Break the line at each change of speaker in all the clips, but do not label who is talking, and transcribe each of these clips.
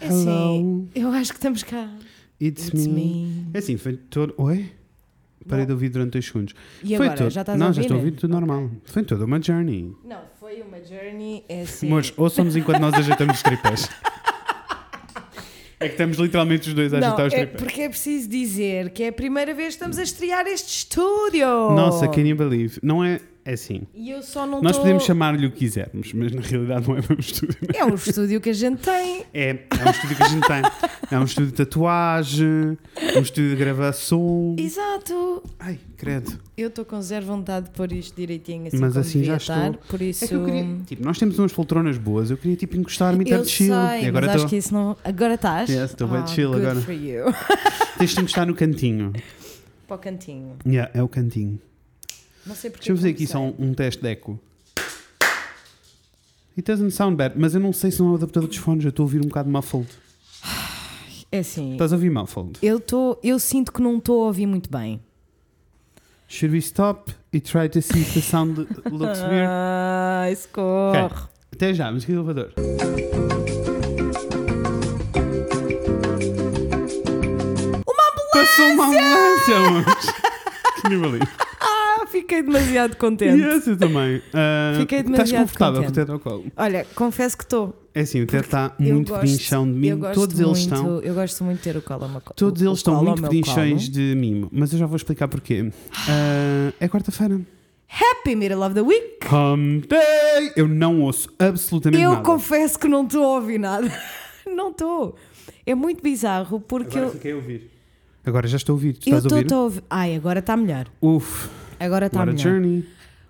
É assim,
Hello.
eu acho que estamos cá.
It's,
It's
me.
me.
É assim, foi todo. Oi? Parei
Não.
de ouvir durante dois segundos.
E
foi
agora,
todo-
já estás
Não,
a ouvir?
já
né?
estou a ouvir tudo normal. Foi toda uma journey.
Não, foi uma journey, é assim.
Mas ouçam-nos enquanto nós ajeitamos os tripés. é que estamos literalmente os dois a
não,
ajeitar os
é
tripés.
porque é preciso dizer que é a primeira vez que estamos a estrear este estúdio.
Nossa, can you believe? Não é. É assim.
E eu só não
Nós
tô-
podemos chamar-lhe o que quisermos, mas na realidade não é mesmo estúdio.
É um estúdio que a gente tem.
É, é um estúdio que a gente tem. É um estúdio de tatuagem, um estúdio de gravação.
Exato.
Ai, credo.
Eu estou com zero vontade de pôr isto direitinho assim.
Mas
como
assim
devia
já
estar,
estou.
Por isso.
É que eu queria. Tipo, nós temos umas poltronas boas, eu queria tipo encostar-me e estar
Eu
de chill.
sei,
e agora
mas acho
estou-
que isso não. Agora estás?
Yes, estou bem
Ah,
chill
good
agora.
for you.
tens de encostar no cantinho.
Para o cantinho.
Yeah, é o cantinho.
Não sei porque. é
Deixa eu fazer
que
aqui só
comecei.
um, um teste de eco. It doesn't sound bad, mas eu não sei se não é o adaptador dos fones, eu estou a ouvir um bocado muffled.
É assim.
Estás a ouvir muffled?
Eu, tô, eu sinto que não estou a ouvir muito bem.
Should we stop and try to see if the sound looks weird?
Ai, socorro.
Ok. Até já, música do elevador. Passou uma ambulância! mano. Que nível ali.
Ah, fiquei demasiado contente.
Yes, eu também. Ah,
Fiquei
Estás
demasiado
confortável com o
contente.
teto ao colo?
Olha, confesso que estou.
É assim, o teto está
Eu
muito
gosto-
pedinchão de
eu
mimo.
gosto
Todos eles
muito-
estão.
Eu gosto muito de ter o colo ao meu co-
Todos
o
eles estão
colo ao
muito
meu
pedinchões
colo.
de mimo. Mas eu já vou explicar porquê. Ah, é quarta-feira.
Happy Middle of the Week!
Hum, day! Eu não ouço absolutamente
eu
nada.
confesso que não estou a ouvir nada. não estou. É muito bizarro porque
Agora
eu.
fiquei a ouvir. Agora já estou a ouvir. Tu
Eu
estás a
estou
ouvir?
estou a ouvir. Ai, agora está melhor.
Uf,
Agora está
what a
melhor.
journey.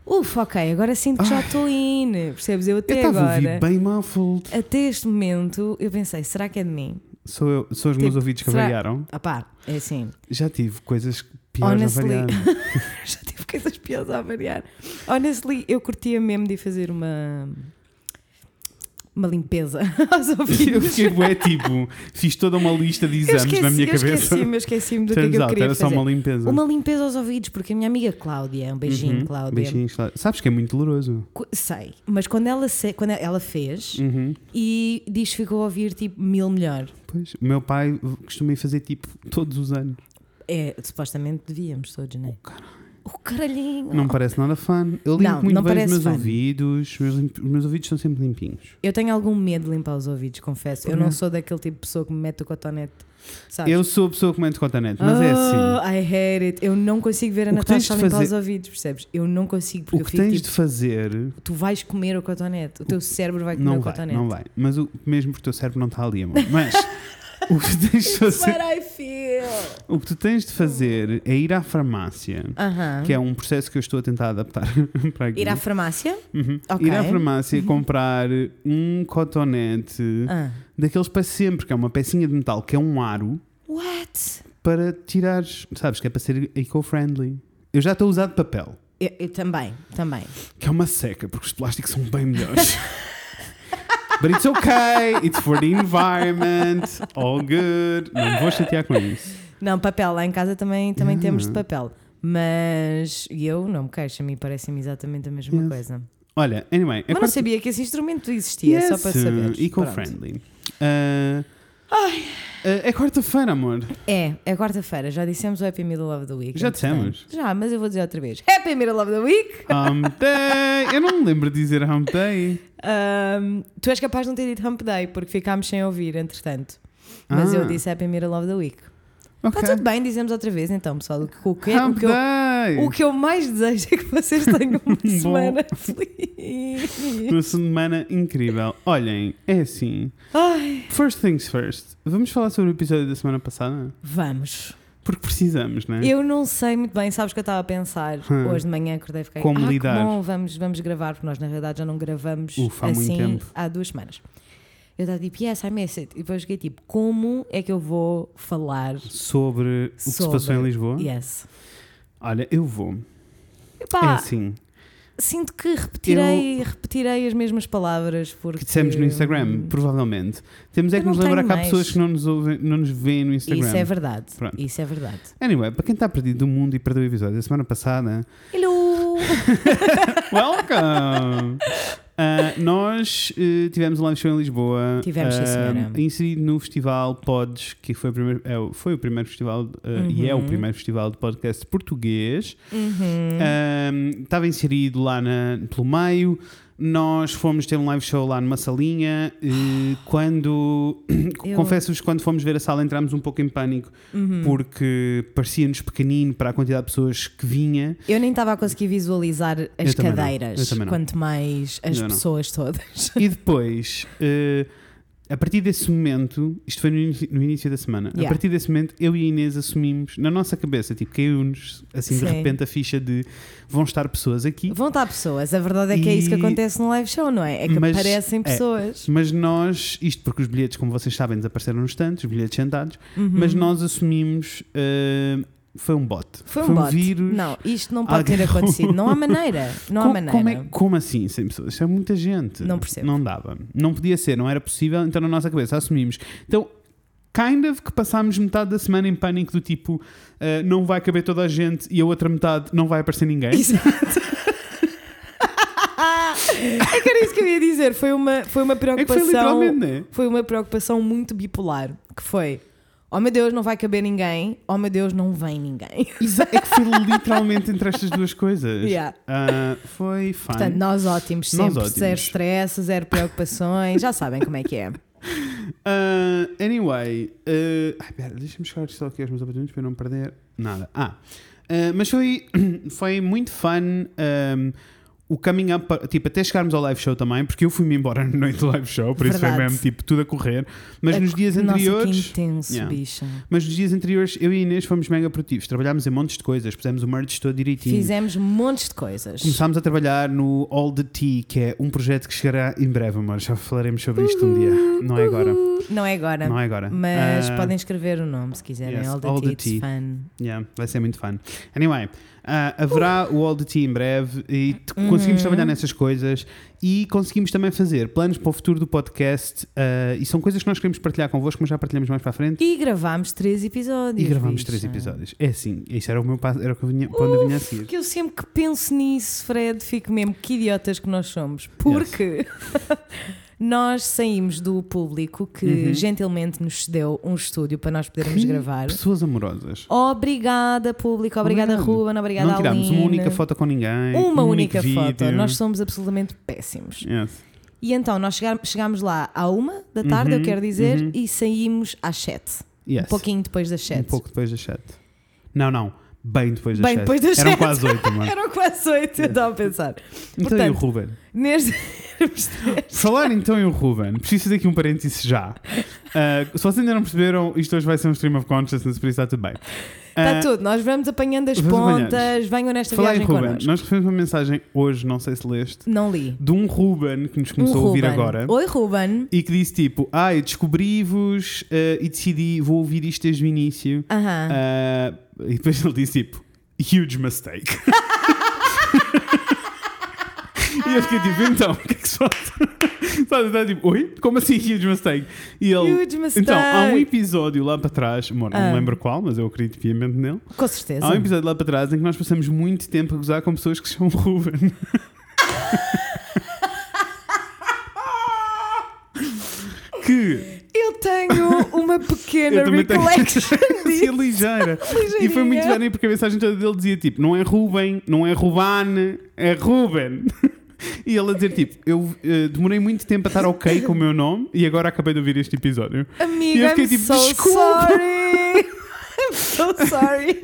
Ufa, ok, agora sinto que já estou in. Percebes? Eu
Ah. Eu
até
estava a
agora.
ouvir bem muffled.
Até este momento eu pensei, será que é de mim?
Sou, eu, sou os meus
Tipo,
ouvidos que
será-
variaram.
Ah pá, é assim.
Já tive coisas piores
Honestly.
a variar.
Já tive coisas piores a variar. Honestly, eu curtia mesmo de fazer uma. uma limpeza aos
Eu
ouvidos.
fiquei bué, tipo, fiz toda uma lista de
Eu
exames
esqueci,
na minha
eu
cabeça.
esqueci-me, eu esqueci-me do que, é
Turns
que eu
out,
queria
era
fazer.
só uma limpeza.
Uma limpeza aos ouvidos, porque a minha amiga Cláudia, um beijinho,
Uhum,
Cláudia.
Beijinhos, claro. Sabes que é muito doloroso.
co- Sei, mas quando ela, se- quando ela fez
Uhum.
e diz que ficou a ouvir tipo mil melhor.
Pois, o meu pai costuma ir fazer tipo todos os anos.
É, supostamente devíamos todos, não é? O caralhinho!
Oh, Não me parece nada fã. Eu limpo
Não,
muito
não
bem os
parece
meus
fun.
ouvidos. Meus lim- Os meus ouvidos estão sempre limpinhos.
Eu tenho algum medo de limpar os ouvidos, confesso. Eu não sou daquele tipo de pessoa que me mete o cotonete, sabes?
Uhum. Eu sou a pessoa que mente cotonete, mas é assim.
Oh, I hate it. Eu não consigo ver a
O que
Natasha
tens de
a limpar
fazer-
os ouvidos, percebes? Eu não consigo,
O
porque eu
que
fico
tens
tipo,
de fazer
tu vais comer o cotonete, o teu cérebro vai comer
não
o
vai,
cotonete.
não vai. Mas o, mesmo porque o teu cérebro não está ali, amor. Mas o que tens de fazer
What I feel!
O que tu tens de fazer é ir à farmácia,
Aham.
que é um processo que eu estou a tentar adaptar para aqui.
Ah. Ir à farmácia?
Uhum.
Ok.
Ir à farmácia comprar um cotonete
Ah.
daqueles para sempre, que é uma pecinha de metal, que é um aro,
What?
para tirares, sabes, que é para ser eco-friendly. Eu já estou a usar de papel,
Eu, eu também, também.
que é uma seca, porque os plásticos são bem melhores. But it's okay, it's for the environment, all good. Não me vou chatear com isso.
Não, papel, lá em casa também, também
Yeah.
temos de papel. Mas eu não me queixo, a mim parece-me exatamente a mesma
Yes.
coisa.
Olha, anyway, é
Mas não
quarta-
sabia que esse instrumento existia, só para
Yes, uh,
saber.
Eco-friendly. Ah, ah, é quarta-feira, amor.
É, é quarta-feira, já dissemos o Happy Middle of the Week.
Já
entretanto.
dissemos?
Já, mas eu vou dizer outra vez. Happy Middle of the Week!
Hump day. Eu não me lembro de dizer hump day.
Ahm, tu és capaz de não ter dito Hump Day, porque ficámos sem ouvir, entretanto. Mas eu
Ah,
disse Happy Middle of the Week.
ok.
Está tudo bem, dizemos outra vez então, pessoal. O que, o é, que, o
Hump
que eu
day.
O que eu mais desejo é que vocês tenham uma semana feliz.
Uma semana incrível. Olhem, é assim.
Ai,
First things first. Vamos falar sobre o episódio da semana passada?
vamos.
Porque precisamos, né?
Eu não sei muito bem, sabes que eu estava a pensar
Hum.
hoje de manhã, acordei e fiquei.
Como
ah, que
lidar?"
bom, vamos, vamos gravar, porque nós na realidade já não gravamos
Ufa, há muito
assim
tempo.
há duas semanas. Eu estava tipo, yes, I miss it. E depois fiquei tipo, como é que eu vou falar?
Sobre o que se
Sobre.
passou em Lisboa?
Yes.
Olha, eu vou. é
Pá,
assim.
sinto que repetirei, repetirei as mesmas palavras porque. Hum,
Que dissemos no Instagram, provavelmente. Temos é
eu
que nos
não
lembrar
tenho
que há
mais.
pessoas que não nos, ouvem, não nos veem no Instagram.
Isso é verdade.
Pronto.
Isso é verdade.
Anyway, para quem está perdido do mundo e perdeu o episódio da semana passada,
Hello!
welcome! Ah, nós eh, tivemos um live show em Lisboa.
Tivemos, sim,
ah,
senhora.
Inserido no festival Pods, que foi o primeiro, é o- foi o primeiro festival ah, e é o
Uhum.
primeiro festival de podcast português.
Uhum.
Ah, Ahm, Estava inserido lá na- pelo meio. Nós fomos ter um live show lá numa salinha. eh, quando,
Eu-
confesso-vos, quando fomos ver a sala, entramos um pouco em pânico
Uhum.
porque parecia-nos pequenino para a quantidade de pessoas que vinha.
Eu nem estava a conseguir visualizar as
Eu também não. Eu
cadeiras,
também não.
quanto mais as
Eu não.
pessoas todas.
E depois, eh, a partir desse momento, isto foi no inici- no início, da semana, a
Yeah.
partir desse momento eu e a Inês assumimos na nossa cabeça, tipo, caiu-nos assim de
Sim.
repente a ficha de vão estar pessoas aqui.
Vão estar pessoas, a verdade é que é isso que
E-
acontece no live show, não é? É que
Mas-
aparecem
é.
pessoas.
Mas nós, isto porque os bilhetes, como vocês sabem, desapareceram nos tantos, os bilhetes sentados,
Uhum.
mas nós assumimos. eh, foi um bot.
Foi um, bot.
vírus.
Não, isto não pode
Alguém-
ter acontecido. Não há maneira. Não há
Co-
maneira.
como, é- como assim 100 pessoas? Isso é muita gente.
Não percebo.
Não dava. Não podia ser, não era possível. Então, na nossa cabeça, assumimos. Então, kind of que passámos metade da semana em pânico do tipo, ah, não vai caber toda a gente e a outra metade não vai aparecer ninguém.
Exato. é que era isso que eu ia dizer. Foi uma, foi uma
É que foi
preocupação.
literalmente, né?
foi uma preocupação muito bipolar. Que foi: oh meu Deus, não vai caber ninguém. Oh meu Deus, não vem ninguém.
Exa- É que foi literalmente entre estas duas coisas.
Yeah.
Ah, foi fun.
Portanto, nós ótimos,
Nós
sempre zero
ótimos.
stress, zero preocupações, já sabem como é que é.
Ah, anyway, ah, ai, pera, deixa-me chegar só aqui aos meus apontamentos para eu não perder nada. Ah, ah, mas foi, foi muito fun ahm, o caminhar para, tipo, até chegarmos ao live show também, porque eu fui-me embora na noite do live show, por isso foi
Verdade.
mesmo tipo tudo a correr. Mas
É
nos dias
Nossa,
anteriores.
que intenso,
Yeah.
bicha.
Mas nos dias anteriores eu e a Inês fomos mega produtivos, trabalhámos em montes de coisas, pusemos o merge todo direitinho.
Fizemos montes de coisas.
Começámos a trabalhar no All the Tea, que é um projeto que chegará em breve, amor. Já falaremos sobre isto um dia. Não é agora.
Uhul. Uhum. Não é agora.
Não é agora.
Mas
Ah,
podem escrever o nome se quiserem.
yes,
all the
all the
tea, it's
tea.
fun.
Yeah, vai ser muito fun. Anyway, ah, haverá o All the Tea em breve e t-
Uhum.
conseguimos trabalhar nessas coisas e conseguimos também fazer planos para o futuro do podcast ah, e são coisas que nós queremos partilhar convosco, mas já partilhamos mais para a frente.
E gravámos três episódios.
E gravámos
bicha.
três episódios. É assim, isso era o meu passo, era o que eu vinha, para onde eu vinha a seguir.
Que eu sempre que penso nisso, Fred, fico mesmo que idiotas que nós somos. Porque nós saímos do público que
Uhum.
gentilmente nos cedeu um estúdio para nós podermos
Que
gravar.
Pessoas amorosas.
Obrigada, público. Obrigada,
Obrigado.
Ruben. Obrigada,
Não tirámos
Aline.
uma única foto com ninguém.
Uma
um único
única foto.
vídeo.
Nós somos absolutamente péssimos.
Yes.
E então, nós chegar- chegámos lá à uma da tarde, eu
Uhum,
quero dizer,
uhum.
e saímos às sete.
Yes.
Um pouquinho depois das
Um
sete.
pouco depois das 7. Não, não. Bem depois das
Bem
7.
depois das
Eram
sete.
quase 8, mano.
Eram quase oito, eu estava a pensar.
Então e o
Portanto,
Ruben?
Neste.
Falar então em o Ruben, preciso fazer aqui um parênteses já. Ah, se vocês ainda não perceberam, isto hoje vai ser um stream of consciousness, por isso está tudo bem. Ah,
Está tudo, nós vamos apanhando as
vamos
pontas,
apanhando.
venham nesta
falar em
viagem
Ruben,
connosco.
nós recebemos uma mensagem hoje, não sei se leste,
Não li.
de um Ruben que nos começou
um
a ouvir
Ruben.
agora.
Oi, Ruben.
E que disse tipo, ah, eu descobri-vos ah, e decidi, vou ouvir isto desde o início.
Aham.
Ah, e depois ele disse tipo, huge mistake. e eu fiquei tipo, então, o que é que se passa? Sabe, tá, tipo, oi? Como assim huge mistake? E ele,
Huge mistake.
Então, há um episódio lá para trás, amor, não
Ah.
me lembro qual, mas eu acredito piamente nele.
Com certeza.
Há um episódio lá para trás em que nós passamos muito tempo a gozar com pessoas que se chamam Ruben. que
Eu tenho uma pequena
eu também tenho
recollection
assim,
disso.
ligeira. E foi muito
Ligeirinha.
bem porque a mensagem toda dele dizia tipo: não é Ruben, não é Ruban, é Ruben. E ele a dizer tipo: eu eh, demorei muito tempo a estar ok com o meu nome e agora acabei de ouvir este episódio. E
Amiga,
eu fiquei
I'm
tipo,
so
desculpa.
sorry. I'm so sorry.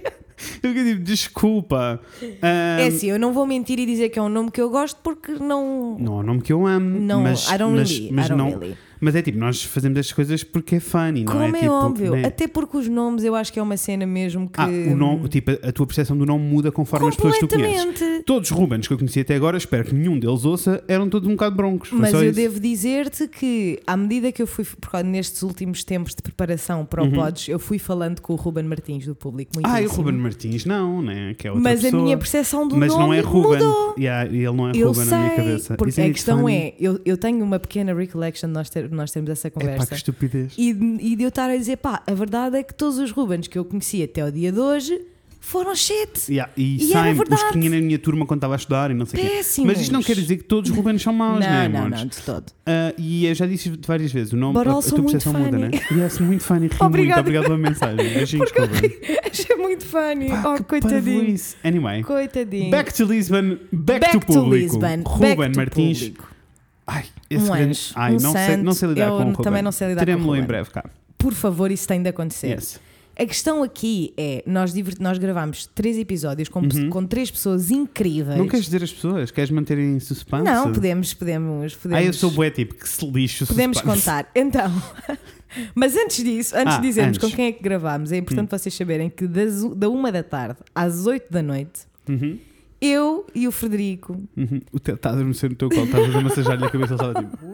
Eu fiquei tipo: desculpa. Ah,
É assim, eu não vou mentir e dizer que é um nome que eu gosto porque não.
Não é um nome que eu amo.
Não,
mas,
I don't
mas,
really,
mas
I don't
não.
really.
Mas é tipo, nós fazemos estas coisas porque é funny, não é?
Como é,
tipo,
óbvio,
né?
até porque os nomes eu acho que é uma cena mesmo que.
Ah, o nome, tipo, a tua percepção do nome muda conforme as pessoas que tu conheces.
completamente.
Todos os Rubens que eu conheci até agora, espero que nenhum deles ouça, eram todos um bocado broncos. Foi
Mas
só
eu
isso.
devo dizer-te que, à medida que eu fui, por causa nestes últimos tempos de preparação para o Pods, eu fui falando com o Ruben Martins do público muito
Uhum.
é?
Ah, e o Ruben Martins não, né? Que é outra
Mas
pessoa.
a minha percepção do
Mas
nome
não é Ruben.
mudou.
Yeah, ele não é
Eu
Ruben na minha
sei,
cabeça.
porque
Isn't
a
it
questão
funny?
é, eu, eu tenho uma pequena recollection de nós, ter, nós termos essa
É pá, que
conversa.
estupidez.
e, de- e de eu estar a dizer, pá, a verdade é que todos os Rubens que eu conheci até o dia de hoje foram shit.
Yeah, e
E era
saem os
verdade.
que tinha na minha turma quando estava a estudar e não sei o quê.
Péssimos.
Mas isto não quer dizer que todos os Rubens são maus, né,
Não, não,
amores?
não, de todo.
Ah, e eu já disse várias vezes, o nome,
But
a, a
also
tua
muito
percepção muda, né?
funny.
Yes, muito funny, ri muito.
Obrigada.
Obrigado pela mensagem. Beijinhos, Ruben.
Achei muito funny.
Pá, que
oh, coitadinho.
parvoíce. Anyway,
Coitadinho.
back to Lisbon, back, to público.
Lisbon.
Ruben
back to
Martins.
público.
Ai, esse
um
grande-
anjo,
Ai,
um
não, sei, não sei
santo.
lidar
Eu
com o Ruben.
também não sei lidar com o
Teremos-lo em
Ruben.
breve cá.
Por favor, isso tem de acontecer.
Yes.
A questão aqui é: nós, divert- nós gravámos três episódios com, pe-
Uhum.
com três pessoas incríveis.
Não queres dizer as pessoas? Queres manter em suspense?
Não, podemos, podemos, podemos.
Ah, eu sou bué tipo, que se lixe o
Podemos
suspense.
contar. Então, mas antes disso, antes
Ah,
de dizermos
antes. Hum.
com quem é que gravámos, é importante vocês saberem que das, u- da uma da tarde às oito da noite,
Uhum,
eu e o Frederico,
uhum. O teu- Estás a adormecer no teu colo, estás a massajar-lhe a cabeça, ele estava tipo...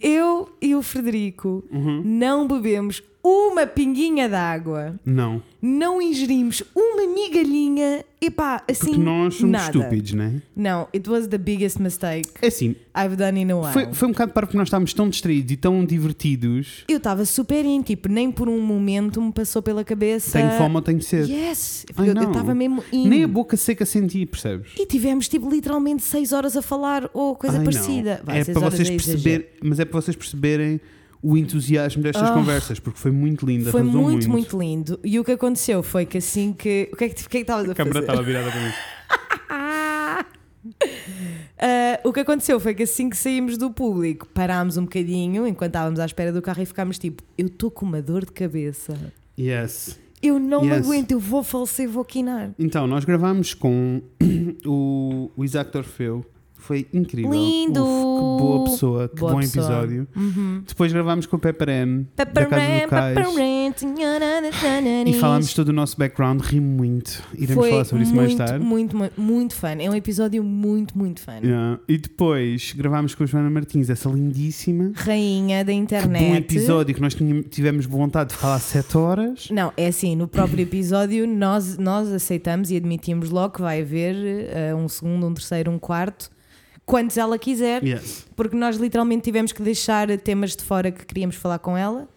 eu e o Frederico
Uhum.
não bebemos uma pinguinha d'água,
Não,
não ingerimos uma migalhinha, epá, assim.
porque nós somos
nada.
estúpidos, não é?
Não, it was the biggest mistake
É assim,
I've done in a while.
foi, foi um bocado para porque nós estávamos tão distraídos e tão divertidos.
Eu estava super in, tipo, nem por um momento me passou pela cabeça.
Tenho fome ou tenho sede.
Yes!
Ai,
eu
não.
estava mesmo in.
Nem a boca seca senti, percebes?
E tivemos tipo literalmente 6 horas a falar ou coisa
Ai, não.
parecida. Vai,
É
seis
para
horas
vocês
é exagero.
perceberem, mas é para vocês perceberem o entusiasmo destas
Oh.
conversas, porque foi muito linda,
Foi
arrasou
muito,
muito.
muito, lindo. E o que aconteceu foi que assim que. O que é que, o que, é que estavas a,
A câmara
fazer?
estava virada para mim.
Ah! Ah, o que aconteceu foi que assim que saímos do público, parámos um bocadinho enquanto estávamos à espera do carro e ficámos tipo: Eu estou com uma dor de cabeça.
Yes.
Eu não me
Yes.
aguento, eu vou falecer, vou quinar.
Então, nós gravámos com o, o Isaac Torfeu. Foi incrível.
Lindo!
Uf, que boa pessoa, que
Boa
bom
pessoa.
episódio.
Uhum.
Depois gravámos com o Pepper M. da Casa do Cais. E falámos todo o nosso background, ri muito. Iremos
Foi
falar sobre isso
muito,
mais tarde. É.
Muito, muito, muito fã. É um episódio muito, muito fã.
Yeah. E depois gravámos com a Joana Martins, essa lindíssima.
Rainha da internet.
Que bom um episódio que nós tínhamos- tivemos vontade de falar 7 horas.
Não, é assim, no próprio episódio nós, nós aceitamos e admitimos logo que vai haver eh, um segundo, um terceiro, um quarto, quantos ela quiser,
Yes.
porque nós literalmente tivemos que deixar temas de fora que queríamos falar com ela,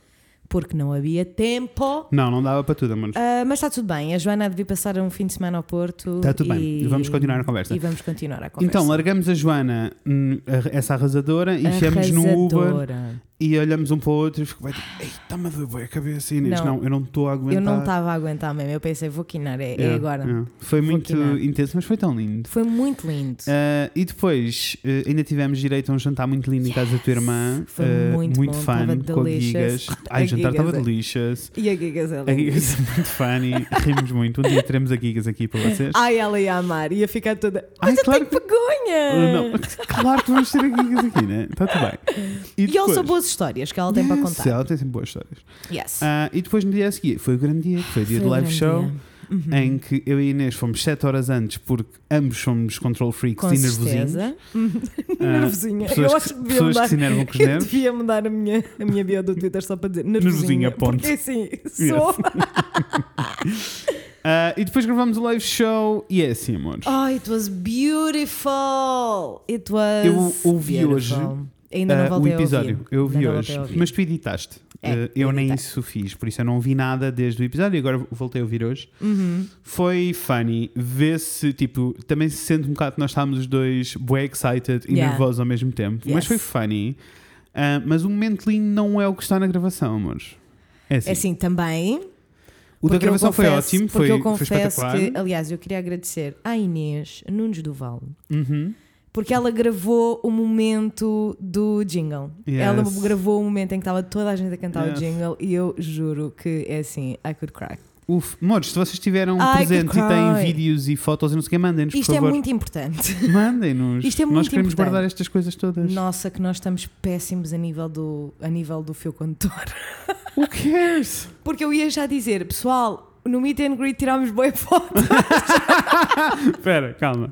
porque não havia tempo.
Não, não dava para tudo, amor.
Ah, mas está tudo bem, a Joana devia passar um fim de semana ao Porto.
Está tudo
e-
bem. Vamos continuar a conversa.
E vamos continuar a conversa.
Então, largamos a Joana, hum, a- essa arrasadora, e enfiamos no Uber.
Arrasadora.
e olhamos um para o outro e fico bem tipo, ei, está-me a doer bué a cabeça, Inês. Não,
Ah. Não.
eu não estou a aguentar.
Eu não estava a aguentar mesmo, eu pensei, vou quinar, é, é
Yeah,
agora.
yeah. Foi
Vou
muito
quinar.
intenso, mas foi tão lindo.
Foi muito lindo.
Ah, e depois ah, ainda tivemos direito a um jantar muito lindo em casa da tua irmã.
Foi
Ah,
muito
muito
bom,
fã,
tava
com a
delicious.
Gigas. Ai, o
A
jantar
Gigas
estava
é-
delicious.
E a Gigas ela.
A Gigas é muito funny, rimos muito. Um dia teremos a Gigas aqui para vocês.
Ai, ela ia amar, ia ficar toda.
Ai,
Mas eu
claro
tenho vergonha!
Ah, não, claro que vamos ter a Gigas aqui, né? Está tudo bem.
E, ela só boas histórias que ela tem para
Yes,
contar.
Ela tem sempre boas histórias.
Yes.
Ah, e depois no dia a seguir foi o grande dia, que foi o dia
Foi
do
um
live
grande
show.
dia. Uhum.
em que eu e a Inês fomos 7 horas antes porque ambos somos control freaks
Com
e nervosinhos.
certeza. nervosinha.
Ah, pessoas
eu
que-
acho que devia
pessoas que
mudar.
se enervam com os
eu
nervos.
devia mudar a minha, a minha bio do Twitter só para dizer nervosinha.
Nervosinha, ponto.
Porque assim, sou.
Ah, e depois gravámos o live show e é assim, amores.
Oh, it was beautiful! It was.
Eu ouvi
beautiful.
hoje,
Ainda não
Ah, o
voltei a ouvir.
episódio, eu ouvi
Ainda não
hoje,
voltei a ouvir.
mas tu editaste.
É,
Ah, eu nem
editei.
isso fiz, por isso eu não ouvi nada desde o episódio e agora voltei a ouvir hoje.
Uhum.
Foi funny ver se, tipo, também se sente um bocado que nós estávamos os dois bué excited e
Yeah.
nervosos ao mesmo tempo,
Yes.
mas foi funny. Ah, mas o momento lindo não é o que está na gravação, amores. É assim.
É assim, também.
o da
porque eu
gravação foi
confesso-
ótimo,
porque
foi,
eu
foi
confesso
espetacular.
que, aliás, eu queria agradecer à Inês Nunes Duval,
Uhum.
porque ela gravou o momento do jingle.
Yes.
Ela gravou o momento em que estava toda a gente a cantar
Yes.
o jingle e eu juro que é assim, I could cry.
Uf, Mores, se vocês tiveram
Ai, que
presentes e têm
cry.
vídeos e fotos e não sei o que, mandem-nos, por
Isto é
favor.
muito importante.
Mandem-nos.
Isto é
Nós
muito
queremos
importante.
guardar estas coisas todas.
Nossa, que nós estamos péssimos a nível do, a nível do fio condutor.
Who cares?
Porque eu ia já dizer, pessoal, no meet and greet tirámos boa foto.
Espera, calma.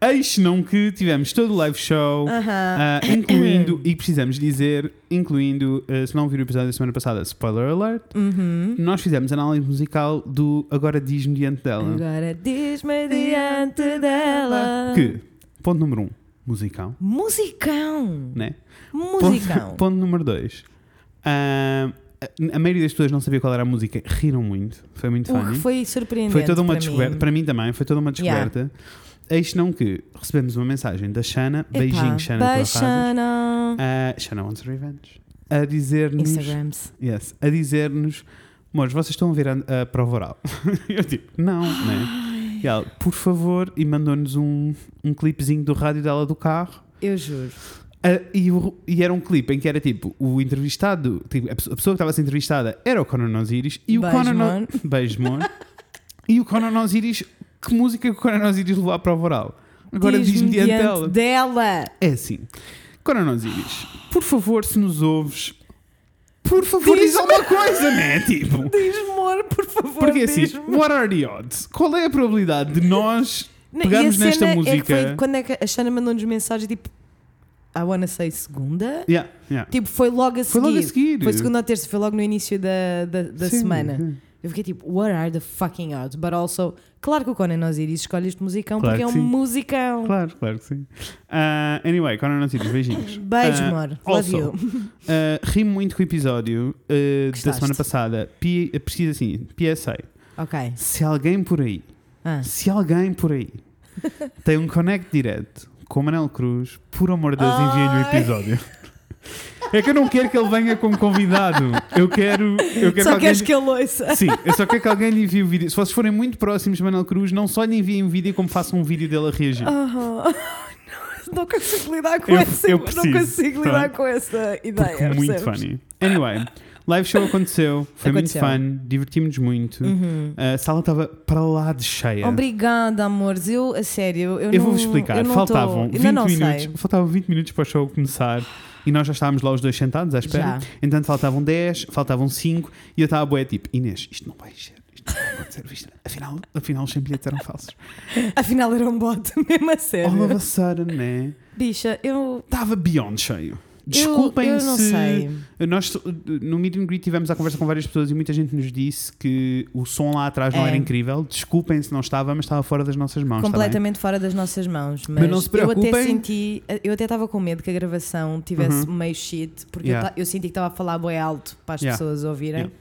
Eis não que tivemos todo o live show,
Aham.
ah, incluindo, e precisamos dizer, incluindo, ah, se não viram o episódio da semana passada, spoiler alert,
Uhum.
nós fizemos análise musical do Agora Diz-me Diante Dela.
Agora diz-me diante dela.
Que, ponto número um, musical,
Musicão!
né?
Musicão!
Ponto, ponto número 2. ah, a, a maioria das pessoas não sabia qual era a música, riram muito, foi muito
O
funny.
que Uh, foi surpreendente.
Foi toda uma
para
descoberta,
mim.
para mim também, foi toda uma
Yeah.
descoberta. Eis não que recebemos uma mensagem da Shana,
Epá,
beijinho Shana, pela
beijo,
Shana.
Shana.
ah, Shana wants revenge. A dizer-nos,
Instagrams.
yes, a dizer-nos, amores, vocês estão a ver a, a prova oral? Eu tipo, não, né? E ela, por favor, e mandou-nos um, um clipezinho do rádio dela do carro.
Eu juro.
Ah, e, o- e era um clipe em que era tipo o entrevistado, tipo, a, pessoa, a pessoa que estava a ser entrevistada era o Conan Osiris e o
Beijo,
Conan
mano.
O- Beijo, mon. e o Conan Osiris, que música que o Conan Osiris levou à prova oral? Agora
Diz-me
diz-me diante dela.
dela.
É assim, Conan Osiris, por favor, se nos ouves, por favor, diz
Diz-me.
alguma coisa, né? Tipo,
Diz-me, amor, por favor.
porque assim,
diz-me.
what are the odds? Qual é a probabilidade de nós
Não,
pegarmos
e a
nesta
cena É que
música?
foi quando é que a Shana mandou-nos mensagem tipo I wanna say segunda?
Yeah, yeah.
Tipo, foi logo a seguir.
Foi logo a seguir.
Foi segunda ou terça, foi logo no início da, da, da
Sim,
semana.
sim.
Eu fiquei tipo, what are the fucking odds? But also, claro que o Conan Osiris escolhe este musicão
Claro
porque é um
que sim.
musicão.
Claro, claro que sim. Ah, anyway, Conan Osiris, beijinhos.
Beijo,
Ah,
amor. Love
also,
you.
ah, ri muito com o episódio ah, da
Gostaste?
semana passada. P, precisa assim, PSA.
Ok.
Se alguém por aí,
Ah.
se alguém por aí tem um connect direto com o Manel Cruz, por amor de Deus, envia-lhe o
Ai.
episódio. É que eu não quero que ele venha como convidado. Eu quero,
Só
eu quero que alguém...
queres que ele ouça.
Sim, eu só quero que alguém lhe envie o vídeo. Se vocês forem muito próximos de Manel Cruz, não só lhe enviem um vídeo, como façam um vídeo dele a reagir.
Aham. Oh, não, não consigo lidar com
Eu-
essa.
eu
não
preciso, tá?
consigo lidar com essa ideia.
Porque muito
é, percebes?
funny. Anyway, live show aconteceu, foi
Aconteceu.
muito fun, divertimos-nos muito.
Uhum.
A sala estava para lá de cheia.
Obrigada, amores. Eu, a sério, eu,
eu
não
vou-vos explicar,
eu não
faltavam
tô,
20
ainda não
minutos,
Sei.
faltavam 20 minutos para o show começar e nós já estávamos lá os dois sentados à espera.
Já.
Entanto, faltavam 10, faltavam 5 e eu estava boé tipo, Inês, isto não vai ser. Isto não vai acontecer, isto- afinal, afinal, os 100 bilhetes eram falsos.
Afinal, era um bot, mesmo a
All
sério.
of a sudden, né?
Bicha, eu.
Estava beyond cheio.
Desculpem
Desculpem
eu, eu não
se
sei.
Nós uh, no Meet and Greet tivemos a conversa com várias pessoas e muita gente nos disse que o som lá atrás não
É.
era incrível. Desculpem se não estava, mas estava fora das nossas mãos. está bem?
Completamente fora das nossas mãos. Mas,
Mas não se
eu até
preocupem. Uhum.
senti. Eu até estava com medo que a gravação tivesse meio shit, porque eu
Yeah.
ta- eu, senti que estava a falar bem alto para as
Yeah.
pessoas ouvirem.
Yeah.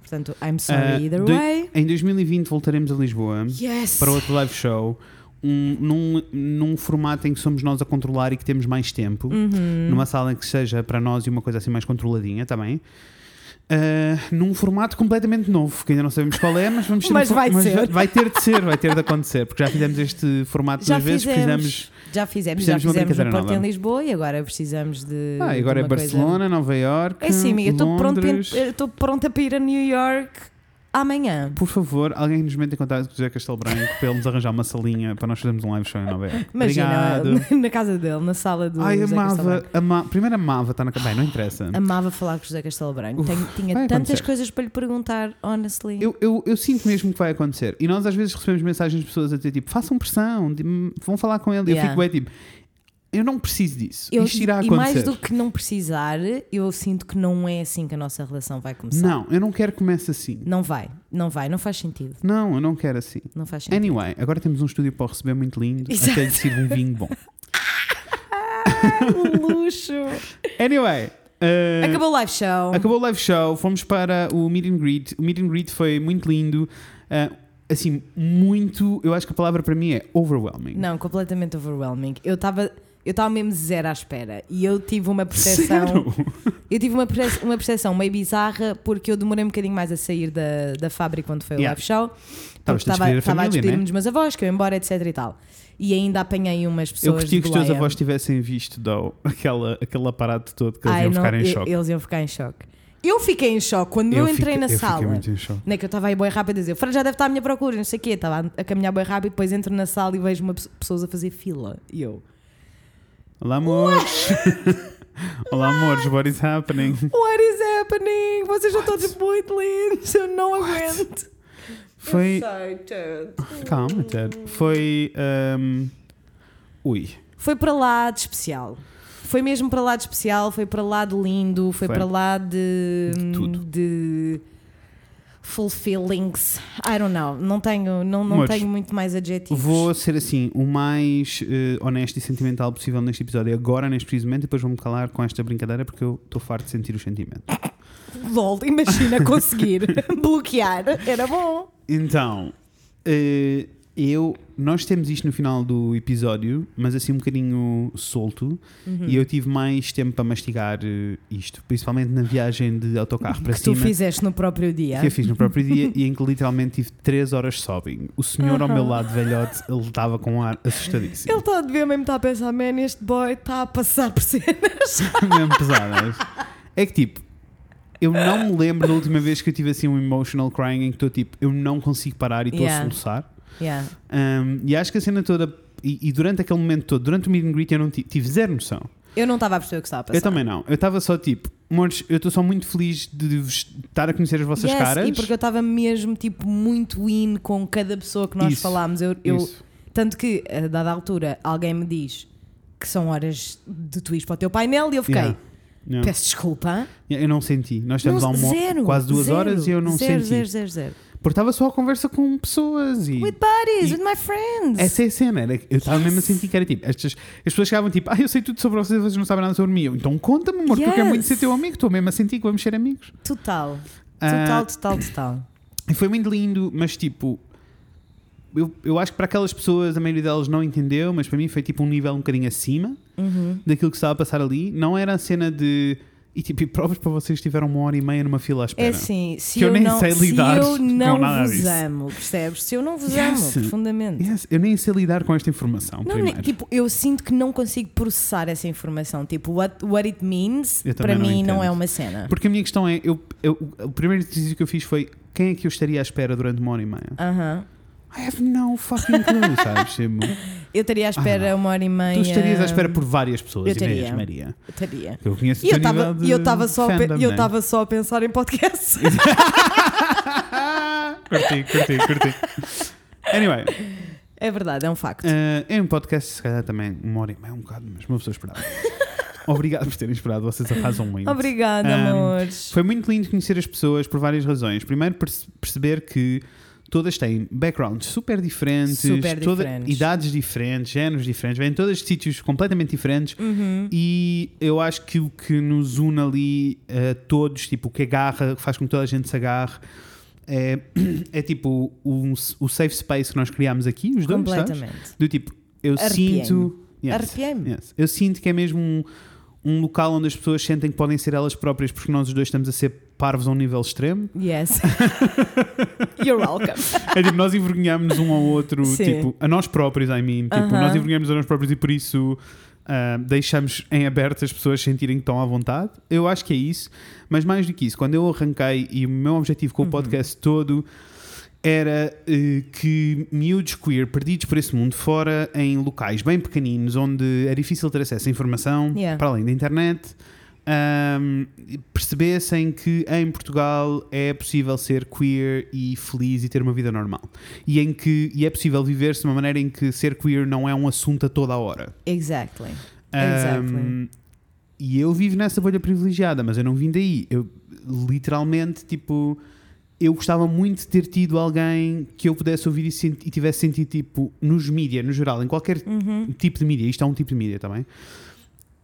Portanto, I'm sorry
Ah,
either
de-
way.
Em 2020 voltaremos a Lisboa
Yes!
para outro live show. um- num, num formato em que somos nós a controlar e que temos mais tempo,
Uhum.
numa sala em que seja para nós e uma coisa assim mais controladinha também, Ah, num formato completamente novo, que ainda não sabemos qual é, mas vamos ter um
Mas
for-
vai ser.
vai- vai ter de ser, vai ter de acontecer, porque já fizemos este formato
Já
duas vezes, fizemos
fizemos, já fizemos, já
precisamos de uma
fizemos
brincadeira
no Porto em
nova.
Lisboa e agora precisamos de.
Ah,
de
agora é
uma coisa-
Barcelona, Nova Iorque.
É sim, amiga, eu estou pronta para-
Londres.
eu estou pronta para ir a New York amanhã.
Por favor, alguém nos mete em contato com o José Castelo Branco para ele nos arranjar uma salinha para nós fazermos um live show em Nova Iorque.
Imagina,
Obrigado.
na casa dele, na sala do
Ai,
José Castelo
amava,
Branco.
ama, primeiro amava estar na cabana, não interessa.
Amava falar com o José Castelo Branco.
Uf,
Tenho- tinha
vai
tantas
acontecer.
coisas para lhe perguntar, honestly.
Eu, eu, eu sinto mesmo que vai acontecer. E nós às vezes recebemos mensagens de pessoas a dizer tipo, façam pressão, de- vão falar com ele. E
Yeah.
Eu fico bem tipo, eu não preciso disso.
Eu-
Isto irá
e
acontecer.
mais do que não precisar, eu sinto que não é assim que a nossa relação vai começar.
Não, eu não quero que comece assim.
Não vai, não vai, não faz sentido.
Não, eu não quero assim.
Não faz sentido.
Anyway, agora temos um estúdio para o receber muito lindo,
Exato.
até lhe sirva um vinho bom.
Ai, que É um luxo!
Anyway, eh,
Acabou o live show.
acabou o live show, fomos para o meet and greet. O meet and greet foi muito lindo. eh, assim, muito. Eu acho que a palavra para mim é overwhelming.
Não, completamente overwhelming. Eu estava eu estava mesmo zero à espera e eu tive uma percepção,
Sério?
eu tive uma perce- uma percepção meio bizarra porque eu demorei um bocadinho mais a sair da, da fábrica quando foi o
Yeah.
live show.
Estavas-te
Porque
a despedir
estava
a
a
família,
despedir-me
né?
dos meus avós, que eu ia embora, etc e tal. E ainda apanhei umas pessoas
Eu gostaria que
de
os teus
boleia.
avós tivessem visto Dó, aquela, aquele aparato todo que eles
Ai,
iam
não,
ficar em
e-
choque.
Eles iam ficar em choque. Eu fiquei em choque quando eu, entrei
fiquei-
na
eu fiquei
sala.
muito em choque.
Não é que eu estava aí bem rápido a dizer, o Fran já deve estar à minha procura, não sei o quê. Estava a caminhar bem rápido, depois entro na sala e vejo uma pe- pessoas a fazer fila. E eu,
Olá, amores. Olá, amores. What is happening?
What is happening? Vocês já estão tipo muito lindos, eu não aguento.
Foi.
Excited.
Calma, Ted. Foi. ahm, Ui.
Foi para lá de especial. Foi mesmo para lá de especial, foi para lá de lindo, foi,
Foi.
para lá de.
De tudo.
de- fulfillings. I don't know. Não tenho, não, não
Amores,
tenho muito mais adjetivos.
Vou ser assim, o mais eh, honesto e sentimental possível neste episódio, agora, neste preciso momento, e depois vou-me calar com esta brincadeira porque eu estou farto de sentir os sentimentos.
Lol, imagina conseguir bloquear. Era bom.
Então, eh, eu, nós temos isto no final do episódio, mas assim um bocadinho solto,
Uhum.
e eu tive mais tempo para mastigar eh, isto, principalmente na viagem de autocarro para
que tu
cima.
fizeste no próprio dia.
Que eu fiz no próprio dia e em que literalmente tive 3 horas sobbing. O senhor ao
Uhum.
meu lado, velhote, ele estava com um ar assustadíssimo.
Ele está a dever mesmo estar a pensar, man, este boy está a passar por cenas.
mesmo pesadas. É que tipo, eu não me lembro da última vez que eu tive assim um emotional crying em que estou tipo, eu não consigo parar e estou
Yeah.
a soluçar.
Yeah.
Um, e acho que a cena toda, e, e durante aquele momento todo, durante o meet and greet, eu não ti- tive zero noção.
Eu não estava a perceber o que estava a passar.
Eu também não. Eu estava só tipo, amores, eu estou só muito feliz de vos estar a conhecer as vossas
Yes,
caras.
E porque eu estava mesmo tipo muito in com cada pessoa que nós
Isso,
falámos. Eu, eu-
Isso.
tanto que, a dada altura, alguém me diz que são horas de twist para o teu painel e eu fiquei.
Yeah. Yeah.
Peço desculpa.
Eu não senti. Nós estamos
Não-
lá uma-
zero,
quase duas
zero,
horas e eu não
zero,
senti.
Zero, zero, zero.
Porque estava só a conversa com pessoas e.
With buddies,
E-
with my friends.
Essa é a cena, era, que eu estava mesmo a sentir que era tipo, estas, as pessoas chegavam tipo, ah, eu sei tudo sobre vocês, vocês não sabem nada sobre mim. Eu, então conta-me, amor, porque eu quero muito
Yes.
ser teu amigo, estou mesmo a sentir que vamos ser amigos.
Total.
Ah.
Total, total, total.
E foi muito lindo, mas tipo, eu, eu acho que para aquelas pessoas, a maioria delas não entendeu, mas para mim foi tipo um nível um bocadinho acima
Uhum.
daquilo que estava a passar ali. Não era a cena de. E tipo, e provas para vocês que tiveram uma hora e meia numa fila à
É
espera.
assim, se
Que eu
eu,
nem
não,
sei
se
lidar
eu
com
não
nada
vos
disso.
amo, percebes? Se eu não vos
Yes.
amo profundamente.
Yes, eu nem sei lidar com esta informação,
Não,
primeiro.
nem- tipo, eu sinto que não consigo processar essa informação. Tipo, what, what it means,
Eu
para
também não
mim, não é
entendo.
uma cena.
Porque a minha questão é: eu, eu- o primeiro exercício que eu fiz foi quem é que eu estaria à espera durante uma hora e meia?
Aham.
I have no fucking clue, sabes? Tipo,
Eu estaria à espera uma hora e meia.
tu estarias à espera por várias pessoas,
eu
Inês
estaria.
Maria.
Eu Estaria.
Eu conheço
E
o
eu
teu
estava
nível de
eu estava só, a pe-
fandom,
eu
né?
estava só a pensar em podcast.
curti, curti, curti. Anyway,
é verdade, é um facto.
eh, é um podcast, se calhar também uma hora e meia, um bocado, mas uma pessoa esperava. Obrigado por terem esperado, vocês arrasam muito.
Obrigada,
Um,
amores.
Foi muito lindo conhecer as pessoas por várias razões. Primeiro, perce- perceber que todas têm backgrounds super diferentes,
Super
toda-
diferentes.
idades diferentes, géneros diferentes, vêm todas de sítios completamente diferentes.
Uhum.
E eu acho que o que nos une ali a todos, tipo, o que agarra, que faz com que toda a gente se agarre. É, é tipo um- o safe space que nós criámos aqui, os dois, sabes?
Completamente.
Do tipo, eu
Arrepiei-me.
sinto. Yes.
Arrepiei-me.
Yes. Eu sinto que é mesmo um, um local onde as pessoas sentem que podem ser elas próprias, porque nós os dois estamos a ser parvos a um nível extremo.
Yes. You're welcome.
É tipo, nós envergonhamos um ao outro,
Sim.
tipo, a nós próprios, I mean. Tipo,
Aham.
nós envergonhamos a nós próprios e por isso ah, deixamos em aberto as pessoas sentirem que estão à vontade. Eu acho que é isso. Mas mais do que isso, quando eu arranquei e o meu objetivo com o podcast todo era eh, que miúdos queer perdidos por esse mundo fora em locais bem pequeninos onde é difícil ter acesso à informação
Yeah.
para além da internet ahm, percebessem que em Portugal é possível ser queer e feliz e ter uma vida normal e em que e é possível viver-se de uma maneira em que ser queer não é um assunto a toda a hora
Exactly.
Ahm,
Exactly.
e eu vivo nessa bolha privilegiada, mas eu não vim daí. Eu literalmente, tipo, eu gostava muito de ter tido alguém que eu pudesse ouvir e, senti- e tivesse sentido, tipo, nos mídia, no geral, em qualquer
Uhum.
tipo de mídia, isto é um tipo de mídia também,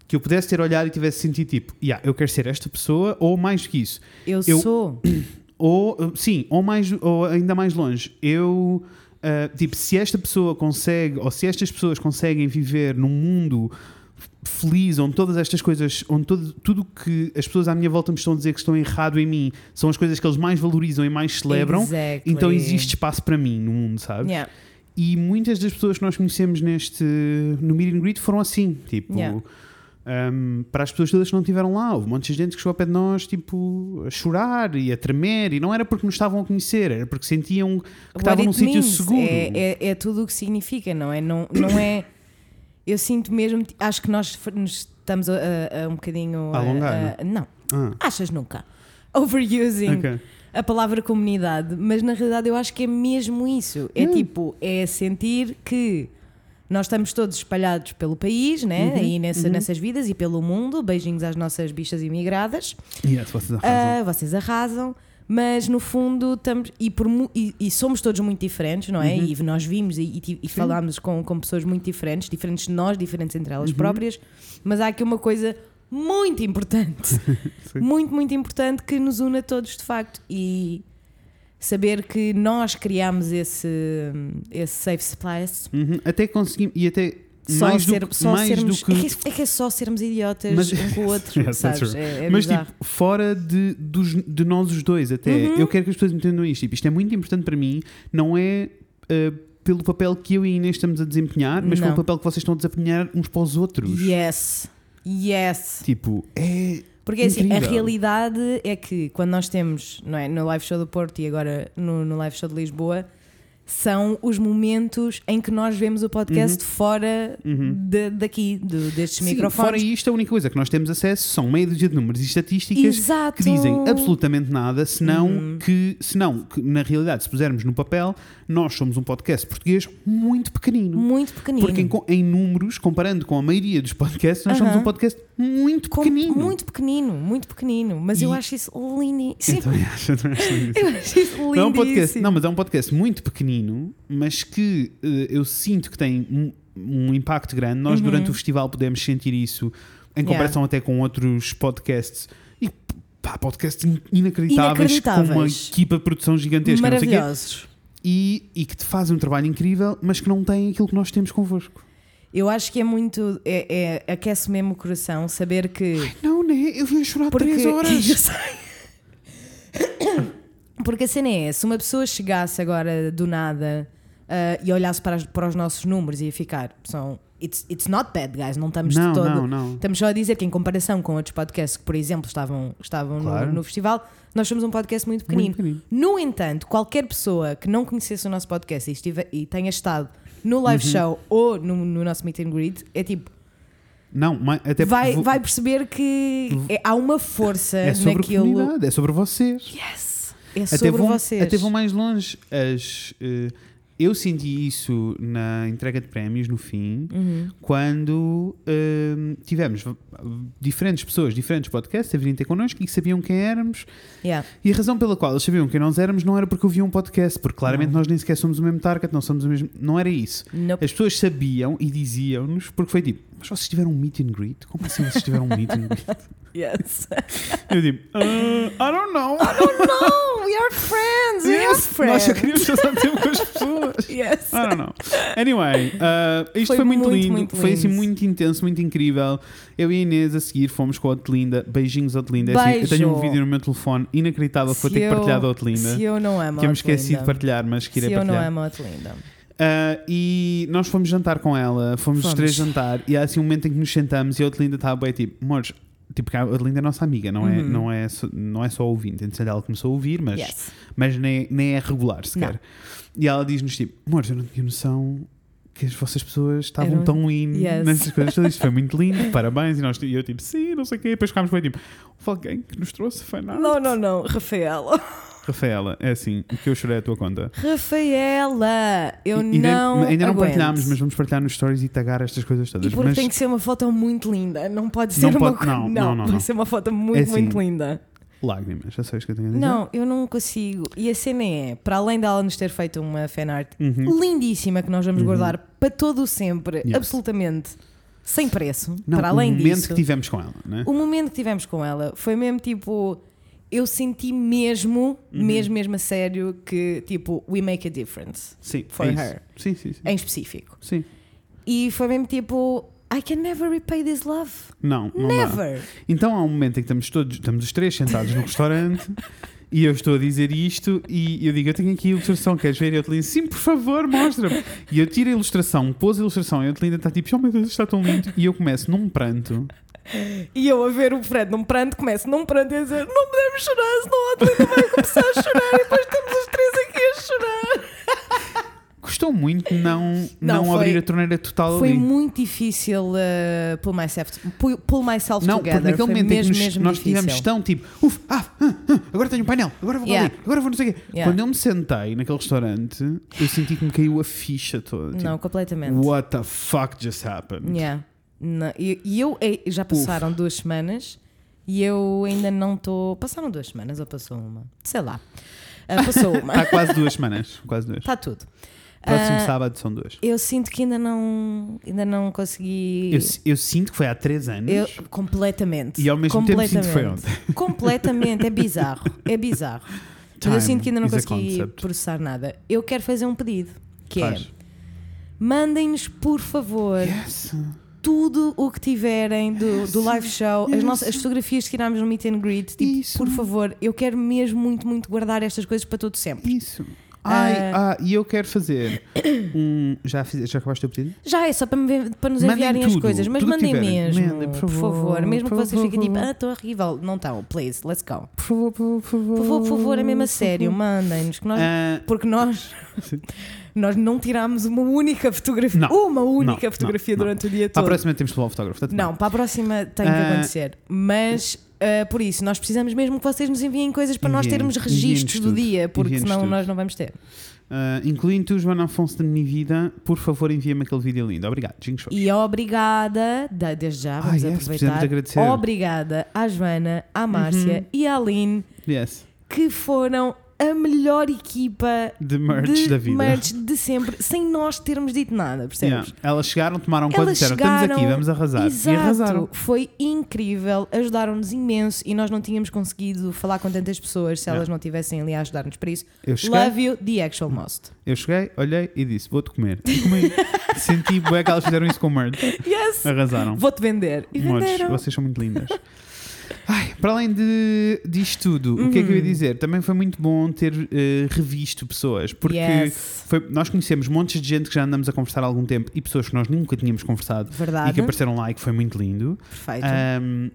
que eu pudesse ter olhado e tivesse sentido, tipo, yeah, eu quero ser esta pessoa, ou mais do que isso,
Eu,
eu-
sou.
ou uh, sim, ou, mais, ou ainda mais longe, eu uh, tipo, se esta pessoa consegue, ou se estas pessoas conseguem viver num mundo f- feliz, onde todas estas coisas, onde todo, tudo que as pessoas à minha volta me estão a dizer que estão errado em mim são as coisas que eles mais valorizam e mais celebram,
Exactly.
então existe espaço para mim no mundo, sabe?
Yeah.
E muitas das pessoas que nós conhecemos neste no Meet and Greet foram assim, tipo.
Yeah.
um, para as pessoas todas que não estiveram lá, houve um monte de gente que chegou ao pé de nós, tipo, a chorar e a tremer, e não era porque nos estavam a conhecer, era porque sentiam que
What it
estavam num sítio
means.
seguro.
É, é, é tudo o que significa, não é? Não, não é. Eu sinto mesmo. Acho que nós f- nos estamos a, a- a um bocadinho. a-
Alongar,
a- não.
Ah,
Achas nunca. Overusing
ok.
a palavra comunidade, mas na realidade eu acho que é mesmo isso. É
Hum.
tipo, é sentir que nós estamos todos espalhados pelo país,
Uhum.
né? aí nessa- nessas vidas e pelo mundo. Beijinhos às nossas bichas imigradas.
Yes, vocês arrasam.
Ah, vocês arrasam. mas no fundo estamos. E, por mu- e- e somos todos muito diferentes, não
Uhum.
é? E nós vimos e, e ti- e falámos com, com pessoas muito diferentes, diferentes de nós, diferentes entre
Uhum.
elas próprias, mas há aqui uma coisa muito importante, muito, muito importante que nos une a todos de facto. E saber que nós criámos esse, esse safe space.
Uhum. Até conseguimos. E até
Só,
mais,
ser-
do,
só
mais
sermos.
do que.
é, que é, é que é só sermos idiotas
Mas-
um com o outro,
Yes, that's
sabes?
true.
É, é
mas
bizarro. Uhum.
tipo, fora de, dos, de nós os dois, até. Eu quero que as pessoas entendam isto. Tipo, isto é muito importante para mim. Não é ah, pelo papel que eu e a Inês estamos a desempenhar, mas pelo
Não.
papel que vocês estão a desempenhar uns para os outros.
Yes. Yes.
Tipo, é.
Porque assim, a
Incrível.
realidade é que quando nós temos, não é, no live show do Porto e agora no, no live show de Lisboa, são os momentos em que nós vemos o podcast fora de- daqui, do- destes
Uhum. Sim, fora
microfones.
isto, a única coisa que nós temos acesso são meia dúzia de números e estatísticas
Exato. Uhum.
que dizem absolutamente nada, senão, que, senão que, na realidade, se pusermos no papel, nós somos um podcast português muito pequenino.
Muito pequenino.
Porque em, co- em números, comparando com a maioria dos podcasts, nós somos
Aham.
um podcast muito
Com-
pequenino.
Muito pequenino, muito pequenino. Mas eu
E-
acho isso lindíssimo.
Então, acho- então acho lindo.
Eu acho isso lindíssimo.
Não é um podcast, não, mas é um podcast muito pequenino, mas que eh, eu sinto que tem um, um impacto grande. Nós durante o festival podemos sentir isso em
Uhum. Yeah.
comparação até com outros podcasts e pá, podcasts in- inacreditáveis, com uma
Inacreditáveis.
equipa de produção gigantesca, não sei o quê,
Maravilhosos.
e, e que te fazem um trabalho incrível, mas que não têm aquilo que nós temos convosco.
Eu acho que é muito. É, é- aquece mesmo o coração saber que.
Não, né? Eu vim chorar três
Eu
horas.
sei. Porque a cena é: se uma pessoa chegasse agora do nada ah, e olhasse para, as- para os nossos números e ia ficar. São, it's, it's not bad, guys. Não estamos
Não,
de todo.
não, não.
Estamos só a dizer que, em comparação com outros podcasts que, por exemplo, estavam, estavam no-
Claro.
no, festival, nós somos um podcast muito pequenino.
Muito pequenino.
No entanto, qualquer pessoa que não conhecesse o nosso podcast e, estive, e tenha estado no live
Uhum.
show ou no, no nosso meet and greet, é tipo.
Não, mas até
vai,
vou-
vai perceber que é- há uma força
é sobre
naquilo.
comunidade, é sobre vocês.
Yes! É sobre
até vão,
vocês.
Até vão mais longe. As, eh, eu senti isso na entrega de prémios no fim,
Uhum.
quando eh, tivemos v- diferentes pessoas, diferentes podcasts a virem ter connosco e que sabiam quem éramos.
Yeah.
E a razão pela qual eles sabiam quem nós éramos não era porque ouviam um podcast, porque claramente nós nem sequer somos o mesmo target, não somos o mesmo. Não era isso.
Nope.
As pessoas sabiam e diziam-nos, porque foi tipo, mas vocês tiveram um meet and greet? Como assim vocês tiveram um meet and greet?
Yes. Oh,
Eu digo, "Ah, I don't know.
no, we are friends. We are
Nós Ah,
friends.
só queríamos passar tempo com as pessoas.
Yes.
I don't know. Anyway, uh, isto foi,
Foi
muito,
muito,
lindo,
muito
foi assim
lindo.
muito intenso, muito incrível. Eu e a Inês a seguir fomos com a Otelinda. Beijinhos, Otelinda. É assim, eu
Beijo.
tenho um vídeo no meu telefone inacreditável que vou
Se
ter que
eu-
partilhar da Otelinda.
Se eu não amo
Que eu
a
me esqueci de
Otelinda.
partilhar, mas que irei
Se eu não
partilhar.
amo a Otelinda.
Uh, e nós fomos jantar com ela, fomos, os
Fomos.
três jantar, e há assim um momento em que nos sentamos e a Otelinda estava bem tipo, amores, tipo, que a Otelinda é nossa amiga, não, é, não, é, só- não é só ouvinte. Entretanto, ela começou a ouvir, mas
Uhum. Yes.
mas nem, nem é regular sequer. E ela diz-nos tipo: Amores, eu não tinha noção que as vossas pessoas estavam
Eram-
tão in
Yes.
nessas coisas todas. Isto foi muito lindo, parabéns. E, nós, e eu tipo: Sim, não sei o quê. E depois ficámos bem tipo: Houve alguém que nos trouxe fanart.
Não, não, não. Rafaela.
Rafaela, é assim, o que eu chorei é a tua conta.
Rafaela. Eu
E- e ainda-
não.
Ainda não
aguento.
partilhámos, mas vamos partilhar nos stories e tagar estas coisas
E
todas.
porque
mas
tem que ser uma foto muito linda. Não pode ser
Não
uma
pode-
co-
não, não, não,
Tem
não.
que ser uma foto muito,
É assim,
muito linda.
lágrimas, já sabes o que eu tenho a dizer.
Não, eu não consigo. E a cena é, para além dela nos ter feito uma fanart
Uhum.
lindíssima que nós vamos guardar para todo o sempre,
Yes.
absolutamente sem preço,
Não,
para
o
além
momento
disso.
que tivemos com ela, né?
O momento que tivemos com ela foi mesmo tipo eu senti mesmo,
Uhum.
mesmo mesmo a sério que tipo we make a difference
Sim,
For
é isso.
her.
Sim, sim, sim.
em específico.
Sim.
E foi mesmo tipo I can never repay this love.
Não, não dá.
Never.
Então há um momento em que estamos todos, estamos os três sentados no restaurante e eu estou a dizer isto e eu digo, eu tenho aqui a ilustração, queres ver? E eu te lindo, sim, por favor, mostra-me. E eu tiro a ilustração, pôs a ilustração e eu te lindo está tipo, oh meu Deus, está tão lindo. E eu começo num pranto.
E eu a ver o Fred num pranto, começo num pranto e a dizer: Não podemos chorar, senão a Adelina vai começar a chorar. E depois estamos os três aqui a chorar.
Custou muito não, não,
Não, foi-
abrir a torneira total
Foi
ali.
muito difícil uh, pull myself, pull, pull myself
não, porque
together.
naquele
Foi
momento em que
mesmo,
nos-
mesmo
nós
difícil.
tivemos tão tipo, uff, ah, ah, ah, agora tenho um painel, agora vou para
Yeah.
ali, agora vou não sei o quê.
Yeah.
Quando eu me sentei naquele restaurante, eu senti que me caiu a ficha toda. Tipo,
Não, completamente.
What the fuck just happened?
Yeah. Não, e, e eu, eh, já passaram duas semanas E eu ainda não estou. Passaram duas semanas ou passou uma? Sei lá. Ah, passou uma.
Há quase duas semanas. Quase duas.
Está tudo.
Próximo
Ah,
sábado são duas.
Eu sinto que ainda não, ainda não consegui.
Eu, eu sinto que foi há três anos.
Eu- completamente.
E ao mesmo tempo sinto que foi
Completamente. Completamente, é bizarro. É bizarro. Mas
Time
eu sinto que ainda não
is a
consegui
concept.
processar nada. Eu quero fazer um pedido, que
Faz.
é mandem-nos, por favor,
Yes.
tudo o que tiverem do, do live show, as, nossas, as fotografias que tirámos no meet and greet, tipo,
Isso.
por favor, eu quero mesmo muito, muito guardar estas coisas para todo sempre.
Isso. Ai,
Ah.
ah, e eu quero fazer um. Já, fiz, já acabaste o pedido?
Já é só para, me ver- para nos
Mandem
enviarem as
tudo,
coisas, mas
tudo que
mandem
tiverem.
mesmo,
Mandem,
por,
por
favor,
favor,
mesmo
por
que vocês fiquem tipo,
favor.
ah, estou horrível, não estão, please, let's go.
Por favor, por favor.
Por favor, por favor, é mesmo a sério, mandem-nos que nós.
Ah,
Porque nós, nós não tirámos uma única fotografia,
Não,
uma única
não,
fotografia
não,
durante o dia
para
todo.
a próxima temos de levar o fotógrafo. tá tá-te
Não,
bem.
para a próxima tem que
Ah.
acontecer. Mas ah, por isso, nós precisamos mesmo que vocês nos enviem coisas para nós
Enviem,
termos
enviem-nos
registros do
tudo,
dia, porque
enviem-nos
senão
tudo.
nós não vamos ter.
Ah, incluindo tu, Joana Afonso da Minha Vida, por favor, envia-me aquele vídeo lindo. Obrigado. Jingos fofos.
E obrigada, da- desde já, vamos
Ah, yes, precisamos
aproveitar.
de agradecer.
Obrigada à Joana, à Márcia e à Aline,
Yes.
que foram a melhor equipa
De merch
de
da vida.
merch de sempre, sem nós termos dito nada, percebes?
Yeah. Elas chegaram, tomaram conta e
Elas
disseram:
chegaram,
estamos aqui, vamos arrasar.
Exato.
E arrasaram.
Foi incrível, ajudaram-nos imenso e nós não tínhamos conseguido falar com tantas pessoas se elas não tivessem ali a ajudar-nos para isso.
Eu cheguei,
Love you, the actual most.
eu cheguei, olhei e disse: vou-te comer. E comi. Senti bué que elas fizeram isso com o merch.
Yes!
Arrasaram.
Vou-te vender. E
Amores,
venderam.
vocês são muito lindas. Ai, para além de, disto tudo, o que é que
Uhum.
eu ia dizer? Também foi muito bom ter eh, revisto pessoas, porque
Yes.
foi- nós conhecemos montes de gente que já andamos a conversar há algum tempo e pessoas que nós nunca tínhamos conversado e
Verdade.
que Ah. apareceram lá e que foi muito lindo.
Perfeito.
Ahm,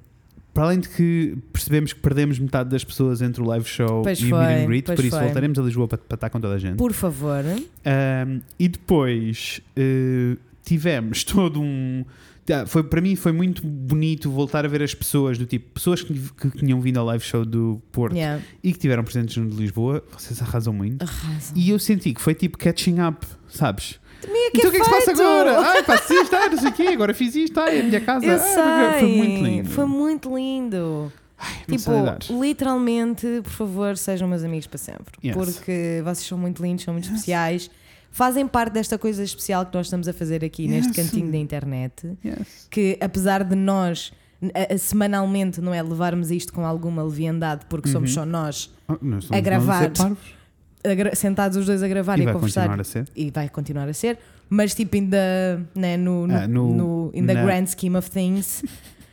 para além de que percebemos que perdemos metade das pessoas entre o live show
Pois
e o meet
foi,
and greet,
pois
por isso
foi.
voltaremos a Lisboa para, para estar com toda a gente.
Por favor.
Um, e depois uh, tivemos todo um. Ah, Foi, para mim foi muito bonito voltar a ver as pessoas do tipo, pessoas que, que tinham vindo ao live show do Porto
Yeah.
e que tiveram presentes no de Lisboa, vocês arrasam muito.
Arrasa.
E eu senti que foi tipo catching up, sabes?
Também é que
então o
é
que é que se passa
feito?
agora? Ah, faço isto, ah, não sei o quê, agora fiz isto, ah, é a minha casa.
Eu
ah,
sei.
Foi muito lindo.
Foi muito lindo.
Ai, não sei lidar.
Tipo, literalmente, por favor, sejam meus amigos para sempre.
Yes.
Porque vocês são muito lindos, são muito especiais. Fazem parte desta coisa especial que nós estamos a fazer aqui neste
Yes.
cantinho da internet.
Yes.
Que apesar de nós a- a- semanalmente, não é? Levarmos isto com alguma leviandade, porque somos só nós
Ah, nós somos
A gravar.
nós a ser parvos.
a gra- sentados os dois a gravar
E
e,
vai
a conversar.
continuar a ser.
E vai continuar a ser. Mas tipo, ainda né, no, no,
Ah, no-
no- in the
na-
grand scheme of things.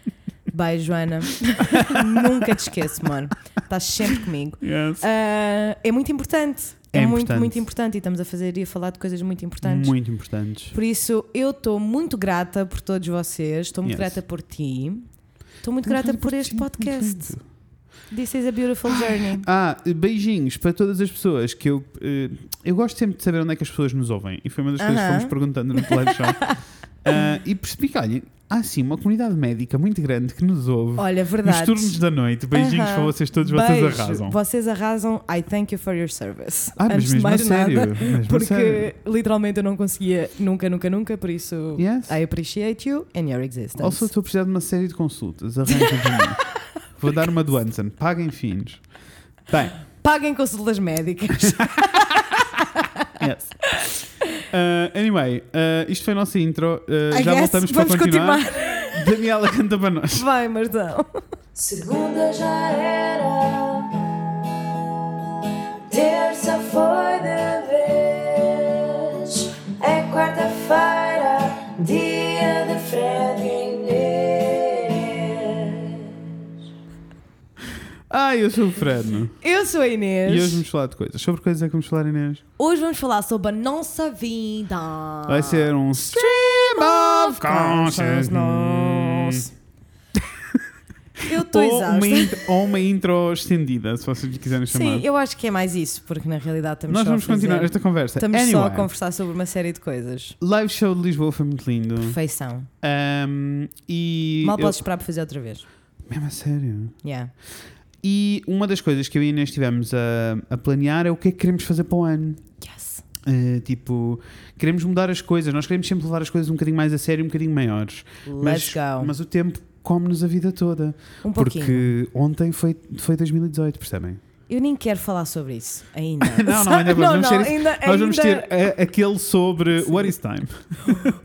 Bye, Joana. Nunca te esqueço, mano. Estás sempre comigo.
Yes.
Ah, é muito importante. É,
É
muito,
importante.
muito importante. E estamos a fazer e a falar de coisas muito importantes.
Muito importantes.
Por isso, eu estou muito grata por todos vocês. Estou muito
Yes.
grata por ti. Estou muito grata por este podcast. This is a beautiful journey.
Ah, beijinhos para todas as pessoas que eu. eh, Eu gosto sempre de saber onde é que as pessoas nos ouvem. E foi uma das coisas que
Aham.
fomos perguntando no live show. Ah, e percebi que, olha, há sim uma comunidade médica muito grande que nos ouve
Olha,
nos
verdade.
turnos da noite. Beijinhos
Aham.
para vocês todos, vocês
Beijo.
arrasam.
Vocês arrasam. I thank you for your service.
Ah, mas
Antes de
mesmo a
mais
sério.
nada.
mesmo a
Porque
sério.
literalmente eu não conseguia nunca, nunca, nunca. Por isso,
Yes.
I appreciate you and your existence.
Also, estou a precisar de uma série de consultas. Arranjem de mim. Vou dar uma do Anson. Paguem fins. Bem,
Paguem consultas médicas.
yes. Ah, anyway, ah, isto foi a nossa intro. Ah,
I
já
guess
voltamos para
vamos
continuar. Daniela canta para nós.
Vai, Martão.
Segunda já era, terça foi de vez, é quarta-feira, dia de Fred e Inês.
Ai, eu sou o Fredno.
Eu sou a
E
Inês.
hoje vamos falar de coisas. Sobre coisas é que vamos falar, Inês?
Hoje vamos falar sobre a nossa vida. Ah.
Vai ser um stream of consciousness.
Consciousness. Eu estou
Ou
exausta.
uma, in- ou uma intro estendida, se vocês lhe quiserem chamar.
Sim, eu acho que é mais isso, porque na realidade estamos
Nós
só
vamos
a fazer-
continuar esta conversa.
Estamos
anyway,
só a conversar sobre uma série de coisas.
Live show de Lisboa foi muito lindo.
Feição.
Ahm, e
Mal
eu-
posso esperar para fazer outra vez.
Mesmo a sério.
Yeah.
E uma das coisas que eu e a Inês estivemos a, a planear é o que é que queremos fazer para o ano.
Yes.
Ah, tipo, queremos mudar as coisas. Nós queremos sempre levar as coisas um bocadinho mais a sério, um bocadinho maiores.
Let's
mas,
go.
Mas o tempo come-nos a vida toda.
Um pouquinho.
porque ontem foi, foi 2018, percebem?
Eu nem quero falar sobre isso ainda.
Não, não,
Sabe?
ainda vamos, vamos ter isso.
ainda-
Nós vamos
ainda-
ter eh, aquele sobre What is Time.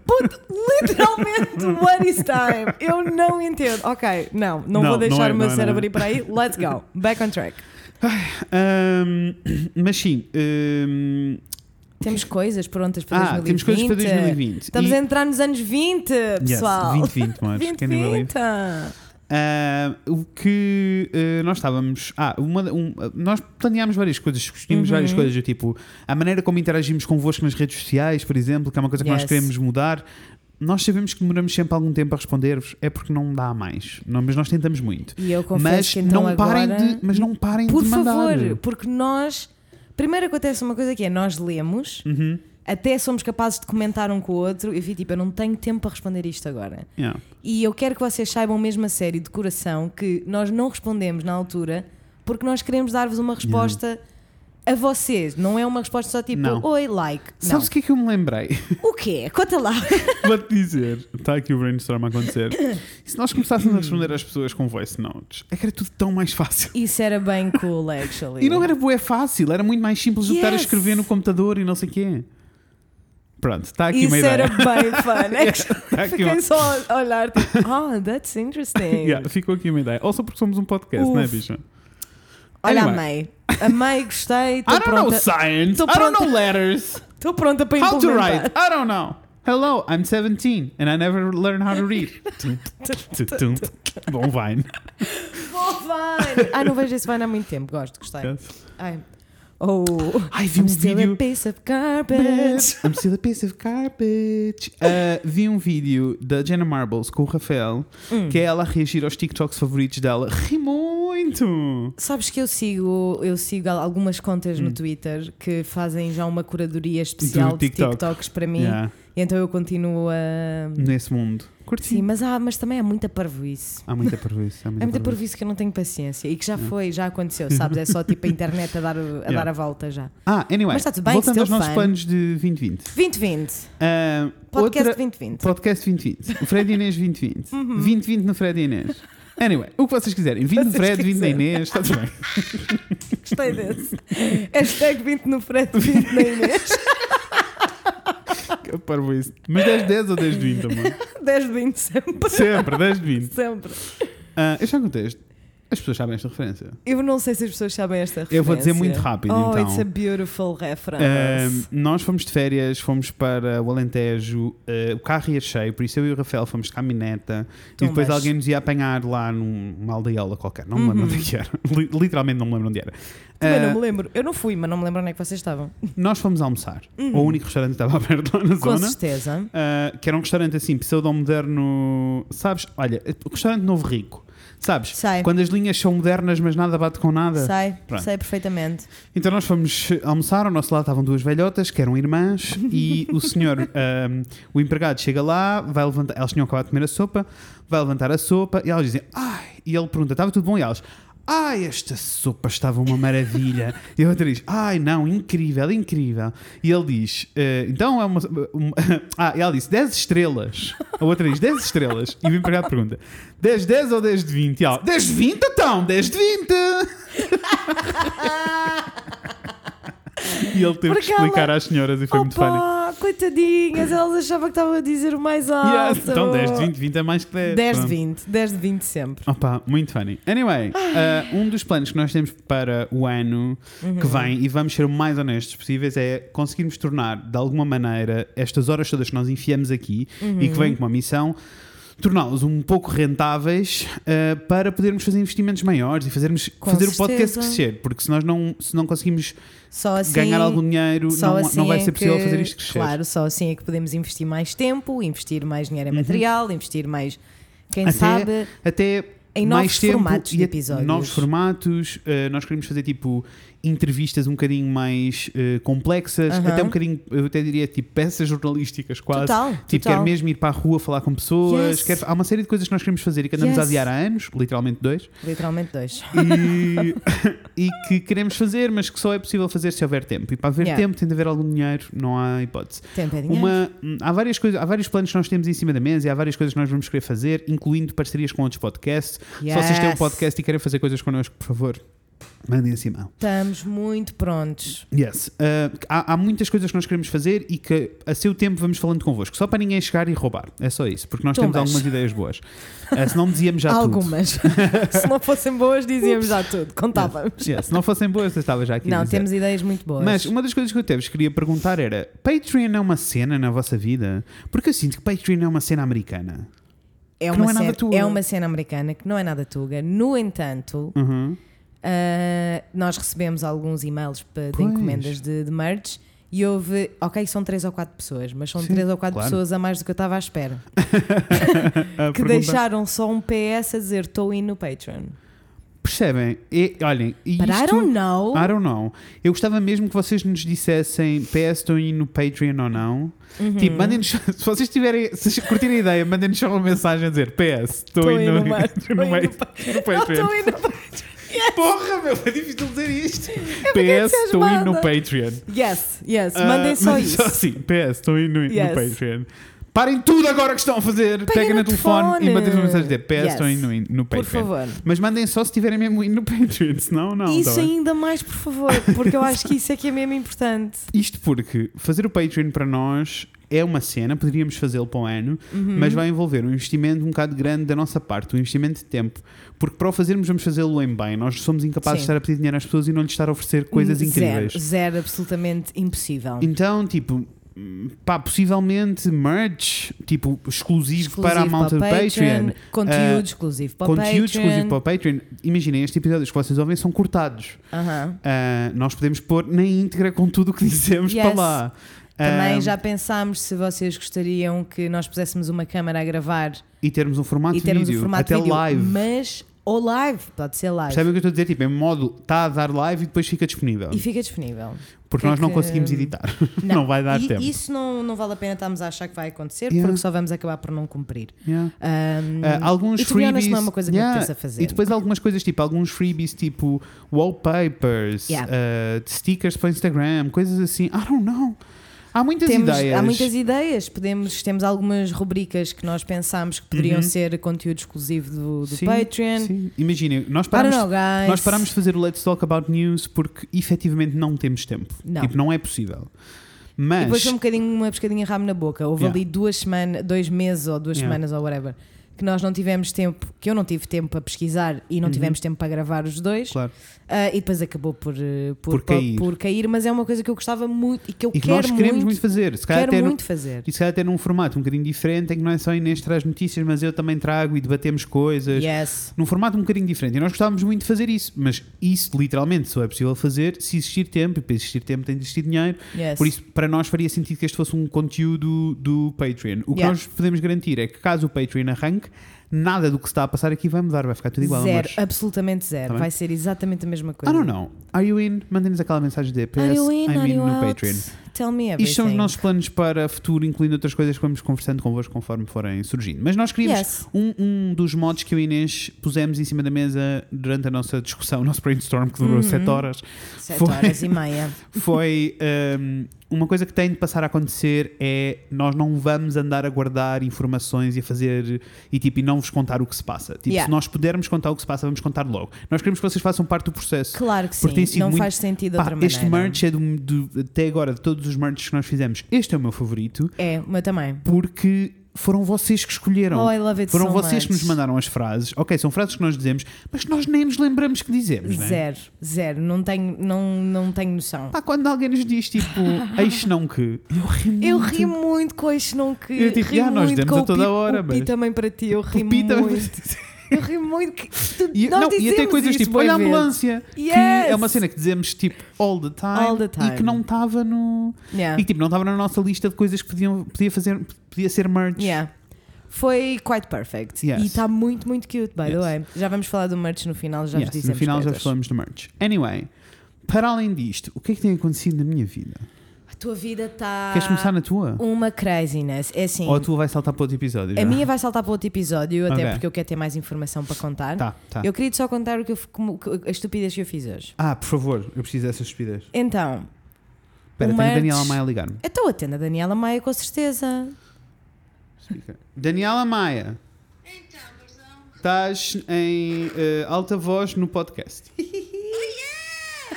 Puto, literalmente, what is time? Eu não entendo. Ok, não, não,
Não,
vou
não
deixar
é,
o meu
não é,
cérebro
não é.
ir para aí. Let's go. Back on track.
Ahm, mas sim. ahm,
Temos coisas prontas para
ah,
2020.
temos coisas para 2020.
Estamos
E-
a entrar nos anos 20,
Yes,
pessoal.
2020, mais.
20,
Can you believe? é Ah, o que ah, nós estávamos. Ah, uma, da- um, ah, nós planeámos várias coisas, discutimos
Uhum.
várias coisas, do tipo a maneira como interagimos convosco nas redes sociais, por exemplo, que é uma coisa que nós
Yes.
queremos mudar. Nós sabemos que demoramos sempre algum tempo a responder-vos, é porque não dá mais. Não, mas nós tentamos muito.
E eu confesso
Mas,
que então
não parem
agora-
de, mas não parem
Por
de mandar.
favor, porque nós. Primeiro acontece uma coisa que é: nós lemos,
Uhum.
até somos capazes de comentar um com o outro. Eu vi tipo, eu não tenho tempo para responder isto agora.
Yeah.
E eu quero que vocês saibam mesmo a sério, de coração, que nós não respondemos na altura porque nós queremos dar-vos uma resposta a vocês. Não é uma resposta só tipo,
Não.
oi, like. Não.
Sabes o que é que eu me lembrei?
O quê? Conta lá.
Vou-te dizer, está aqui o brainstorm a acontecer. E se nós começássemos a responder às pessoas com voice notes, é que era tudo tão mais fácil.
Isso era bem cool, actually.
E não era bué fácil, era muito mais simples do que estar a
Yes.
escrever no computador e não sei o quê. Pronto, está aqui
Isso
uma
era
ideia.
bem fun. actually.
Está aqui uma...
Fiquei só a olhar, tipo, oh, that's interesting.
Yeah, ficou aqui uma ideia. Ou só porque somos um podcast,
Uf.
não é, bicha?
Olha,
Anyway.
amei. Amei, gostei. Estou
I don't know
pronta.
science,
Tô
I don't
pronta.
know letters,
Estou pronta para
how to
implementar.
write, I don't know. Hello, I'm 17 and I never learned how to read. Tum, tum, tum, tum. Bom né? Vine.
Vou, vai. Ah, não vejo esse Vine há muito tempo. Gosto, gostei. Ai. Oh.
Ai, vi um
I'm still
vídeo-
a piece of garbage.
I'm still a piece of garbage. Uh, vi um vídeo da Jenna Marbles com o Rafael,
Hum.
que é ela a reagir aos TikToks favoritos dela. Ri muito!
Sabes que eu sigo, eu sigo al- algumas contas no Twitter que fazem já uma curadoria especial
Hum. Do
de
TikTok.
TikToks para mim.
Yeah,
E então eu continuo a.
nesse mundo. Curti.
Sim, mas, há, mas também há muita parvoíce.
Há muita previsão. Há
É
muita,
muita
parvoíce. Né?
parvoíce que eu não tenho paciência e que já foi, já aconteceu, sabes? É só tipo a internet a dar, o- a, dar a volta já.
Ah, anyway.
Mas está tudo bem,
voltando
still
aos nossos
fun.
planos de 2020.
2020.
Uh,
Podcast
outra-
2020.
Podcast 2020. O Fred e Inês 2020. 2020 no Fred e Inês. Anyway, o que vocês quiserem. 20 no
Uhum. Vocês
Fred, 20 na
quiserem.
Inês. Está tudo bem.
Gostei desse. Hashtag 20 no Fred, 20 na Inês.
Que parvoíce. Mas 10 de 10 ou 10 de 20, amor?
10 de 20 sempre.
Sempre, 10 de 20.
Sempre.
Ah, eu já contei. este. As pessoas sabem esta referência.
Eu não sei se as pessoas sabem esta referência.
Eu vou dizer muito rápido,
Oh,
então.
it's a beautiful reference.
Ah, nós fomos de férias, fomos para o Alentejo, ah, o carro ia cheio, por isso eu e o Rafael fomos de camineta e
Tumbas.
depois alguém nos ia apanhar lá num- numa aldeiola qualquer. Não me lembro onde é que era. Li- Literalmente não me lembro onde era.
Uhum. Também
Ah,
não me lembro. Eu não fui, mas não me lembro onde é que vocês estavam.
nós fomos almoçar. O único restaurante que estava aberto lá na
Uhum. Com
zona.
certeza.
ah, que era um restaurante assim, pseudo-moderno. Sabes? Olha, o restaurante novo rico. Sabes?
Sei.
Quando as linhas são modernas, mas nada bate com nada.
Sei,
Pronto.
sei perfeitamente.
Então nós fomos almoçar, ao nosso lado estavam duas velhotas que eram irmãs e o senhor, ahm, o empregado chega lá, vai levantar, elas tinham acabado de comer a sopa, vai levantar a sopa e elas dizem, ai, e ele pergunta, estava tudo bom? E elas, ai, esta sopa estava uma maravilha. E a outra diz, ai não, incrível, incrível. E ele diz, "Eh, então é uma, uma- ah, e ela disse, 10 estrelas. A outra diz, 10 estrelas. E o empregado pergunta, 10, 10 ou 10 de 20? E ela, 10 de 20 então, 10 de 20. E ele teve
Porque
que explicar
ela-
às senhoras e foi muito funny.
Opa, coitadinhas, elas achavam que estavam a dizer o mais alto.
Yeah, então 10 de 20, 20 é mais que 10.
10 de
pronto.
20, 10 de 20 sempre.
Opa, muito funny. Anyway, uh, um dos planos que nós temos para o ano que
Uhum.
vem, e vamos ser o mais honestos possíveis, é conseguirmos tornar, de alguma maneira, estas horas todas que nós enfiamos aqui
Uhum.
e que vêm com uma missão, torná-los um pouco rentáveis uh, para podermos fazer investimentos maiores e fazermos,
Com
fazer o podcast
certeza.
crescer. Porque se nós não, se não conseguimos
Só assim.
ganhar algum dinheiro,
só
não,
assim
não vai
é
ser possível
que-
fazer isto crescer.
Claro, só assim é que podemos investir mais tempo, investir mais dinheiro em material, investir mais. Quem
Uhum. até,
sabe.
até
Em
mais
novos
tempo
formatos de
e a-
episódios.
Novos formatos, eh, nós queremos fazer tipo entrevistas um bocadinho mais eh, complexas,
Aham.
até um bocadinho, eu até diria, tipo peças jornalísticas quase.
Total,
tipo,
total.
quer mesmo ir para a rua falar com pessoas.
Yes.
Quer, há uma série de coisas que nós queremos fazer e que andamos a
Yes.
adiar há anos, literalmente dois,
Literalmente dois.
e, e que queremos fazer, mas que só é possível fazer se houver tempo. E para haver
Yeah.
tempo tem de haver algum dinheiro, não há hipótese.
Tempo é dinheiro.
Uma, hum, há várias coisas, há vários planos que nós temos em cima da mesa e há várias coisas que nós vamos querer fazer, incluindo parcerias com outros podcasts. Se vocês têm um
Yes.
podcast e querem fazer coisas connosco, por favor, mandem assim mão.
Estamos muito prontos.
Yes. Uh, há, há muitas coisas que nós queremos fazer e que a seu tempo vamos falando convosco, só para ninguém chegar e roubar. É só isso, porque nós temos
Tumbas.
algumas ideias boas. Uh, se não dizíamos já tudo.
Algumas. Se não fossem boas, dizíamos já tudo. Contávamos.
Yes, Se não fossem boas, eu estava já aqui. a
Não,
dizer.
temos ideias muito boas.
Mas uma das coisas que eu até vos queria perguntar era: Patreon é uma cena na vossa vida? Porque eu sinto que Patreon é uma cena americana.
é
que
uma
não é nada
cena,
tuga.
é uma cena americana que não é nada tuga. No entanto,
Uhum.
ah, nós recebemos alguns e-mails pa- de
Pois.
encomendas de, de merch e houve, ok, são três ou quatro pessoas, mas são
Sim,
três ou quatro
claro.
pessoas a mais do que eu estava à espera. que
A Uh, pergunta-
deixaram só um PS a dizer estou indo no Patreon.
Percebem? E, olhem, e
But I
isto- Ah,
don't know.
I don't know. Eu gostava mesmo que vocês nos dissessem PS estão indo no Patreon ou não.
Uhum.
Tipo, mandem-nos. Se vocês tiverem, se vocês curtirem a ideia, mandem-nos só uma mensagem a dizer PS,
Estou
estou indo
indo
no,
no mar-
no,
estou indo
pa-
no
no
Não, estou
Patreon.
indo no Patreon.
Porra, meu, é difícil dizer isto.
porque
PS,
vocês
estou indo
mandam.
no Patreon.
Yes, yes,
Ah,
mandem só
mandem
isso.
assim, PS, estou indo no, no
Yes.
Patreon. Parem tudo agora que estão a fazer.
Peguem
Peguem
no
no telefone, e
telefone.
mandem uma mensagem a dizer PS,
Yes.
estou indo no, no Patreon.
Por favor.
Mas mandem só se tiverem mesmo indo no Patreon, senão não. tá
Isso
bem?
ainda mais, por favor, porque eu acho que isso é que é mesmo importante.
Isto porque fazer o Patreon para nós é uma cena, poderíamos fazê-lo para o ano,
Uhum.
mas vai envolver um investimento um bocado grande da nossa parte, um investimento de tempo. Porque para o fazermos, vamos fazê-lo em bem. Nós somos incapazes
Sim.
de estar a pedir dinheiro às pessoas e não lhes estar a oferecer coisas incríveis.
Hum, Zero, zero absolutamente impossível.
Então, tipo. hum, Pá, possivelmente merch, tipo, exclusivo,
Exclusivo
para a malta do
para
Patreon.
Conteúdo
Ah,
exclusivo para o
Conteúdo exclusivo para
Patreon.
o Patreon. Imaginem, estes episódios que vocês ouvem são cortados.
Aham.
Ah, nós podemos pôr na íntegra com tudo o que dizemos
Yes.
para lá.
Também
Ah,
já pensámos se vocês gostariam que nós puséssemos uma câmara a gravar
E termos um formato
e termos
vídeo,
o formato
até
vídeo,
live.
mas ou live, pode ser live.
Percebem o que eu estou a dizer? Tipo, em modo está a dar live e depois fica disponível.
E fica disponível.
porque
que
nós não
que-
conseguimos editar. Não, vai dar
e
tempo.
Isso não, não vale a pena estarmos a achar que vai acontecer,
Yeah.
porque só vamos acabar por não cumprir.
Yeah.
Ahm,
Ah, alguns
e to be honest,
freebies-
não é uma coisa que
Yeah.
me apeteça fazer.
E depois algumas coisas, tipo alguns freebies, tipo wallpapers,
Yeah.
ah, stickers para o Instagram, coisas assim. I don't know. Há muitas
Temos-
ideias.
Há muitas ideias. Podemos, temos algumas rubricas que nós pensámos que poderiam ser conteúdo exclusivo do, do
Uhum. Sim,
Patreon.
sim. Imaginem, nós
I don't
paramos,
know, guys.
nós paramos de fazer o Let's Talk About News porque efetivamente não temos tempo.
Não.
Tipo, não é possível.
E depois
Mas.
foi um bocadinho uma pescadinha ramo na boca. Houve
Yeah.
ali duas semanas, dois meses ou duas
Yeah.
semanas ou whatever, que nós não tivemos tempo, que eu não tive tempo para pesquisar e não tivemos tempo para gravar os dois.
Uhum. Claro.
Ah, e depois acabou por, eh,
Por
por, pa-
cair.
por cair, mas é uma coisa que eu gostava muito e que eu
E que
quero
nós queremos muito,
muito,
fazer. Se calhar
quero
até no-
muito fazer.
E se calhar até num formato um bocadinho diferente, em que não é só a Inês que traz notícias, mas eu também trago e debatemos coisas.
Yes.
Num formato um bocadinho diferente. E nós gostávamos muito de fazer isso, mas isso literalmente só é possível fazer se existir tempo, e para existir tempo tem de existir dinheiro.
Yes.
Por isso, para nós faria sentido que este fosse um conteúdo do Patreon. O que
Yeah.
nós podemos garantir é que caso o Patreon arranque, nada do que se está a passar aqui vai mudar, vai ficar tudo igual.
zero,
amores.
absolutamente zero.
Tá bem? Ah,
Vai ser exatamente a mesma coisa.
I don't know. Are you in? Mandem-nos aquela mensagem de PS,
Are you in?
I'm
Are
in
you
no
out?
Patreon.
Tell me everything.
Isto são os nossos planos para futuro, incluindo outras coisas que vamos conversando convosco conforme forem surgindo. Mas nós queríamos
Yes.
um, um dos modos que eu e Inês pusemos em cima da mesa durante a nossa discussão, o nosso brainstorm que
Uhum.
durou 7 horas,
Sete
Foi-
horas e meia.
foi um, uma coisa que tem de passar a acontecer é nós não vamos andar a guardar informações e a fazer e tipo e não vos contar o que se passa. Tipo,
Yeah.
se nós pudermos contar o que se passa, vamos contar logo. Nós queremos que vocês façam parte do processo.
Claro que
Porque tem
sim.
sido
Não
muito-
faz sentido de
Pá,
outra maneira.
este merch é do, do- até agora de todos os merchs que nós fizemos. Este é o meu favorito.
É, o meu também.
porque foram vocês que escolheram.
Oh, I love it
foram
so
vocês que
much.
nos mandaram as frases. Ok, são frases que nós dizemos, mas nós nem nos lembramos que dizemos, não é?
Zero, zero. Não tenho, não, não tenho noção.
Pá, quando alguém nos diz tipo, eis não que. Eu ri muito.
Eu ri muito com este não que.
Eu tipo,
ri
"Ah, nós
muito
demos
com
a
o
toda
pi-
hora,
o
mas-
pi também para ti, eu ri
Pita-
muito. Eu ri muito. Que, tu-
E,
nós
não, e até
dizemos
coisas
isso
tipo,
bué
olha a
vezes.
ambulância, que
Yes!
é uma cena que dizemos tipo all the time,
All the
e que
time. Ah.
não estava no.
Yeah.
E tipo, não estava na nossa lista de coisas que podiam, podia fazer, podia ser merch.
Yeah. Foi quite perfect.
Yes.
E está muito, muito cute, by the
Yes.
way. Já vamos falar do merch no final, já
Yes,
vos dissemos.
no final já
coisas.
falamos de merch. Anyway, para além disto, o que é que tem acontecido na minha vida?
A tua vida está.
Queres começar na tua?
Uma craziness. É assim.
Ou a tua vai saltar para outro episódio?
A
já?
minha vai saltar para outro episódio, até
Ok.
porque eu quero ter mais informação para contar.
Tá, tá.
Eu queria só contar o que eu, f- como, que- a estupidez que eu fiz hoje.
Ah, por favor, eu preciso dessas estupidez.
Então,
Espera,
Um
tenho a Daniela
antes.
Maia a ligar-me.
então atendo a Daniela Maia com certeza.
Explica. Daniela Maia. Estás em eh, alta voz no podcast.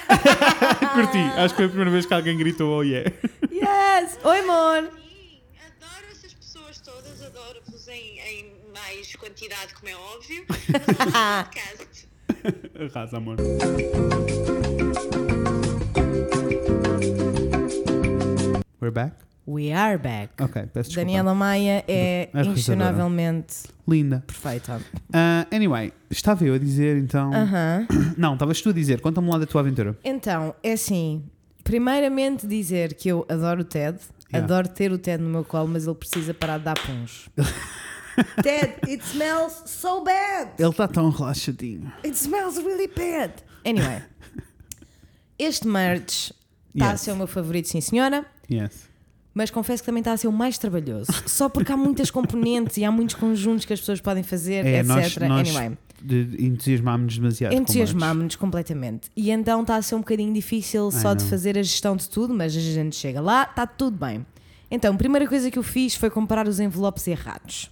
Curti, acho que foi a primeira vez que alguém gritou oh yeah.
Yes! Oi, amor!
Sim, adoro essas pessoas todas, adoro-vos em, em mais quantidade, como é óbvio. Podcast.
Arrasa, amor. We're back?
We are back.
Ok, peço desculpa.
Daniela Maia é
Arrasadora.
inquestionavelmente
Linda.
perfeita.
Ah, anyway, estava eu a dizer então.
Aham.
Não, estavas tu a dizer, conta-me lá da tua aventura.
Então, é assim. Primeiramente dizer que eu adoro o Ted.
Yeah.
Adoro ter o Ted no meu colo, mas ele precisa parar de dar puns. Ted, it smells so bad!
Ele está tão relaxadinho.
It smells really bad. Anyway, este merch está a
Yes.
ser o meu favorito, sim senhora,
Yes.
mas confesso que também está a ser o mais trabalhoso. Só porque há muitas componentes e há muitos conjuntos que as pessoas podem fazer,
É,
etc.
nós, nós
anyway,
de- entusiasmámos-nos demasiado. com
entusiasmámos-nos completamente. E então está a ser um bocadinho difícil só de
know.
fazer a gestão de tudo, mas a gente chega lá, está tudo bem. Então, a primeira coisa que eu fiz foi comprar os envelopes errados.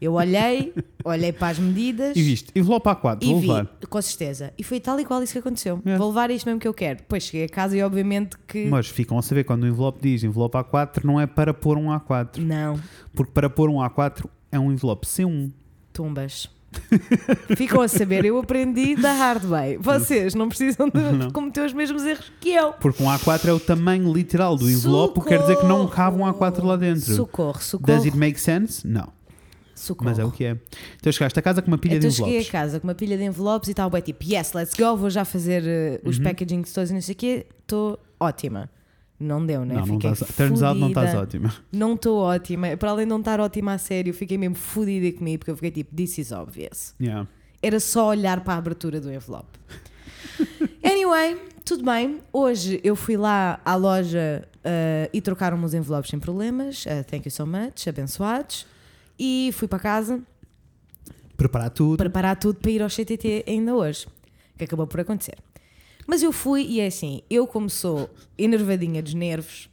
Eu olhei, olhei para as medidas.
E viste, envelope A4,
E
vou
vi,
levar. É.
com certeza. E foi tal e qual isso que aconteceu.
Yeah.
Vou levar isto mesmo que eu quero. Depois cheguei a casa e obviamente que.
Mas ficam a saber quando o envelope diz envelope A4 não é para pôr um A4.
Não,
Porque para pôr um A4 é um envelope C1.
tumbas. Ficam a saber, eu aprendi da hard way. Vocês não precisam de cometer os mesmos erros que eu.
Porque um A4 é o tamanho literal do envelope, o que quer dizer que não cabe um A4 lá dentro.
Socorro,
Does it
socorro.
make sense? Não.
socorro.
Mas é o que é. Então chegaste a casa com uma pilha
então
de
cheguei a
envelopes.
casa com uma pilha de envelopes e tal, é tipo, yes, let's go, vou já fazer eh,
Uhum.
os packaging stores e não sei o quê, estou ótima. Não deu, né?
Não, não
Fiquei
estás. Turns out não estás
fodida.
ótima.
Não estou ótima. Para além de não estar ótima a sério, fiquei mesmo fodida comigo, porque eu fiquei tipo, this is obvious.
Yeah.
Era só olhar para a abertura do envelope. anyway, tudo bem. Hoje eu fui lá à loja ah, e trocaram-me os envelopes sem problemas. Ah, thank you so much, abençoados. E fui para casa
Preparar tudo.
preparar tudo para ir ao CTT ainda hoje, que acabou por acontecer. Mas eu fui e é assim, eu como sou enervadinha dos nervos,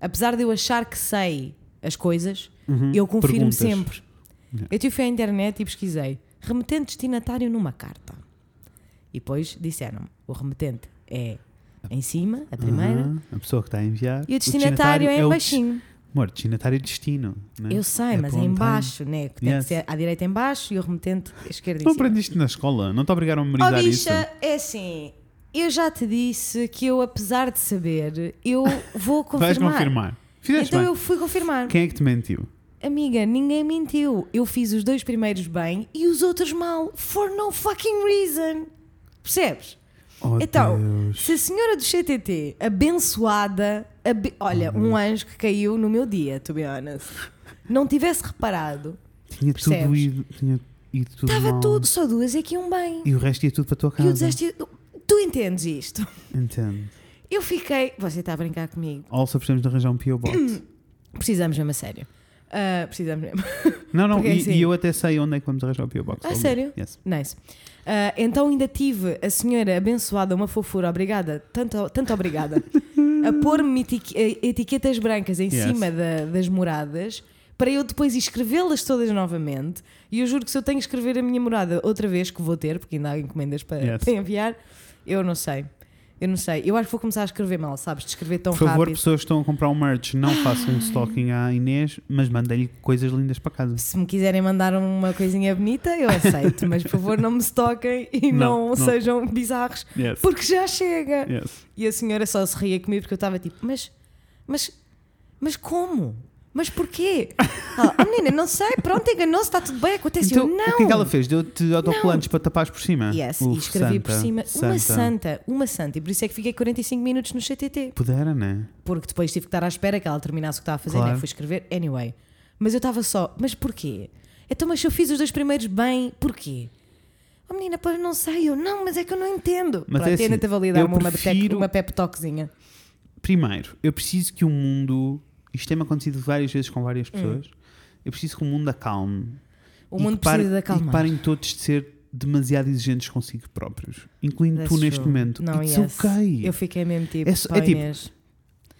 apesar de eu achar que sei as coisas, eu confirmo
Uhum. Perguntas.
sempre. Eu tive fui à internet e pesquisei remetente destinatário numa carta. E depois disseram o remetente é em cima, a primeira,
Aham, A pessoa que está a enviar.
e o
Uhum. O
destinatário é
o
em
des-
baixinho.
Amor, destinatário é destino. né?
Eu sei,
É
mas é
para onde
em
vai.
baixo, né? Que tem
Yes.
que ser à direita em baixo e o remetente à esquerda
Não
em cima.
aprendiste na escola, não te obrigaram a
Oh,
memorizar isso.
bicha, é assim. Eu já te disse que eu, apesar de saber, eu vou confirmar.
Vais confirmar. Fizeste
Então
bem.
eu fui confirmar.
Quem é que te mentiu?
Amiga, ninguém mentiu. Eu fiz os dois primeiros bem e os outros mal. For no fucking reason. Percebes?
Oh,
então,
Deus.
se a senhora do CTT, abençoada, abe-
Oh,
olha, um anjo que caiu no meu dia, to be honest, não tivesse reparado,
Tinha tudo
percebes?
ido, tinha ido tudo
estava
mal.
tudo, só duas aqui um bem.
E o resto ia tudo para a tua
E o
casa.
desastre. Tu entendes isto?
Entendo.
Eu fiquei. Você está a brincar comigo?
Also, precisamos de arranjar um P.O.
Hum.
Box.
Precisamos mesmo a sério. Ah, precisamos mesmo.
não, não,
Porque
e,
assim-
e eu até sei onde é que vamos arranjar o P.O. Box.
Ah,
Vamos.
sério?
Yes.
nice. Ah, então ainda tive a senhora abençoada, uma fofura, obrigada, tanto, tanto obrigada, a pôr-me eti- eh, etiquetas brancas em
Yes.
cima da- das moradas para eu depois escrevê-las todas novamente. E eu juro que se eu tenho que escrever a minha morada outra vez, que vou ter, porque ainda há encomendas para,
Yes.
para enviar, eu não sei. Eu não sei. Eu acho que vou começar a escrever mal, sabes? De escrever tão
Por favor,
rápido.
pessoas que estão a comprar um merch, não façam stalking à Inês, mas mandem-lhe coisas lindas para casa.
Se me quiserem mandar uma coisinha bonita, eu aceito, mas por favor não me estoquem e não,
Não, não.
sejam bizarros,
Yes.
porque já chega.
Yes.
E a senhora só se ria comigo porque eu estava tipo, mas, mas, mas como? Mas porquê? Ela, "Ah, menina, não sei, pronto, enganou-se, está tudo bem, acontece.
Então,
Assim, eu, não.
o que é que ela fez? Deu-te autocolantes para tapares por cima?
Yes, e
Uf,
escrevi por
santa,
cima uma santa, uma santa, e por isso é que fiquei 45 minutos no CTT.
Pudera, né?
Porque depois tive que estar à espera que ela terminasse o que estava a fazer,
Claro.
nem fui escrever. Anyway. Mas eu estava só, mas porquê? Então, mas se eu fiz os dois primeiros bem, porquê? Oh menina, pois não sei, eu não, mas é que eu não entendo. Mas
Mas é
Pronto,
assim,
tenta-te validar-me
eu
uma,
prefiro-
prefiro... uma pep talkzinha.
Primeiro, eu preciso que o mundo. Isto tem-me acontecido várias vezes com várias pessoas. Eu preciso que o mundo acalme.
Hum. O
E que
mundo
pare-
precisa de
E que
acalmar.
parem todos de ser demasiado exigentes consigo próprios. Incluindo
That's
tu neste
true.
momento.
Não,
It's
yes.
ok.
Eu fiquei mesmo tipo,
É só-
pá,
é tipo,
Inês.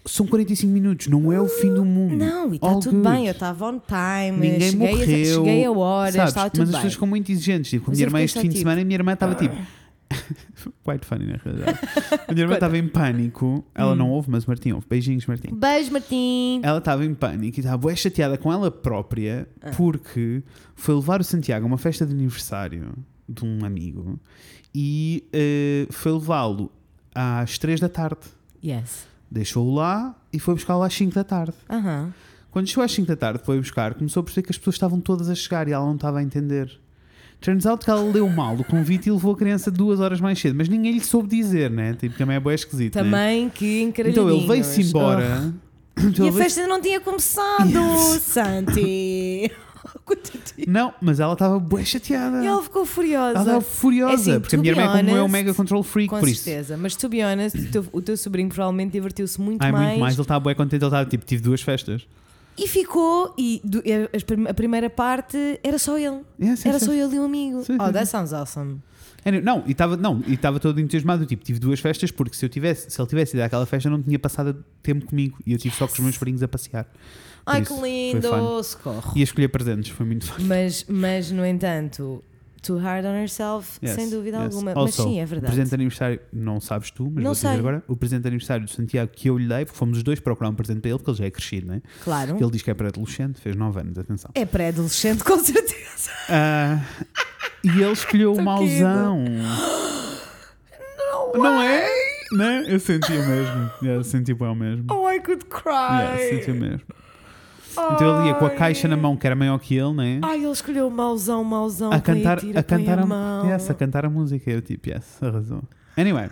São 45 minutos, não é o fim do mundo.
Não, e está
All
tudo
good.
bem, eu estava on time,
Ninguém
cheguei,
morreu.
a, cheguei a horas,
sabes?
estava tudo
Mas as
bem.
pessoas ficam muito exigentes. Tipo, a
Mas
minha
eu
irmã
fiquei
este
só
fim de
tipo-
semana, a minha irmã estava tipo. Quite funny, na realidade. A minha irmã estava em pânico.
Hum.
Ela não ouve, mas o Martim ouve. Beijinhos, Martim.
Beijo, Martim.
Ela estava em pânico e estava bué chateada com ela própria
Ah.
porque foi levar o Santiago a uma festa de aniversário de um amigo e eh, foi levá-lo às 3 da tarde.
Yes.
Deixou-o lá e foi buscá-lo às 5 da tarde.
Aham.
Quando chegou às 5 da tarde, foi buscar, começou a perceber que as pessoas estavam todas a chegar e ela não estava a entender. Turns out que ela leu mal o convite e levou a criança duas horas mais cedo, mas ninguém lhe soube dizer, né? Tipo, também é bem esquisito. né?
Também que encralhadinhos.
Então ele veio-se embora.
Oh.
Então
E
ele
a
veio-
festa ainda não tinha começado, Santi. Coitadinho.
Não, mas ela estava bué chateada.
e ela ficou furiosa.
Ela estava furiosa,
É assim,
porque a
to
minha
be
irmã, é como eu, é um
honest,
mega control freak,
Com
por isso.
certeza, mas to be honest, o teu, o teu sobrinho provavelmente divertiu-se muito,
Ai,
mais,
muito mais. Ele estava bué contente, ele estava tipo, tive duas festas.
e ficou. E do- e as prim- a primeira parte era só ele,
Yeah, É, sim,
era
sim.
só ele e um amigo.
Sim, sim,
oh, that sounds awesome.
Anyway, Não, e estava não, e estava todo entusiasmado, tipo, tive duas festas porque se eu tivesse, se ele tivesse ido àquela festa, não tinha passado tempo comigo e eu tive só com os meus sobrinhos a passear. Por
Ai
isso,
que
foi
lindo, socorro.
E a escolher presentes foi muito fácil.
Mas, mas, no entanto, too hard on herself, sem dúvida alguma. mas sim, é
O presente
verdade.
de aniversário, não sabes tu, mas
Não
vou dizer
sei.
agora, o presente de aniversário do Santiago que eu lhe dei, porque fomos os dois procurar um presente para ele, porque ele já é crescido, não é?
Claro.
Ele diz que é pré-adolescente, fez 9 anos, atenção.
É pré-adolescente, com certeza.
Ah, e ele escolheu o mauzão. Não, é? Né? Eu senti o mesmo. Eu senti bem o mesmo.
Oh, I could
Yeah,
cry.
senti o mesmo. Então ele ia com a caixa na mão, que era maior que ele, né?
Ai, ele escolheu o mauzão, mauzão.
A cantar,
tira,
a, cantar
a,
a,
mão.
yes, a cantar a música. Eu tipo, yes, arrasou. Anyway,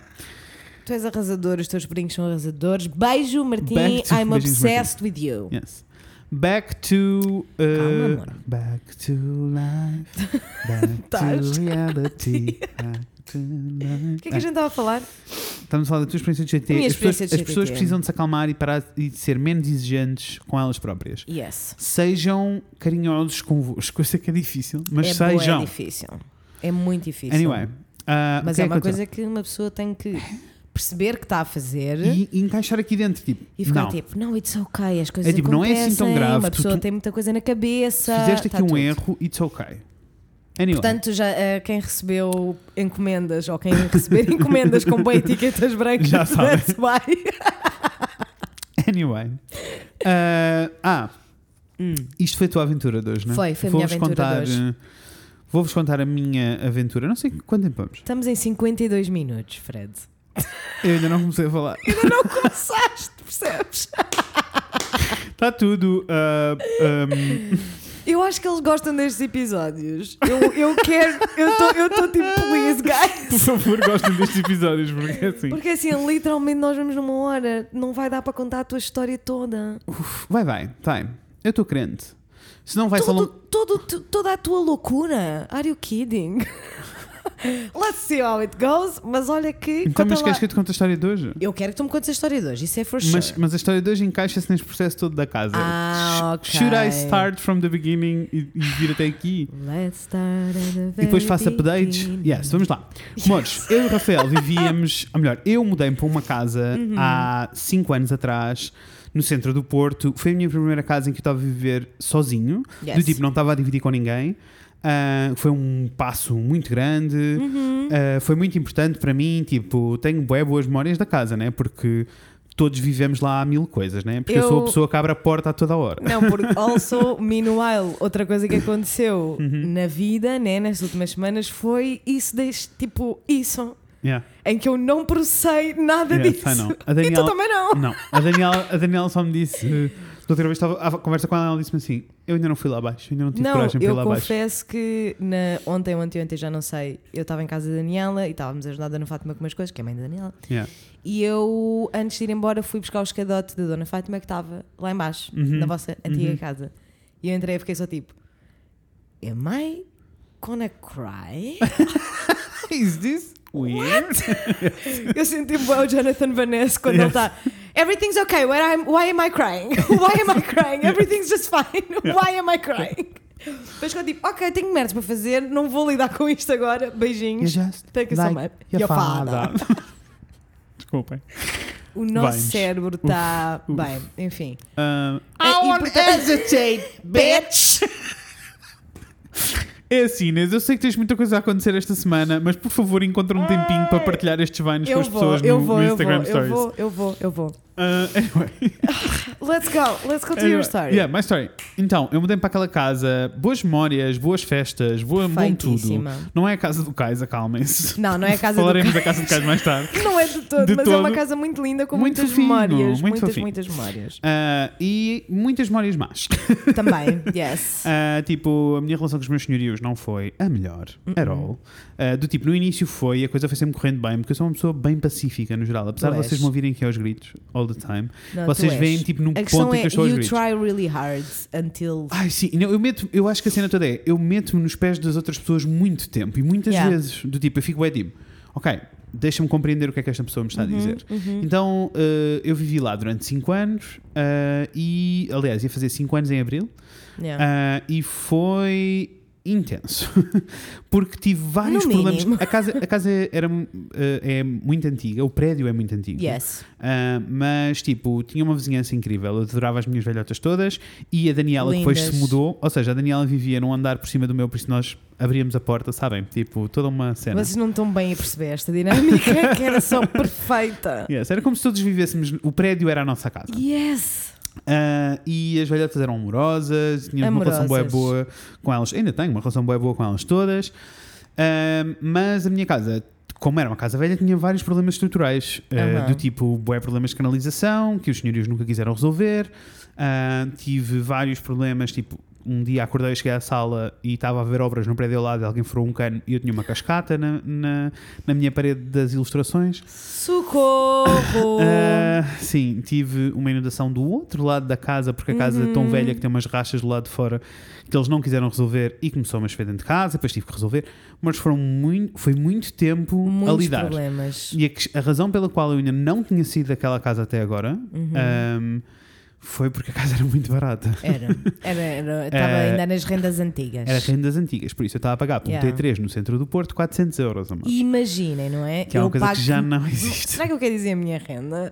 Tu és arrasador, os teus brincos são arrasadores. Beijo, Martim.
Back to-
I'm
beijinhos,
obsessed with you.
yes. Back to.
Calma,
Uh,
amor.
back to life. Back
Estás.
to reality. Back to life.
O que é que a gente estava a falar?
Estamos a falar da tua experiência de GT.
Minha
as, pessoas,
experiência de
as
GT.
pessoas precisam de se acalmar e parar e de ser menos exigentes com elas próprias.
Yes.
Sejam carinhosos convosco. Eu sei que é difícil, mas
é bué
sejam.
difícil. É muito difícil.
anyway, ah, o
Mas
que
é
que
uma
aconteceu?
coisa que uma pessoa tem que perceber que está a fazer.
E, e encaixar aqui dentro, tipo,
E ficar
não,
tipo, não, it's ok, as coisas
É tipo, não é
acontecem,
assim tão grave,
uma
tu-
pessoa
tu-
tem muita coisa na cabeça.
fizeste
tá
aqui um
tudo.
erro, it's ok. Anyway,
Portanto, já, eh, quem recebeu encomendas ou quem receber encomendas com bem etiquetas brancas,
Já sabe.
that's why.
anyway. Ah, ah, isto foi a tua aventura de hoje, não é?
Hum. Foi, foi a minha
Vou-vos
aventura
contar,
de hoje.
eh, Vou-vos contar a minha aventura. Não sei quanto tempo vamos.
Estamos em 52 minutos, Fred.
Eu ainda não comecei a falar.
Ainda não começaste, percebes?
Está Tá tudo. ah, ah,
Eu acho que eles gostam destes episódios. Eu, eu quero, eu estou tipo, please, guys.
Por favor, gostem destes episódios, porque é assim.
Porque assim, literalmente nós vamos numa hora, não vai dar para contar a tua história toda.
Vai, vai, time. Eu estou crente. Se não vai ser
Todo-
longo.
todo tu- toda a tua loucura. Are you kidding? Let's see how it goes. Mas olha que.
Então,
conta
mas
lá.
queres que eu te conte a história de hoje?
Eu quero que tu me contes a história de hoje, isso é for sure.
Mas, mas a história de hoje encaixa-se neste processo todo da casa.
Ah,
Sh-
ok.
Should I start from the beginning e, e vir até aqui?
Let's start at the
E depois
very
faço updates?
beginning.
Yes, vamos lá. Amores, eu e o Rafael vivíamos, ou melhor, eu mudei-me para uma casa
Uhum.
há 5 anos atrás, no centro do Porto. Foi a minha primeira casa em que eu estava a viver sozinho,
Yes.
do tipo, não estava a dividir com ninguém. Ah, foi um passo muito grande,
Uhum.
Ah, foi muito importante para mim. Tipo, tenho bué boas memórias da casa, né? Porque todos vivemos lá mil coisas, né? Porque eu,
Eu-
sou a pessoa que abre a porta a toda hora.
Não, porque also, meanwhile, outra coisa que aconteceu
Uhum.
na vida, né, nas últimas semanas, foi isso, deste, tipo, isso,
Yeah.
em que eu não processei nada
Yes,
disso.
I know. A
E
Daniela-
tu também não.
Não, a Daniela, a Daniela só me disse. eh, Da outra vez estava a conversa com ela, ela disse-me assim: Eu ainda não fui lá abaixo, ainda não tive
Não,
coragem para ir
eu
lá abaixo.
confesso que na, ontem, ontem, ontem, já não sei, eu estava em casa da Daniela e estávamos a ajudar a Dona Fátima com umas coisas, que é a mãe da Daniela.
Yeah.
E eu, antes de ir embora, fui buscar o escadote da Dona Fátima que estava lá embaixo, na vossa antiga casa. E eu entrei e fiquei só tipo: Am I gonna cry?
Is this weird?
Eu senti bué o Jonathan Vanessa quando ele está. Everything's okay. Why am, why am I crying? Why am I crying? Everything's just fine. Why am I crying? Depois quando tipo, ok, tenho merdas para fazer, não vou lidar com isto agora. Beijinhos. Thank you so much. Your father.
Desculpem.
O nosso
Vines.
cérebro está. Bem, enfim.
Ah,
Ah, e portanto-
hesitate,
Bitch!
É assim, Inês, eu sei que tens muita coisa a acontecer esta semana, mas por favor encontra um tempinho para partilhar estes vines com
Ah, Eu
as
vou,
pessoas
eu
no,
vou,
no
eu vou,
Instagram
eu
Stories.
vou, eu vou, eu vou.
Ah, anyway.
Let's go, let's go to
anyway.
your story.
Yeah, my story. Então, eu mudei para aquela casa, boas memórias, boas festas, boa, bom tudo.
Feitíssima.
Não é a casa do Cais, acalmem-se.
Não, não é a casa do
Falaremos da casa do Cais mais tarde.
Não é de todo,
De
mas é uma
todo.
casa muito linda com
Muito
muitas
fofinho,
memórias.
muito
muitas,
fofinho.
muitas memórias.
Ah, e muitas memórias más.
Também, yes.
Ah, tipo, a minha relação com os meus senhorios não foi a melhor, at all. Ah, do tipo, no início foi, a coisa foi sempre correndo bem, porque eu sou uma pessoa bem pacífica no geral. Apesar
Tu
de
és.
vocês me ouvirem aqui aos gritos, all the time,
Não,
vocês
tu és.
veem tipo num
A questão
ponto em
é,
que eu estou Ah, aos
you
gritos.
try really hard until...
Ai, sim, não, eu, meto, eu acho que a cena toda é, eu meto-me nos pés das outras pessoas muito tempo e muitas
Yeah.
vezes, do tipo, eu fico bem tipo, ok, deixa-me compreender o que é que esta pessoa me
Uhum,
está a dizer. Então, ah, eu vivi lá durante 5 anos ah, e, aliás, ia fazer 5 anos em abril.
Yeah.
Ah, e foi intenso porque tive vários
No
problemas
mínimo.
a casa, a casa era ah, é muito antiga o prédio é muito antigo
yes.
Ah, mas tipo tinha uma vizinhança incrível eu adorava as minhas velhotas todas e a Daniela depois
Lindas.
se mudou ou seja a Daniela vivia num andar por cima do meu por isso nós abríamos a porta sabem tipo toda uma cena
Vocês não estão bem a perceber esta dinâmica que era só perfeita.
Yes, era como se todos vivêssemos o prédio era a nossa casa
Yes.
Ah, e as velhotas eram amorosas, tínhamos uma relação boa,
Amorosas.
boa com elas. Ainda tenho uma relação boa, boa com elas todas. Ah, mas a minha casa, como era uma casa velha, tinha vários problemas estruturais. ah,
Aham.
Do tipo, boé problemas de canalização, que os senhorios nunca quiseram resolver. Ah, tive vários problemas, tipo... Um dia acordei, cheguei à sala e estava a ver obras no prédio ao lado. Alguém furou um cano e eu tinha uma cascata na, na, na minha parede das ilustrações.
Socorro.
Ah, sim, tive uma inundação do outro lado da casa, porque a casa é tão
Uhum.
velha que tem umas rachas do lado de fora que eles não quiseram resolver e começou uma chover dentro de casa, depois tive que resolver, mas foram muito, foi muito tempo a
Muitos
lidar.
problemas.
E a, que- a razão pela qual eu ainda não tinha saído daquela casa até agora
Uhum.
ahm, foi porque a casa era muito barata.
Era. Era, era. Estava
Eh,
ainda nas rendas antigas.
Era rendas antigas, por isso eu estava a pagar por um
Yeah.
T3 no centro do Porto 400 euros a mais.
Imaginem, não é?
Que é uma coisa que
pago-
já não existe.
Será que eu quero dizer a minha renda?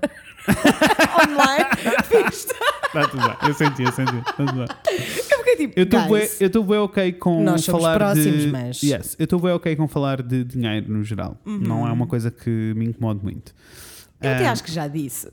Online? Fiz.
Tá tudo bem, eu senti, eu senti. Tá tudo bem.
Eu fiquei tipo,
Eu estou
guys,
bué, eu tô bué ok com
Nós somos
falar
próximos,
de...
mas- Uhum.
Yes, eu estou bem ok com falar de dinheiro no geral. Não é uma coisa que me incomode muito.
eu até
Ah,
acho que já disse.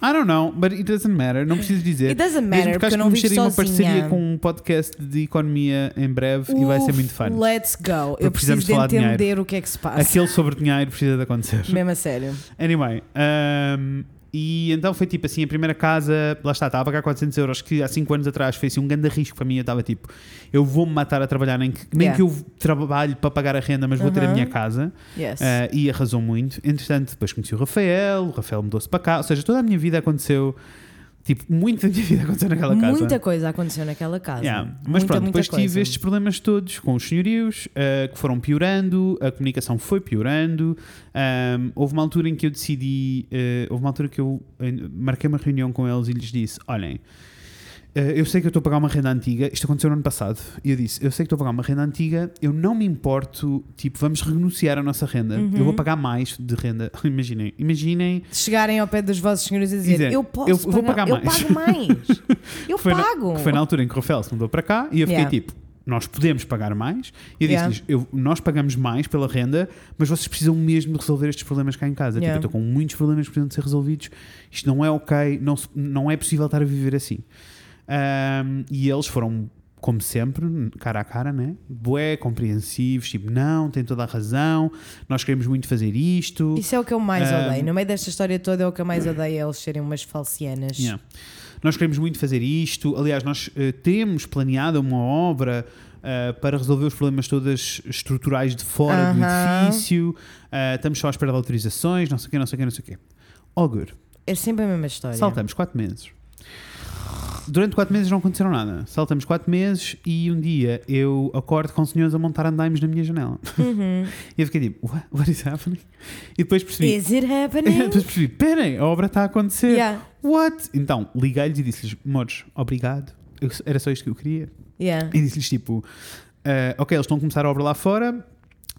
I don't know, but it doesn't matter. Não preciso dizer.
It doesn't
Mesmo
matter,
porque
porque
acho
eu
que
não
vamos ter
vivo
aí uma
sozinha.
parceria com um podcast de economia em breve e vai ser muito fun.
Let's go. Eu preciso
Porque precisamos
de
falar de dinheiro.
entender o que é que se passa.
Aquele sobre dinheiro precisa de acontecer.
Mesmo a sério.
Anyway, ahm, e então foi tipo assim: a primeira casa, lá está, estava a pagar 400 euros, que há 5 anos atrás foi assim um grande risco para mim. Eu estava tipo, eu vou-me matar a trabalhar, nem que, nem
Yeah.
que eu trabalhe para pagar a renda, mas vou ter a
Uhum.
minha casa.
Yes.
Ah, e arrasou muito. Entretanto, depois conheci o Rafael, o Rafael mudou-se para cá, ou seja, toda a minha vida aconteceu, tipo, muita da minha vida aconteceu naquela casa.
Muita coisa aconteceu naquela casa.
Yeah, Mas
Muita,
pronto,
muita
depois
coisa.
tive estes problemas todos com os senhorios ah, que foram piorando, a comunicação foi piorando. Ahm, houve uma altura em que eu decidi, ah, houve uma altura que eu eh, marquei uma reunião com eles e lhes disse: Olhem, ah, eu sei que eu estou a pagar uma renda antiga, isto aconteceu no ano passado, e eu disse: Eu sei que estou a pagar uma renda antiga, eu não me importo, tipo, vamos renunciar à nossa renda, eu
Uhum.
vou pagar mais de renda. Imaginem, imaginem
De Chegarem ao pé dos vossos senhores e dizer,
Dizer,
eu posso
eu vou pagar
eu
mais."
pago mais. Eu
Foi na-
pago.
que foi na altura em que o Rafael se mudou para cá e eu fiquei
Yeah.
tipo, nós podemos pagar mais. E eu
Yeah.
disse-lhes, eu- nós pagamos mais pela renda, mas vocês precisam mesmo de resolver estes problemas cá em casa.
Yeah.
Tipo, eu estou com muitos problemas que precisam de ser resolvidos, isto não é ok, não, se- não é possível estar a viver assim. Ahm, e eles foram, como sempre, cara a cara, né? Bué, compreensivos, tipo, não, tem toda a razão, nós queremos muito fazer isto.
Isso é o que eu mais
Ah.
odeio. No meio desta história toda, é o que eu mais odeio é eles serem umas falcianas.
Yeah. Nós queremos muito fazer isto. Aliás, nós eh, temos planeado uma obra eh, para resolver os problemas todos estruturais de fora do
Aham.
edifício. Eh, estamos só à espera de autorizações, não sei o Oh, quê, não sei o quê, não sei o quê. Ogre,
É sempre a mesma história.
saltamos 4 meses. Durante 4 meses não aconteceram nada. Saltamos 4 meses e um dia eu acordo com senhores a montar andaimes na minha janela. e eu fiquei tipo, what, what is happening? E depois percebi,
Uhum. Is it happening?
depois percebi, perem, a obra está a acontecer.
Yeah.
What? Então liguei-lhes e disse-lhes, mores, obrigado. Eu- era só isto que eu queria.
yeah.
E disse-lhes tipo: ah, Ok, eles estão a começar a obra lá fora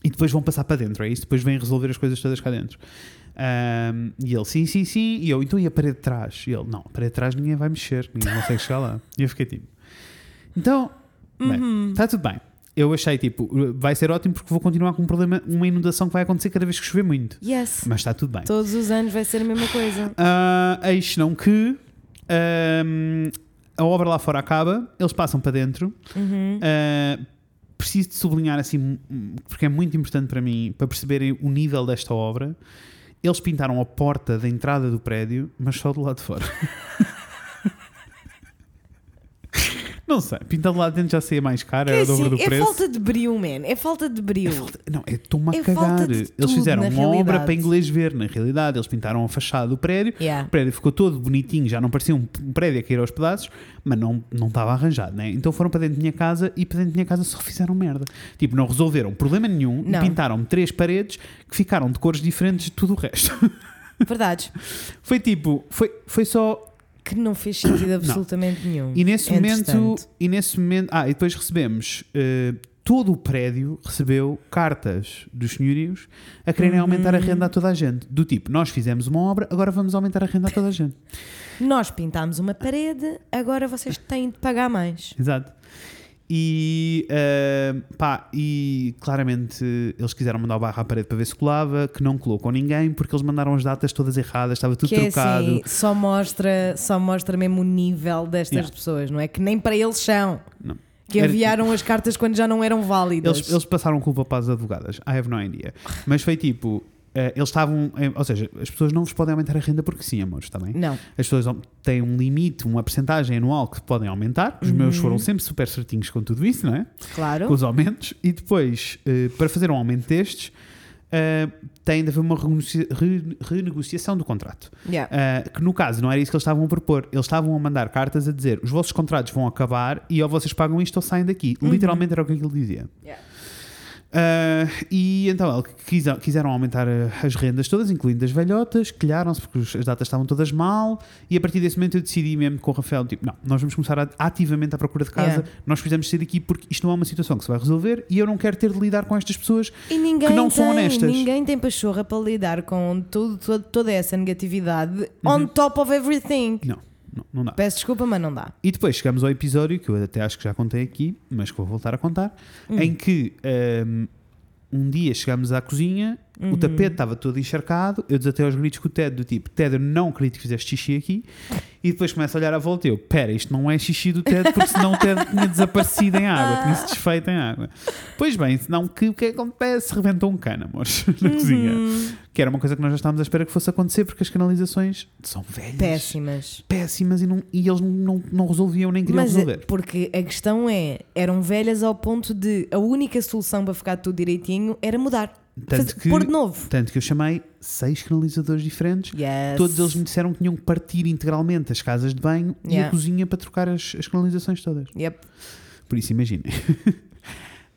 e depois vão passar para dentro, é isso? Depois vêm resolver as coisas todas cá dentro. Ahm, e ele, sim, sim, sim. E eu, então e a parede de trás? E ele, não, a parede de trás ninguém vai mexer, ninguém consegue chegar lá. E eu fiquei tipo: Então, está tudo bem. Eu achei tipo: Vai ser ótimo porque vou continuar com um problema, uma inundação que vai acontecer cada vez que chover muito.
Yes.
Mas está tudo bem.
Todos os anos vai ser a mesma coisa.
Ah, eis não que ahm, a obra lá fora acaba, eles passam para dentro.
Uhum.
Ah, preciso de sublinhar assim, hum, porque é muito importante para mim, para perceberem o nível desta obra. Eles pintaram a porta da entrada do prédio, mas só do lado de fora. não sei, pintar do lado de dentro já seria mais caro, era o dobro do
é
preço.
falta de brilho, man. É falta de brilho.
Não, é toma a
É
cagar.
falta de
Eles
tudo,
fizeram
na
uma obra
realidade.
para inglês ver, na realidade. Eles pintaram a fachada do prédio.
Yeah.
O prédio ficou todo bonitinho, já não parecia um um prédio a cair aos pedaços, mas não, não estava arranjado, né? Então foram para dentro da minha casa e para dentro da minha casa só fizeram merda. Tipo, não resolveram problema nenhum e
Não.
pintaram três paredes que ficaram de cores diferentes de tudo o resto.
Verdade.
foi tipo, foi, foi só
Que não fez sentido absolutamente nenhum.
e nesse momento,
Entretanto.
e nesse momento, ah, e depois recebemos eh, todo o prédio recebeu cartas dos senhorios a quererem
Uhum.
aumentar a renda a toda a gente. Do tipo, nós fizemos uma obra, agora vamos aumentar a renda a toda a gente.
Nós pintámos uma parede, agora vocês têm de pagar mais.
Exato. E eh, pá, e claramente eles quiseram mandar o barra à parede para ver se colava, que não colou com ninguém, porque eles mandaram as datas todas erradas, estava tudo
Que é
trocado.
assim, só mostra, só mostra mesmo o nível destas
Yeah.
pessoas, não é? Que nem para eles são.
Não.
Que
Era- tipo
enviaram as cartas quando já não eram válidas.
Eles, eles passaram culpa para as advogadas. I have no idea. Mas foi tipo. eh, eles estavam. em- Ou seja, as pessoas não vos podem aumentar a renda porque sim, amores, está bem?
Não.
As pessoas não- têm um limite, uma percentagem anual que podem aumentar. Os
Uhum.
meus foram sempre super certinhos com tudo isso, não é? Com
Claro.
os aumentos. E depois, eh, para fazer um aumento destes, eh, tem de haver uma renegocia- re- renegociação do contrato.
Yeah.
Uh, que no caso não era isso que eles estavam a propor. Eles estavam a mandar cartas a dizer os vossos contratos vão acabar e ou vocês pagam isto ou saem daqui.
Uhum.
Literalmente era o que aquilo dizia.
Yeah.
Uh, e então ele quis- quiseram aumentar uh, as rendas todas, incluindo as velhotas, quilharam-se porque os- as datas estavam todas mal. E a partir desse momento eu decidi mesmo com o Rafael: tipo, não, nós vamos começar a- ativamente à procura de casa,
Yeah.
nós precisamos sair daqui porque isto não é uma situação que se vai resolver e eu não quero ter de lidar com estas pessoas
E ninguém
que não
tem,
são honestas.
Ninguém tem pachorra para lidar com tudo, todo- toda essa negatividade on top of everything.
Uhum. Não, não, não dá.
Peço desculpa, mas não dá.
E depois chegamos ao episódio que eu até acho que já contei aqui, mas que vou voltar a contar, em que hum, um, dia chegámos à cozinha, o tapete estava todo encharcado, eu desatei aos gritos com o Ted do tipo, Ted, eu não acredito que fizeste xixi aqui, e depois começo a olhar à volta e eu, pera, isto não é xixi do Ted, porque senão o Ted tinha desaparecido em água, tinha se desfeito em água. Pois bem, senão que, o que é que acontece? Reventou um cano, amores, na cozinha. Que era uma coisa que nós já estávamos à espera que fosse acontecer, porque as canalizações são velhas
Péssimas.
péssimas e, não- e eles não, não, não resolviam nem queriam
Mas é-
resolver.
porque a questão é, eram velhas ao ponto de a única solução para ficar tudo direitinho era mudar.
Tanto
Faz-
que,
pôr de novo.
Tanto que eu chamei seis canalizadores diferentes.
Yes.
Todos eles me disseram que tinham que partir integralmente as casas de banho e a
Yeah.
cozinha para trocar as, as canalizações todas.
Yep.
Por isso, imaginem.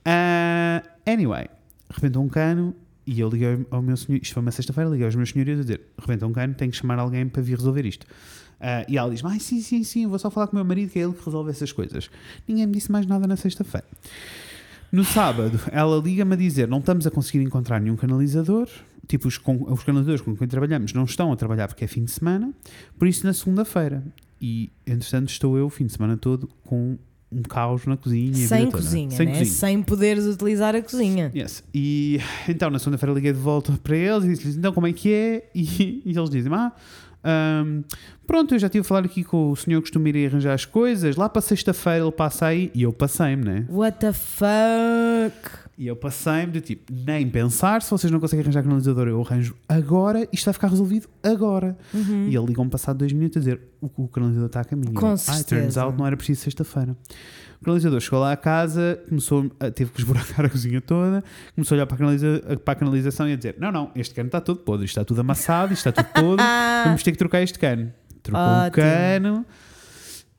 Ah, anyway, rebentou um cano e eu liguei ao- ao meu senhor. Isto foi uma sexta-feira, liguei aos meus senhores a dizer: rebentou um cano, tenho que chamar alguém para vir resolver isto. Ah, e ela diz: Ai, sim, sim, sim, eu vou só falar com o meu marido que é ele que resolve essas coisas. Ninguém me disse mais nada na sexta-feira. No sábado, ela liga-me a dizer: Não estamos a conseguir encontrar nenhum canalizador. Tipo, os, con- os canalizadores com quem trabalhamos não estão a trabalhar porque é fim de semana. Por isso, na segunda-feira. E, entretanto, estou eu o fim de semana todo com um caos na cozinha. e a
Sem
vida toda.
cozinha,
Sem
né?
cozinha.
Sem poderes utilizar a cozinha.
Yes. E então na segunda-feira liguei de volta para eles e disse-lhes então como é que é? E, e eles dizem: Ah, ahm, pronto, eu já estive a falar aqui com o senhor que costuma ir arranjar as coisas. Lá para sexta-feira ele passa aí e eu passei-me, né?
What the fuck?
E eu passei-me do tipo: nem pensar, se vocês não conseguem arranjar canalizador, eu arranjo agora, isto vai ficar resolvido agora. E ele ligou-me passado dois minutos a dizer: o, o canalizador está a caminho.
Uhum. Com
Eu, Ai,
certeza.
turns out não era preciso sexta-feira. O canalizador chegou lá à casa, começou, a- teve que esburacar a cozinha toda, começou a olhar para a, canaliza- para a canalização e a dizer: Não, não, este cano está todo podre, isto está tudo
Ah,
amassado, isto está tudo podre, vamos ter que trocar este cano. Trocou o
Ótimo.
cano.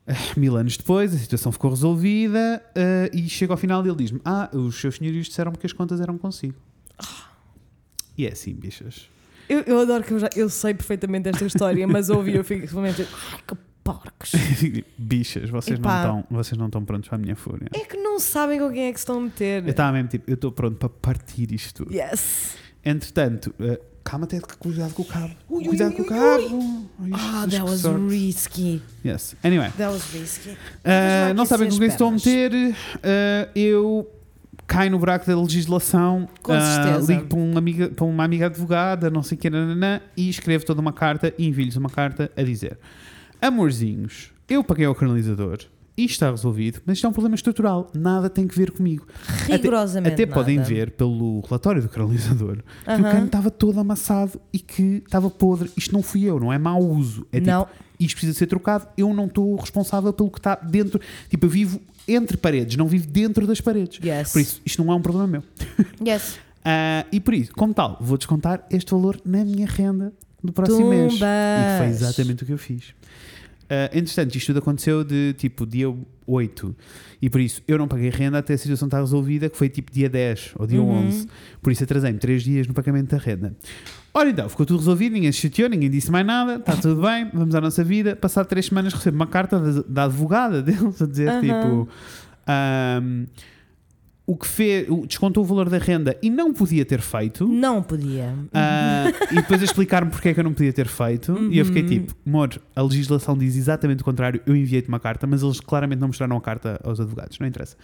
Ah, Mil anos depois, a situação ficou resolvida ah, e chega ao final e ele diz-me: Ah, os seus senhorios disseram-me que as contas eram consigo. E é assim, bichas.
Eu, eu adoro que eu, já, eu sei perfeitamente esta história, mas ouvi eu fico realmente. Ai, que porcos!
bichas, vocês não,
Epá.
estão, vocês não estão prontos para a minha fúria.
É que não sabem com quem é que se estão a meter.
Eu estava mesmo tipo: Eu estou pronto para partir isto tudo.
Yes!
Entretanto, eh, calma, até cuidado com o cabo.
Ui, ui,
cuidado
ui,
com o
ui,
cabo. Ai,
Ah,
Jesus,
that
que
was
sorte.
risky.
Yes. Anyway,
That was risky.
eh,
Mas
não
vai
sabem com
aquecer
quem
as
se estão a meter. eh, eu caio no buraco da legislação.
Com
eh,
certeza.
ligo para uma, amiga, para uma amiga advogada, não sei o que, nananã, e escrevo toda uma carta e envio-lhes uma carta a dizer: Amorzinhos, eu paguei ao canalizador. Isto está resolvido, mas isto é um problema estrutural. Nada tem que ver comigo. Até-
Rigorosamente
Até,
nada.
podem ver pelo relatório do canalizador que o
Aham.
cano estava todo amassado e que estava podre. Isto não fui eu, não é mau uso. É
Não.
tipo, isto precisa ser trocado. Eu não estou responsável pelo que está dentro. Tipo, eu vivo entre paredes, não vivo dentro das paredes.
Yes.
tipo, Por isso, isto não é um problema meu.
Yes.
Ah, e por isso, como tal, vou descontar este valor na minha renda do próximo mês.
Tumbas.
E foi exatamente o que eu fiz. Ah, entretanto, isto tudo aconteceu de tipo dia 8 e por isso eu não paguei renda até a situação estar resolvida, que foi tipo dia 10 ou dia 11. Por isso atrasei-me 3 dias no pagamento da renda. Ora então, ficou tudo resolvido, ninguém se chateou, ninguém disse mais nada, está tudo bem, vamos à nossa vida. Passado 3 semanas recebo uma carta da, da advogada deles a dizer tipo. ahm, o que fez, o- descontou o valor da renda e não podia ter feito.
Não podia.
Ah, e depois a explicar-me porque é que eu não podia ter feito. E eu fiquei
Uhum.
tipo, amor, a legislação diz exatamente o contrário. Eu enviei-te uma carta, mas eles claramente não mostraram a carta aos advogados. Não interessa.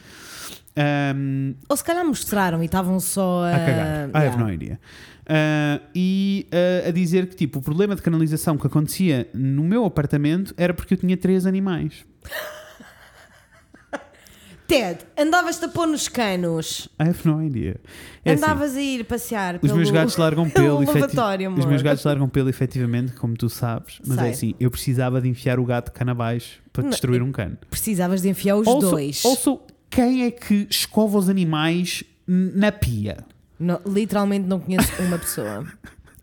Ahm,
Ou se calhar mostraram e estavam só a.
a cagar. Ah, é I have
Ah, Yeah.
no idea. Ah, e ah, a dizer que tipo, o problema de canalização que acontecia no meu apartamento era porque eu tinha três animais.
Ted, andavas-te a pôr nos canos.
I have no idea. É assim.
Andavas a ir passear
Os
pelo
meus gatos largam pelo.
pelo
efeti-
é um lavatório, amor.
Os meus gatos largam pelo, efetivamente, como tu sabes. Mas é
Sei.
assim, eu precisava de enfiar o gato cana abaixo para
Não,
destruir um cano.
Precisavas de enfiar os
Also-
dois.
also, quem é que escova os animais n- na pia?
Não, literalmente não conheço uma pessoa.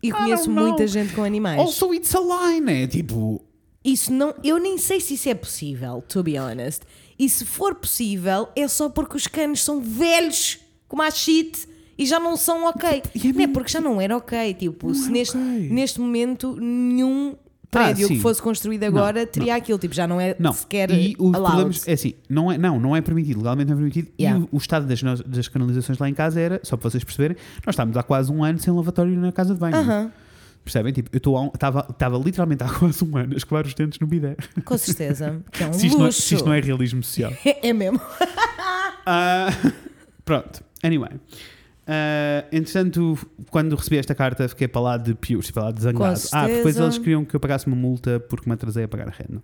E conheço
don't know.
muita gente com animais.
Also, it's a line, é tipo...
Isso não, eu nem sei se isso é possível, to be honest. E se for possível, é só porque os canos são velhos como a shit e já não são ok.
E é
não é
mesmo-
porque já não era ok. Tipo, se neste,
é ok. Ah,
neste momento nenhum prédio
sim.
que fosse construído agora teria aquilo. Tipo, já não é
Não,
sequer
e os
allowed.
problemas, é assim, não é, não, não é permitido, legalmente não é permitido.
Yeah.
E o, o estado das, no- das canalizações lá em casa era, só para vocês perceberem, nós estávamos há quase um ano sem lavatório na casa de banho. Percebem? Tipo, eu estou há um- estava estava literalmente há quase um ano a escovar os dentes no bidé.
Com certeza. Que é um
se, isto
luxo.
não, é- se isto não é realismo social.
é mesmo.
Ah, pronto, anyway. Ah, entretanto, quando recebi esta carta, fiquei para lá de pius, para lá de zangado.
Com
Ah, depois
certeza.
eles queriam que eu pagasse uma multa porque me atrasei a pagar a renda.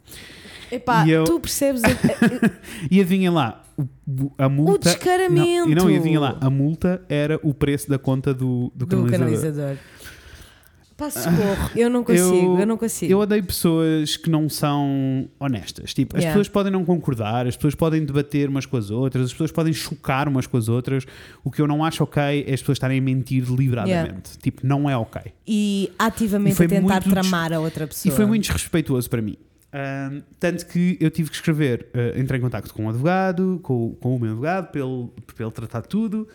Epá,
E eu-
tu percebes a- a-
E adivinha lá, o- o- a multa.
descaramento!
Não, e não, e adivinha lá, a multa era o preço da conta do, do,
do
canalizador.
canalizador. Pá, socorro. Eu não consigo, eu, não consigo.
Eu odeio pessoas que não são honestas. Tipo, as
Yeah.
pessoas podem não concordar, as pessoas podem debater umas com as outras, as pessoas podem chocar umas com as outras. O que eu não acho ok é as pessoas estarem a mentir deliberadamente. Tipo, não é ok.
e
E
ativamente
foi
a tentar
muito des-
tramar a outra pessoa.
E foi muito desrespeituoso para mim. Ahm, tanto que eu tive que escrever, ah, entrei em contacto com um advogado, com, com o meu advogado, para ele, para ele tratar de tudo.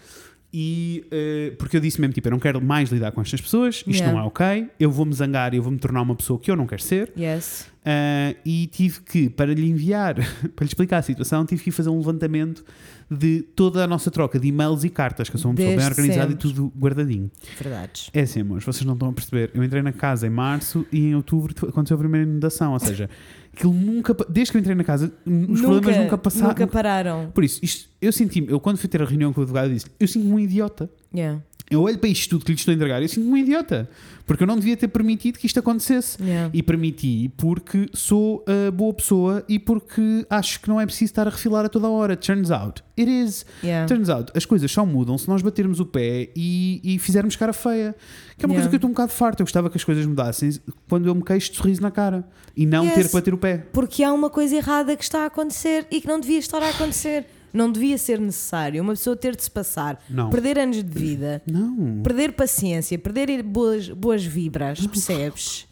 E ah, porque eu disse mesmo: tipo, eu não quero mais lidar com estas pessoas, isto
Yeah.
não é ok, eu vou-me zangar, eu vou-me tornar uma pessoa que eu não quero ser.
Yes.
Ah, e tive que, para lhe enviar, para lhe explicar a situação, tive que fazer um levantamento de toda a nossa troca de e-mails e cartas, que eu sou uma pessoa bem
Desde
organizada
sempre.
e tudo guardadinho.
Verdades.
É assim, amores, vocês não estão a perceber. Eu entrei na casa em março e em outubro tu- aconteceu a primeira inundação. Ou seja, aquilo nunca. pa- Desde que eu entrei na casa, n- os problemas nunca passaram.
Nunca pararam.
Por isso, isto, eu senti-me. Eu, quando fui ter a reunião com o advogado, eu disse: Eu sinto-me um idiota.
Yeah.
Eu olho para isto tudo que lhe estou a entregar, eu sinto-me um idiota. Porque eu não devia ter permitido que isto acontecesse.
Yeah.
E permiti porque sou a boa pessoa e porque acho que não é preciso estar a refilar a toda a hora. Turns out, it is.
Yeah.
Turns out, as coisas só mudam se nós batermos o pé e, e fizermos cara feia. Que é uma
Yeah.
coisa que eu estou um bocado farto. Eu gostava que as coisas mudassem quando eu me queixo de sorriso na cara e não
Yes.
ter que bater o pé.
Porque há uma coisa errada que está a acontecer e que não devia estar a acontecer. Não devia ser necessário uma pessoa ter de se passar,
Não.
perder anos de vida,
Não.
perder paciência, perder boas, boas vibras, percebes?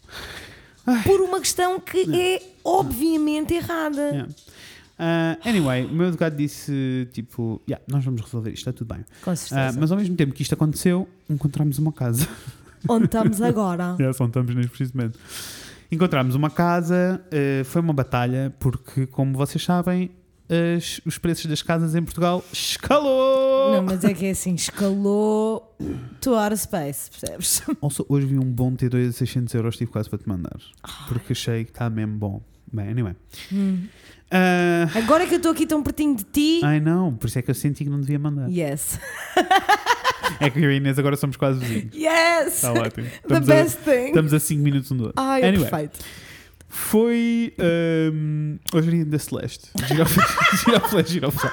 Por uma questão que é obviamente errada.
Yeah. Ah, anyway, o meu advogado disse tipo, yeah, nós vamos resolver isto, está tudo bem.
Com
Ah,
certeza.
mas ao mesmo tempo que isto aconteceu, encontramos uma casa.
Onde estamos agora?
Já só estamos neste precisamente. Encontramos uma casa, eh, foi uma batalha, porque, como vocês sabem, as- os preços das casas em Portugal escalou!
Não, mas é que é assim, escalou to outer space, percebes?
Also, hoje vi um bom T2 a 600 euros, tive quase para te mandar, porque achei que está mesmo bom. Bem, anyway.
Hum.
Ah,
Agora que eu estou aqui tão pertinho de ti.
Ai não, por isso é que eu senti que não devia mandar.
Yes.
É que eu e a Inês agora somos quase vizinhos.
Yes!
Está Tá ótimo.
The
a-
best thing.
Estamos a 5 minutos um do outro.
Ai, é
Anyway.
perfeito.
Foi hum, hoje em da Celeste. Giroflé, giroflé, giroflé.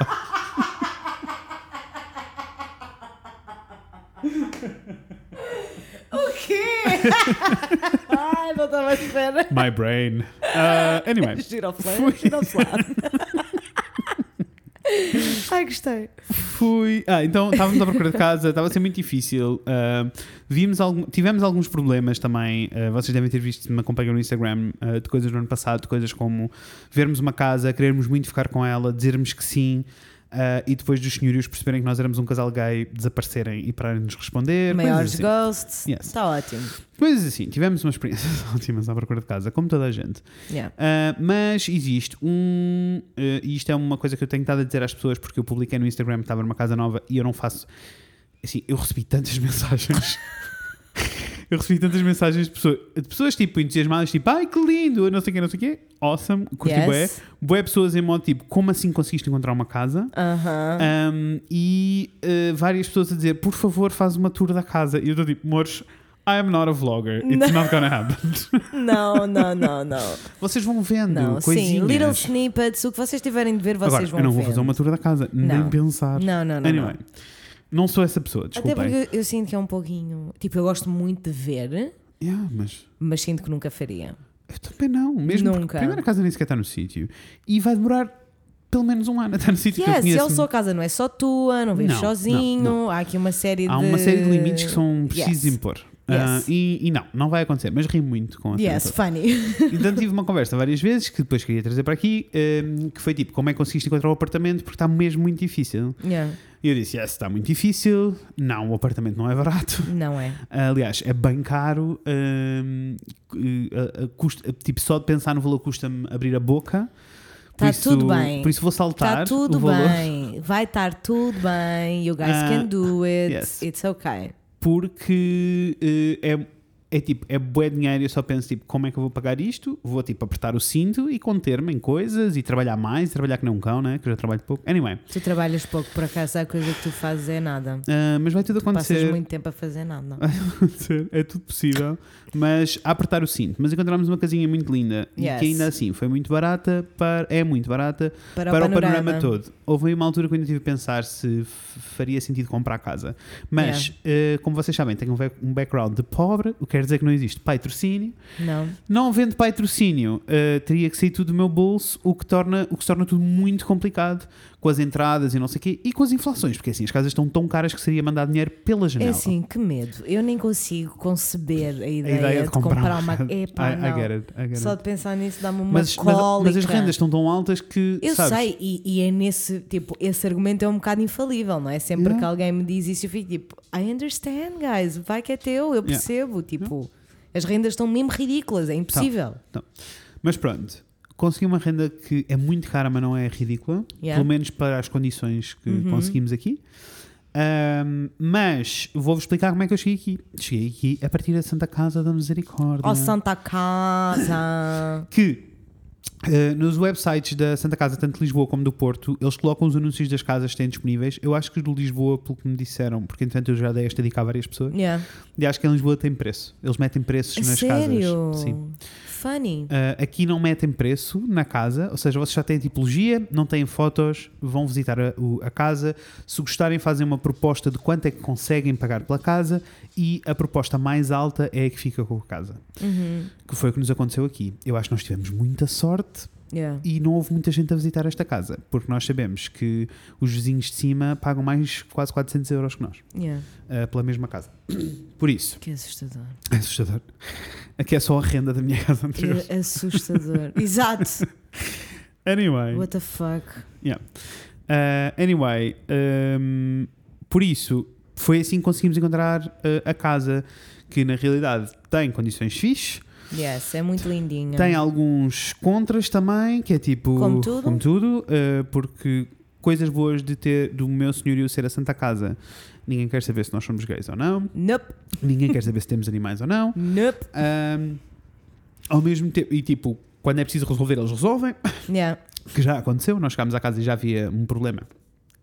O quê? Ai, não estava à espera.
My brain. Ah, anyway,
Gira o flare, gira o flare. Ai, gostei.
fui. Ah, então estávamos à procura de casa, estava a ser muito difícil. Ah, vimos algum- tivemos alguns problemas também. Ah, vocês devem ter visto, me acompanham no Instagram, ah, de coisas do ano passado, de coisas como vermos uma casa, querermos muito ficar com ela, dizermos que sim. ah, e depois dos senhorios perceberem que nós éramos um casal gay, desaparecerem e pararem de nos responder. coisas
Maiores
assim.
ghosts.
Yes.
Está ótimo.
Coisas assim, tivemos umas experiências ótimas à procura de casa, como toda a gente.
Yeah.
Ah, mas existe um. ah, e isto é uma coisa que eu tenho estado a dizer às pessoas porque eu publiquei no Instagram que estava numa casa nova e eu não faço. Assim, eu recebi tantas mensagens. eu recebi tantas mensagens de pessoas, de pessoas tipo entusiasmadas, tipo, ai que lindo, não sei o quê, não sei o quê. Awesome, curti
Yes.
bué. Bué pessoas em modo tipo, como assim conseguiste encontrar uma casa?
Aham.
Um, e uh, várias pessoas a dizer, por favor, faz uma tour da casa. E eu estou tipo, mores, I am not a vlogger. It's not gonna happen.
Não, não, não, não.
Vocês vão vendo
Não, sim.
coisinhas.
Little snippets, o que vocês tiverem de ver, vocês
Agora,
vão
eu não vou
vendo.
fazer uma tour da casa, nem
Não.
pensar.
Não, não, não,
Anyway,
não.
não sou essa pessoa,
Até
desculpem.
porque eu, eu sinto que é um pouquinho. Tipo, eu gosto muito de ver,
Yeah, mas
mas sinto que nunca faria.
eu também não. Mesmo porque
Nunca.
a primeira casa nem sequer está no sítio. E vai demorar pelo menos um ano até no sítio que eu
Yes, e
conheço.
a sua casa não é só tua, não vives
Não,
sozinho,
não,
há aqui uma série
Há
de.
uma série de limites que são precisos
Yes.
impor. Ah,
Yes.
e, e não, não vai acontecer, mas ri muito com a cena
Yes,
toda.
funny.
Então tive uma conversa várias vezes que depois queria trazer para aqui, ehm, que foi tipo, como é que conseguiste encontrar o apartamento? Porque está mesmo muito difícil.
Yeah,
E eu disse, yes, está muito difícil. Não, o apartamento não é barato.
Não é?
Aliás, é bem caro. ehm, cu- eh, eh, custa- eh, tipo, só de pensar no valor custa-me abrir a boca. Por
Tá
isso-
tudo bem.
Por isso vou
Está
saltar
Tá tudo
o valor.
bem, vai estar tudo bem. You guys
Ah,
can do it.
yes.
It's okay.
porque eh, é, é tipo, é bué dinheiro e eu só penso tipo, como é que eu vou pagar isto? Vou tipo apertar o cinto e conter-me em coisas e trabalhar mais, trabalhar que nem um cão, né? Que eu já trabalho pouco. Anyway,
Tu trabalhas pouco, por acaso a coisa que tu fazes é nada.
ah, mas vai tudo
Passas
acontecer.
muito tempo a fazer nada.
acontecer, é tudo possível, mas a apertar o cinto. Mas encontramos uma casinha muito linda e
Yes.
que ainda assim foi muito barata, para, é muito barata
Para
para,
o
o panorama,
panorama.
todo. Houve aí uma altura que eu ainda tive a pensar se f- faria sentido comprar a casa, mas eh, como vocês sabem, tenho um ve- um background de pobre, o que quer dizer que não existe patrocínio.
Não.
Não vendo patrocínio, eh, teria que sair tudo do meu bolso, o que, torna, o que se torna tudo muito complicado com as entradas e não sei o quê e com as inflações, porque assim as casas estão tão caras que seria mandar dinheiro pela
É
janela.
assim, que medo. Eu nem consigo conceber a
A
ideia,
ideia
de, comprar, uma.
I,
Epá,
I
não.
get it, I get
Só
it.
de pensar nisso dá-me uma
Mas, mas,
cólica.
mas as rendas estão tão altas que.
Eu
sabes,
sei, e, e é nesse, tipo, esse argumento é um bocado infalível, não é? Sempre
Yeah.
que alguém me diz isso, eu fico tipo, I understand, guys, vai que é teu, eu percebo, tipo, as rendas estão mesmo ridículas, é
Então.
impossível.
Não. Mas pronto, consegui uma renda que é muito cara, mas não é ridícula.
Yeah. Uhum.
Pelo menos para as condições que conseguimos aqui. Ahm, mas vou-vos explicar como é que eu cheguei aqui. Cheguei aqui a partir da Santa Casa da Misericórdia.
Ó Oh, Santa Casa!
que eh, nos websites da Santa Casa, tanto de Lisboa como do Porto, eles colocam os anúncios das casas que têm disponíveis. Eu acho que os de Lisboa, pelo que me disseram, porque entretanto eu já dei esta dica a várias pessoas,
yeah.
e acho que em Lisboa tem preço. Eles metem preços
É
nas
sério?
casas. Sim.
Funny.
Uh, aqui não metem preço na casa, ou seja, vocês já têm tipologia, não têm fotos, vão visitar a, o- a casa. Se gostarem, fazem uma proposta de quanto é que conseguem pagar pela casa e a proposta mais
Uhum.
alta é a que fica com a casa. Que foi o que nos aconteceu aqui. Eu acho que nós tivemos muita sorte
Yeah.
e não houve muita gente a visitar esta casa, porque nós sabemos que os vizinhos de cima pagam mais quase 400 euros que nós,
Yeah.
eh, pela mesma casa. Por isso,
Que assustador.
é assustador. Aqui é só a renda da minha casa anterior.
É assustador. Exato.
Anyway.
What the fuck.
Uh, anyway, um, por isso, foi assim que conseguimos encontrar uh, a casa, que na realidade tem condições fixe,
Yes, é muito lindinha.
tem alguns contras também, que é tipo.
Como tudo.
tudo, uh, porque coisas boas de ter do meu senhorio ser a Santa Casa. Ninguém quer saber se nós somos gays ou não,
Nope,
ninguém quer saber se temos animais ou não.
nope.
Um, ao mesmo tempo, e tipo, quando é preciso resolver, eles resolvem,
Yeah.
que já aconteceu, nós chegámos à casa e já havia um problema.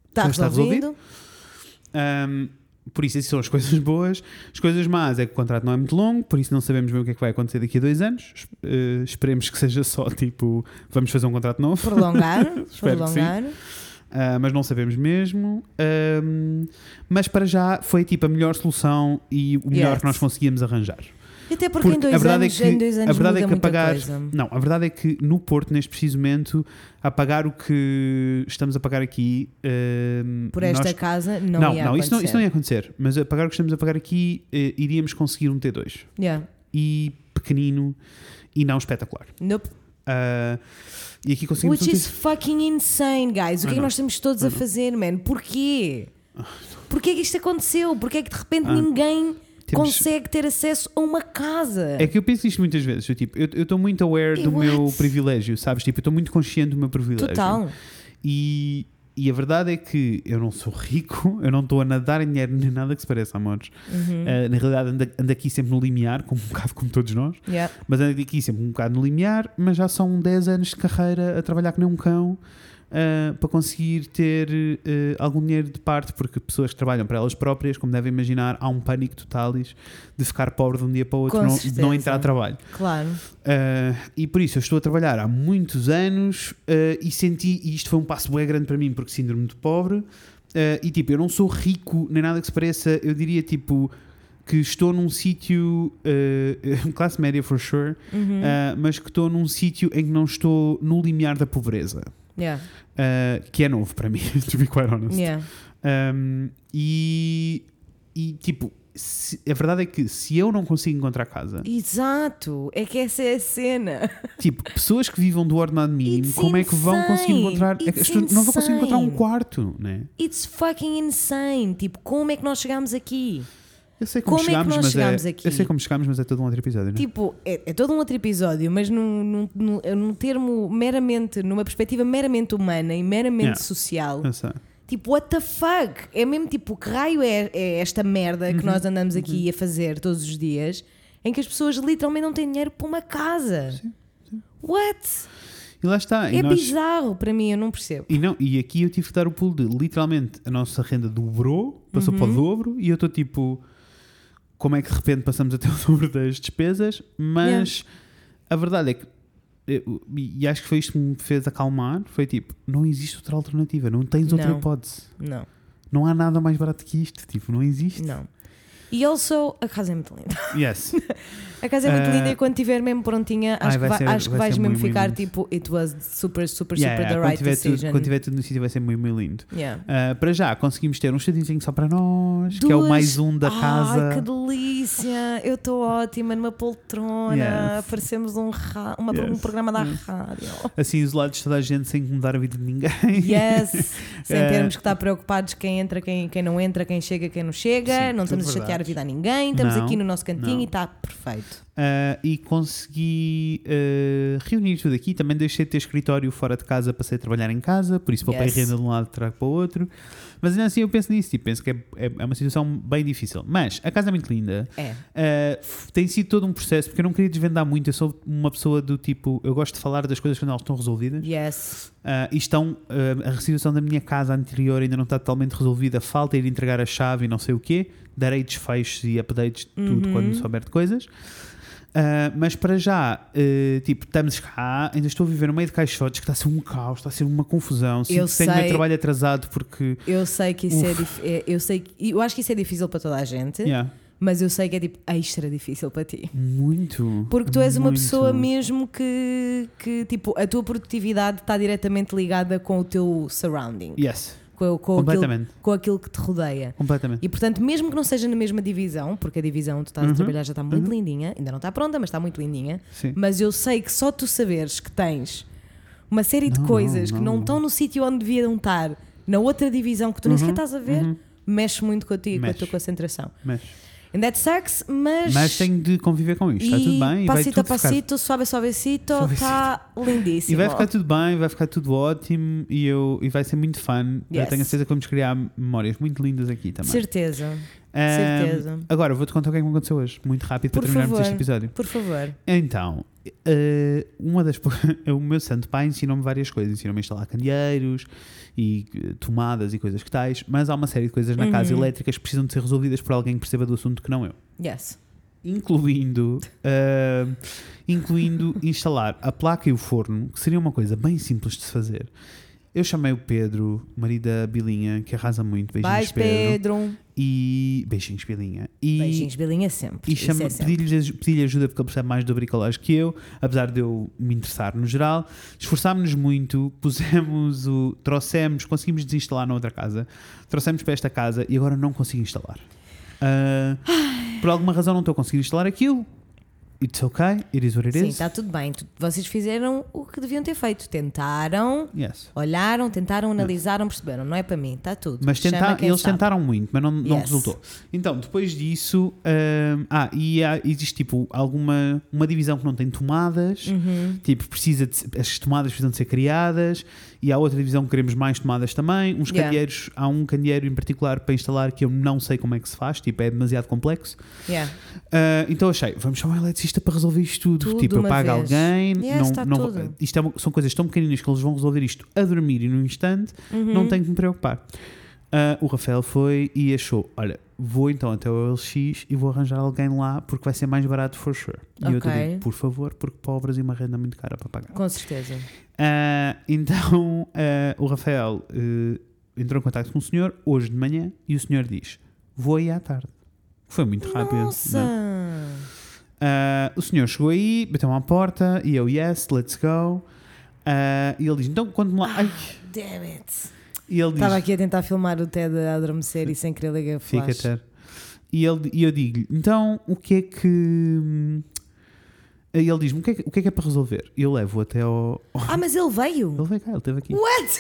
Está
Não está
resolvido.
Um, por isso, essas são as coisas boas. As coisas más é que o contrato não é muito longo, por isso não sabemos bem o que é que vai acontecer daqui a dois anos. Es- eh, esperemos que seja só tipo, vamos fazer um contrato novo,
Prolongar,
Espero que sim.
prolongar.
Ah, mas não sabemos mesmo. Um, mas para já foi tipo a melhor solução e o melhor
Yes.
que nós conseguíamos arranjar.
E Até porque, em
Porque a
dois
verdade é
anos,
que-
em dois anos
a verdade
muda
é que
muita
apagar-
coisa.
Não, a verdade é que no Porto, neste preciso momento, a pagar o que estamos a pagar aqui. ehm,
Por esta
nós-
casa não,
Não,
ia
não, isso não, isso não
acontecer.
ia acontecer. Mas a pagar o que estamos a pagar aqui, eh, iríamos conseguir um T2.
Yeah.
E pequenino e não espetacular.
Nope.
Ah, e aqui conseguimos
Which
um
is
T2.
fucking insane, guys. O que é que
I know.
nós estamos todos a fazer, man? Porquê? Porquê é que isto aconteceu? Porquê é que de repente ninguém
Ah. Temos-
consegue ter acesso a uma casa?
É que eu penso isto muitas vezes. Eu tipo, eu eu estou muito aware
E
do
É what?
meu privilégio, sabes? Tipo, eu estou muito consciente do meu privilégio.
Total.
E, e a verdade é que eu não sou rico, eu não estou a nadar em dinheiro nem nada que se pareça, amores.
Uhum.
Ah, na realidade, ando, ando aqui sempre no limiar, como, um bocado como todos nós.
Yeah.
Mas ando aqui sempre um bocado no limiar, mas já são 10 anos de carreira a trabalhar que nem um cão ah, para conseguir ter ah, algum dinheiro de parte, porque pessoas que trabalham para elas próprias, como devem imaginar, há um pânico totalis de ficar pobre de um dia para o outro,
Com
não, de não
certeza.
entrar a trabalho.
Claro.
Uh, e por isso eu estou a trabalhar há muitos anos uh, e senti, e isto foi um passo bem grande para mim, porque síndrome de pobre, uh, e tipo, eu não sou rico nem nada que se pareça, eu diria tipo que estou num sítio, uh, classe média for sure, uh, mas que estou num sítio em que não estou no limiar da pobreza,
Yeah.
uh, que é novo para mim, to be quite honest.
Yeah.
Um, e, e tipo, se- a verdade é que se eu não consigo encontrar casa,
Exato. É que essa é a cena.
Tipo, pessoas que vivam do ordenado mínimo,
It's
como é que vão conseguir
insane.
encontrar. é que
It's
as pessoas não vão conseguir encontrar um
insane.
quarto, né?
It's fucking insane. Tipo, como é que nós chegámos aqui?
Eu sei como,
Como é que
chegámos,
nós
mas
chegámos
é,
aqui?
Eu sei como chegámos, mas é todo um outro episódio, né?
Tipo, é, é todo um outro episódio, mas num, num, num- num termo meramente, numa perspectiva meramente humana e meramente
Yeah.
social,
Eu sei.
tipo, what the fuck? É mesmo tipo, que raio é, é esta merda
Uhum.
que nós andamos aqui a fazer todos os dias em que as pessoas literalmente não têm dinheiro para uma casa? What?
E lá está.
é
e, nós-
bizarro para mim, eu não percebo.
e não, e aqui eu tive que dar o pulo de literalmente a nossa renda dobrou, passou
Uhum.
para o dobro, e eu estou tipo, como é que de repente passamos até o dobro das despesas? Mas a verdade é que. eu- e acho que foi isto que me fez acalmar. Foi tipo, não existe outra alternativa, não tens outra
Não.
hipótese.
Não,
Não há nada mais barato que isto, tipo, não existe.
não. E also, a casa é muito linda.
Yes.
A casa é muito
Eh,
linda e quando estiver mesmo prontinha, acho,
ai,
que,
vai
vai-
ser-
acho que
vai
vais
ser
mesmo
muito, muito
ficar
lindo.
tipo, it was super, super,
Yeah,
super
yeah,
the
quando,
right
tiver tudo,
decision.
quando tiver tudo no sítio vai ser muito, muito lindo.
Yeah.
Ah, para já, conseguimos ter um estadinho só para nós, que é o
Duas-
mais um da
Ai, que
casa.
delícia! Eu estou ótima numa poltrona.
Yes.
Parecemos um, ra- uma- um
Yes.
programa da rádio.
Assim, isolados de toda a gente, sem incomodar a vida de ninguém.
Yes! Sem
Eh,
termos que estar preocupados quem entra, quem, quem não entra, quem chega, quem não chega.
Sim,
não estamos
tudo
a chatear a
verdade.
vida a ninguém. Estamos
Não,
aqui no nosso cantinho
não.
e está perfeito.
Ah, e consegui ah, reunir tudo aqui. Também deixei de ter escritório fora de casa, passei a trabalhar em casa, por isso poupei
Yes.
renda de um lado trago para o outro. Mas ainda assim eu penso nisso, tipo, penso que é, é- é uma situação bem difícil. Mas a casa é muito linda.
É.
Uh, f- tem sido todo um processo, porque eu não queria desvendar muito. Eu sou uma pessoa do tipo, eu gosto de falar das coisas quando elas estão resolvidas.
Yes.
Uh, e estão, uh, a situação da minha casa anterior ainda não está totalmente resolvida, falta ir entregar a chave e não sei o quê. Darei desfechos e updates de tudo
Uhum.
quando souber de coisas. Uh, mas para já, uh, tipo, estamos cá, ainda estou a viver no meio de caixotes que está a ser um caos, está a ser uma confusão. Sinto
Eu
que tenho o meu
sei.
trabalho atrasado porque.
Eu sei que isso é. dif- é- Eu sei que, eu acho que isso é difícil para toda a gente.
Yeah.
mas eu sei que é tipo extra difícil para ti.
Muito.
Porque tu és uma
muito.
pessoa mesmo que, que, tipo, a tua produtividade está diretamente ligada com o teu surrounding,
Yes,
com, com, aquilo,
Completamente.
com aquilo que te rodeia.
completamente.
E portanto, mesmo que não seja na mesma divisão, porque a divisão tu estás a trabalhar já está muito lindinha, ainda não está pronta, mas está muito lindinha.
Uhum. Sim.
Mas eu sei que só tu saberes que tens uma série de
Não,
coisas
não,
que não
não.
estão no sítio onde deviam estar, na outra divisão que tu nem sequer estás a ver, mexe muito contigo, com a
Uhum. Mexe.
tua concentração.
Mas,
And that sucks, mas.
mas tenho de conviver com isto. Está
e
tudo bem. E vai
passito
tudo
a
ficar...
passito, suave suavecito, está lindíssimo.
E vai ficar tudo bem, vai ficar tudo ótimo e, eu, e vai ser muito fun. Eu
Yes.
tenho a certeza que vamos criar memórias muito lindas aqui também.
Certeza.
Ahm,
certeza.
Agora, vou-te contar o que é que me aconteceu hoje, muito rápido, para
Por
terminarmos
favor.
este episódio.
Por favor.
Então, eh, uma das. po- o meu santo pai ensinou-me várias coisas. Ensinou-me a instalar candeeiros e eh, tomadas e coisas que tais, mas há uma série de coisas na
Uhum.
casa elétricas que precisam de ser resolvidas por alguém que perceba do assunto que não eu.
Yes.
Incluindo, eh, incluindo instalar a placa e o forno, que seria uma coisa bem simples de se fazer. Eu chamei o Pedro, marido da Bilinha, que arrasa muito. Beijinhos,
Vais,
Pedro.
Pedro.
E. Beijinhos, Bilinha. E,
Beijinhos, Belinha, sempre.
e
Isso
chama-
é sempre.
pedi-lhe aj- pedi-lhe ajuda porque ele percebe mais do bricolage que eu, apesar de eu me interessar no geral. Esforçámos-nos muito, pusemos o. trouxemos, conseguimos desinstalar na outra casa, trouxemos para esta casa e agora não consigo instalar. Ah, por alguma razão não estou a conseguir instalar aquilo. It's okay, it is what it
Sim, tá
is.
está tudo bem. Tu- Vocês fizeram o que deviam ter feito. Tentaram,
Yes.
olharam, tentaram, analisaram, perceberam. Não é para mim, está tudo.
Mas
Chama
tenta-
quem
eles
sabe.
tentaram muito, mas não, não
Yes.
resultou. Então, depois disso, hum, ah, e há- existe tipo alguma uma divisão que não tem tomadas,
Uhum.
tipo, precisa de, se- as tomadas precisam de ser criadas, e há outra divisão que queremos mais tomadas também. Uns
Yeah.
candeeiros, há um candeeiro em particular para instalar que eu não sei como é que se faz, tipo, é demasiado complexo.
Yeah.
Ah, então achei, vamos chamar um eletricista para resolver isto tudo.
Tudo
tipo, eu
uma
pago
vez.
alguém.
Yes,
não,
está
não,
tudo.
Isto é uma- são coisas tão pequeninas que eles vão resolver isto a dormir e num instante.
Uhum.
Não tenho que me preocupar. Ah, o Rafael foi e achou: olha, vou então até o LX e vou arranjar alguém lá porque vai ser mais barato, for sure. E eu te
Ok.
digo, por favor, porque pobres e uma renda muito cara para pagar.
Com certeza.
Ah, então ah, o Rafael eh, entrou em contato com o senhor hoje de manhã e o senhor diz: vou aí à tarde. Foi muito rápido.
Nossa!
não é? Ah, o senhor chegou aí, bateu-me à porta e eu, yes, let's go. Ah, e ele diz: então, quando me lá. Ai.
Damn it!
E ele diz:
Estava aqui a tentar filmar o Ted a adormecer e sem querer ligar o
fica
flash.
ter. E, ele, e eu digo-lhe: então, o que é que. hum, E ele diz-me: o, que é que- o que é que é para resolver? E eu levo até ao.
Ah, mas ele veio!
Ele veio cá, ele esteve aqui.
What?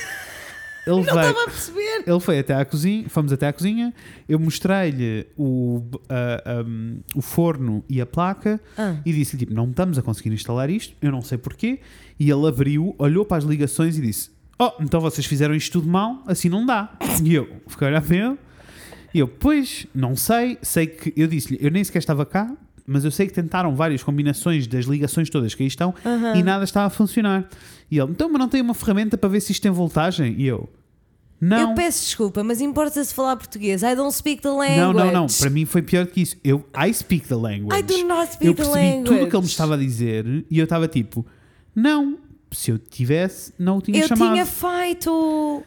Ele
Não
veio-
estava a perceber!
Ele foi até à cozinha, fomos até à cozinha, eu mostrei-lhe o, a- um, o forno e a placa
Ah.
e disse-lhe, tipo, não estamos a conseguir instalar isto, eu não sei porquê. E ele abriu, olhou para as ligações e disse, oh, então vocês fizeram isto tudo mal, assim não dá. E eu fiquei a olhar para ele e eu, pois, não sei, sei que... Eu disse-lhe, eu nem sequer estava cá, mas eu sei que tentaram várias combinações das ligações todas que aí estão e nada estava a funcionar. E ele, então, mas não tem uma ferramenta para ver se isto tem voltagem? E eu... Não.
Eu peço desculpa, mas importa-se falar português. I don't speak the language.
Não, não, não. Para mim foi pior do que isso. Eu, I speak the language.
I do not speak
eu
the
percebi tudo o que ele me
language.
estava a dizer e eu estava tipo, não, se eu tivesse, não o tinha
Eu
chamado.
tinha feito!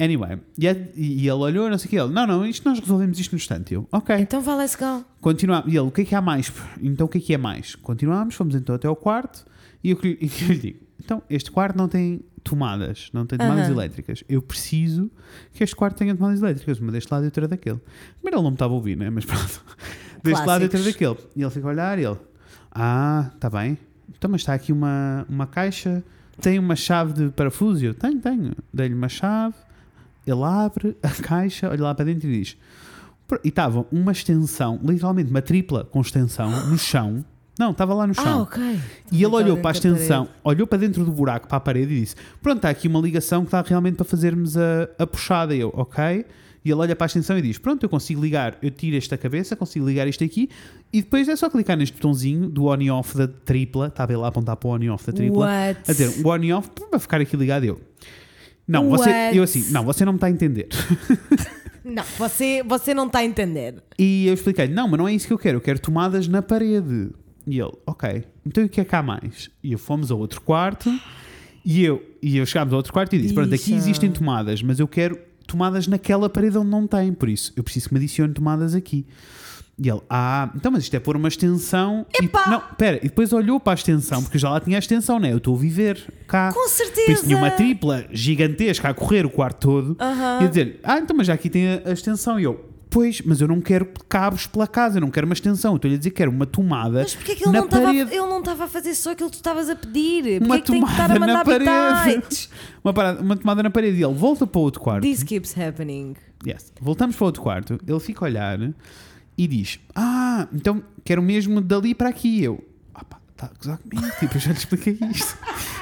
Anyway, e, a- e ele olhou, não sei o que, ele, não, não, isto nós resolvemos isto no instante. Eu, ok.
Então vá, let's go.
Continuámos. E ele, o que é que há mais? Então, o que é que é mais? Continuámos, fomos então até ao quarto e eu, que lhe- e que eu lhe digo: então, este quarto não tem tomadas, não tem tomadas
Aham.
elétricas. Eu preciso que este quarto tenha tomadas elétricas, uma deste lado e outra daquele. Primeiro ele não me estava a ouvir, né? Mas pronto. Deste lado e outra daquele. E ele fica a olhar e ele: ah, está bem. Então, mas está aqui uma, uma caixa. Tem uma chave de parafuso? E Eu tenho, tenho. Dei-lhe uma chave, ele abre a caixa, olha lá para dentro e diz. Pro- E estava uma extensão, literalmente uma tripla com extensão no chão. Não, estava lá no
Ah,
chão.
ok.
E ele olhou para a
Então, Dentro da
extensão, olhou para dentro do buraco, para a parede e disse: Pronto, está aqui uma ligação que está realmente para fazermos a, a puxada. E eu, ok. E ele olha para a extensão e diz: Pronto, eu consigo ligar, eu tiro esta cabeça, consigo ligar isto aqui. E depois é só clicar neste botãozinho do on e off da tripla. Estava ele a apontar para o on e off da tripla.
What?
A dizer: O on e off pum, vai ficar aqui ligado. E eu, não, você,
What?
eu assim, não, você não me está a entender.
Não, você, você não está a entender.
E eu expliquei-lhe: não, mas não é isso que eu quero, eu quero tomadas na parede. E ele: ok, então e o que é que há mais? E eu fomos ao outro quarto e eu, e eu chegámos ao outro quarto e disse: pronto, aqui
Isso.
existem tomadas, mas eu quero tomadas naquela parede onde não tem, por isso eu preciso que me adicione tomadas aqui. E ele, ah, então, mas isto é pôr uma extensão. e-
Epá!
não, pera, e depois olhou para a extensão, porque já lá tinha a extensão, né? Eu estou a viver cá.
Com certeza!
Por isso tinha uma tripla gigantesca a correr o quarto todo. E a dizer, ah, então, mas já aqui tem a, a extensão. E eu, pois, mas eu não quero cabos pela casa, eu não quero uma extensão. Eu Estou-lhe a dizer que quero uma tomada.
Mas porquê é que ele
na
não, estava,
parede.
ele não estava a fazer só aquilo que tu estavas a pedir? Porquê
Uma
é que tem que estar
tomada
a
na
mandar
parede.
bitites?
Uma, parada- uma tomada na parede. E ele volta para o outro quarto.
This keeps happening.
Yes. Voltamos para o outro quarto, ele fica a olhar e diz: Ah, então quero mesmo dali para aqui. Eu, ah pá, tá a gozar comigo, tipo, eu já lhe expliquei isto.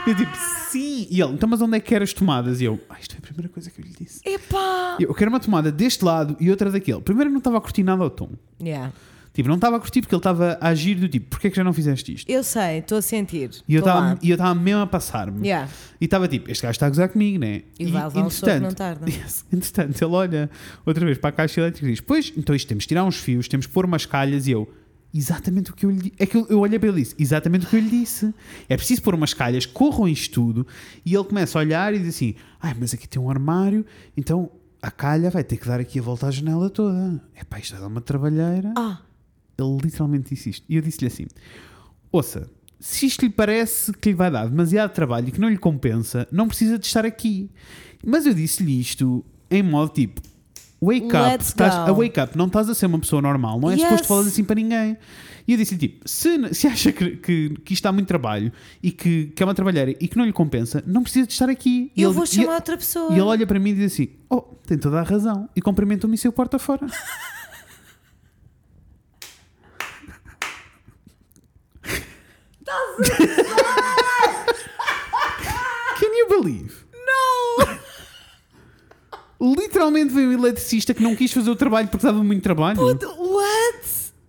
Eu tipo, sim. E ele, então, mas onde é que quer as tomadas? E eu, ah, isto é a primeira coisa que eu lhe disse.
Epá!
Eu, eu quero uma tomada deste lado e outra daquele. Primeiro, eu não estava a curtir nada ao tom.
Yeah.
Tipo, não estava a curtir porque ele estava a agir do tipo, porquê é que já não fizeste isto?
Eu sei, estou a sentir.
E eu
Tô lá.
estava e eu estava mesmo a passar-me.
Yeah.
E estava tipo, este gajo está a gozar comigo, né?
E vai levar um soco não tarda.
Yes, entretanto, ele olha outra vez para a caixa elétrica e diz: Pois, então isto temos de tirar uns fios, temos de pôr umas calhas. E eu, exatamente o que eu lhe disse. É que eu, eu olhei para ele e disse: Exatamente o que eu lhe disse. É preciso pôr umas calhas, corram isto tudo. E ele começa a olhar e diz assim: Ai, mas aqui tem um armário, então a calha vai ter que dar aqui a volta à janela toda. É pá, isto vai dar uma trabalheira.
Ah,
Ele literalmente disse isto. E eu disse-lhe assim: Ouça, se isto lhe parece que lhe vai dar demasiado trabalho e que não lhe compensa, não precisa de estar aqui. Mas eu disse-lhe isto em modo tipo. Wake up,
Let's
estás,
go.
a wake up, não estás a ser uma pessoa normal, não é
Yes.
suposto falar assim para ninguém. E eu disse-lhe: tipo, se, se acha que, que, que isto dá muito trabalho e que, que é uma trabalheira e que não lhe compensa, não precisa de estar aqui. E
eu
ele-
vou
e-
chamar outra pessoa.
e ele olha para mim e diz assim: Oh, tem toda a razão. E cumprimenta-me e saiu porta fora. Can you believe? Não! Literalmente veio um eletricista que não quis fazer o trabalho porque estava muito trabalho.
What?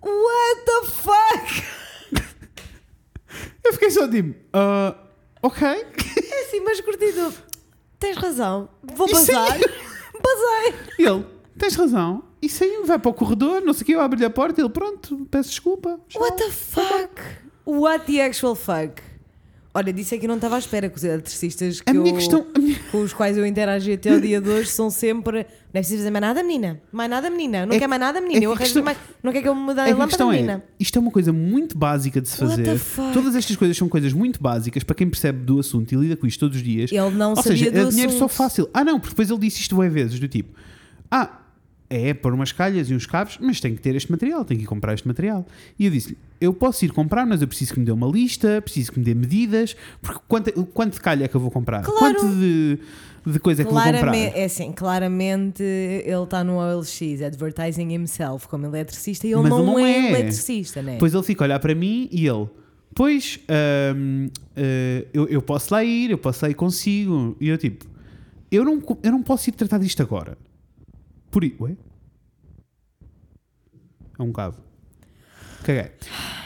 What the fuck?
Eu fiquei só tipo: "Ah, Ok.
É assim, mas curtido. Tens razão. Vou
Isso é-
bazar. Bazei.
E ele: Tens razão. E saiu, vai para o corredor, não sei o que, eu abro-lhe a porta e ele: Pronto, peço desculpa. Tchau."
What the fuck? What the actual fuck? Olha, disse é que eu não estava à espera que os eletricistas que
A minha
eu-
questão- a minha-
com os quais eu interagi até o dia de hoje são sempre. Não é preciso fazer mais nada, menina. Mais nada, menina. Não
É
quer
que-
mais nada,
é
menina.
que
eu
a
arranjo
questão-
mais. Não quer que eu me dê
É que a
lâmpada,
questão
menina.
é, isto é uma coisa muito básica de se
What the
fazer.
fuck?
Todas estas coisas são coisas muito básicas para quem percebe do assunto e lida com isto todos os dias.
Ele não
Ou
sabia
seja,
do
é dinheiro só
assunto.
fácil. Ah, não, porque depois ele disse isto bem vezes, do tipo: Ah, é pôr umas calhas e uns cabos, mas tem que ter este material, tem que ir comprar este material. E eu disse-lhe: Eu posso ir comprar, mas eu preciso que me dê uma lista, preciso que me dê medidas, porque quanto, quanto de calha é que eu vou comprar?
Claro.
Quanto de, de coisa é que eu vou comprar?
Claramente, é assim, claramente ele está no OLX advertising himself como eletricista e ele
Mas
não,
ele não
é,
é.
eletricista, né?
Depois ele fica a olhar para mim e ele, pois, ahm, eh, eu, eu posso lá ir, eu posso lá ir consigo. E eu tipo, eu não, co- eu não posso ir tratar disto agora. Por isso. Ué? É um cabo. Caguei.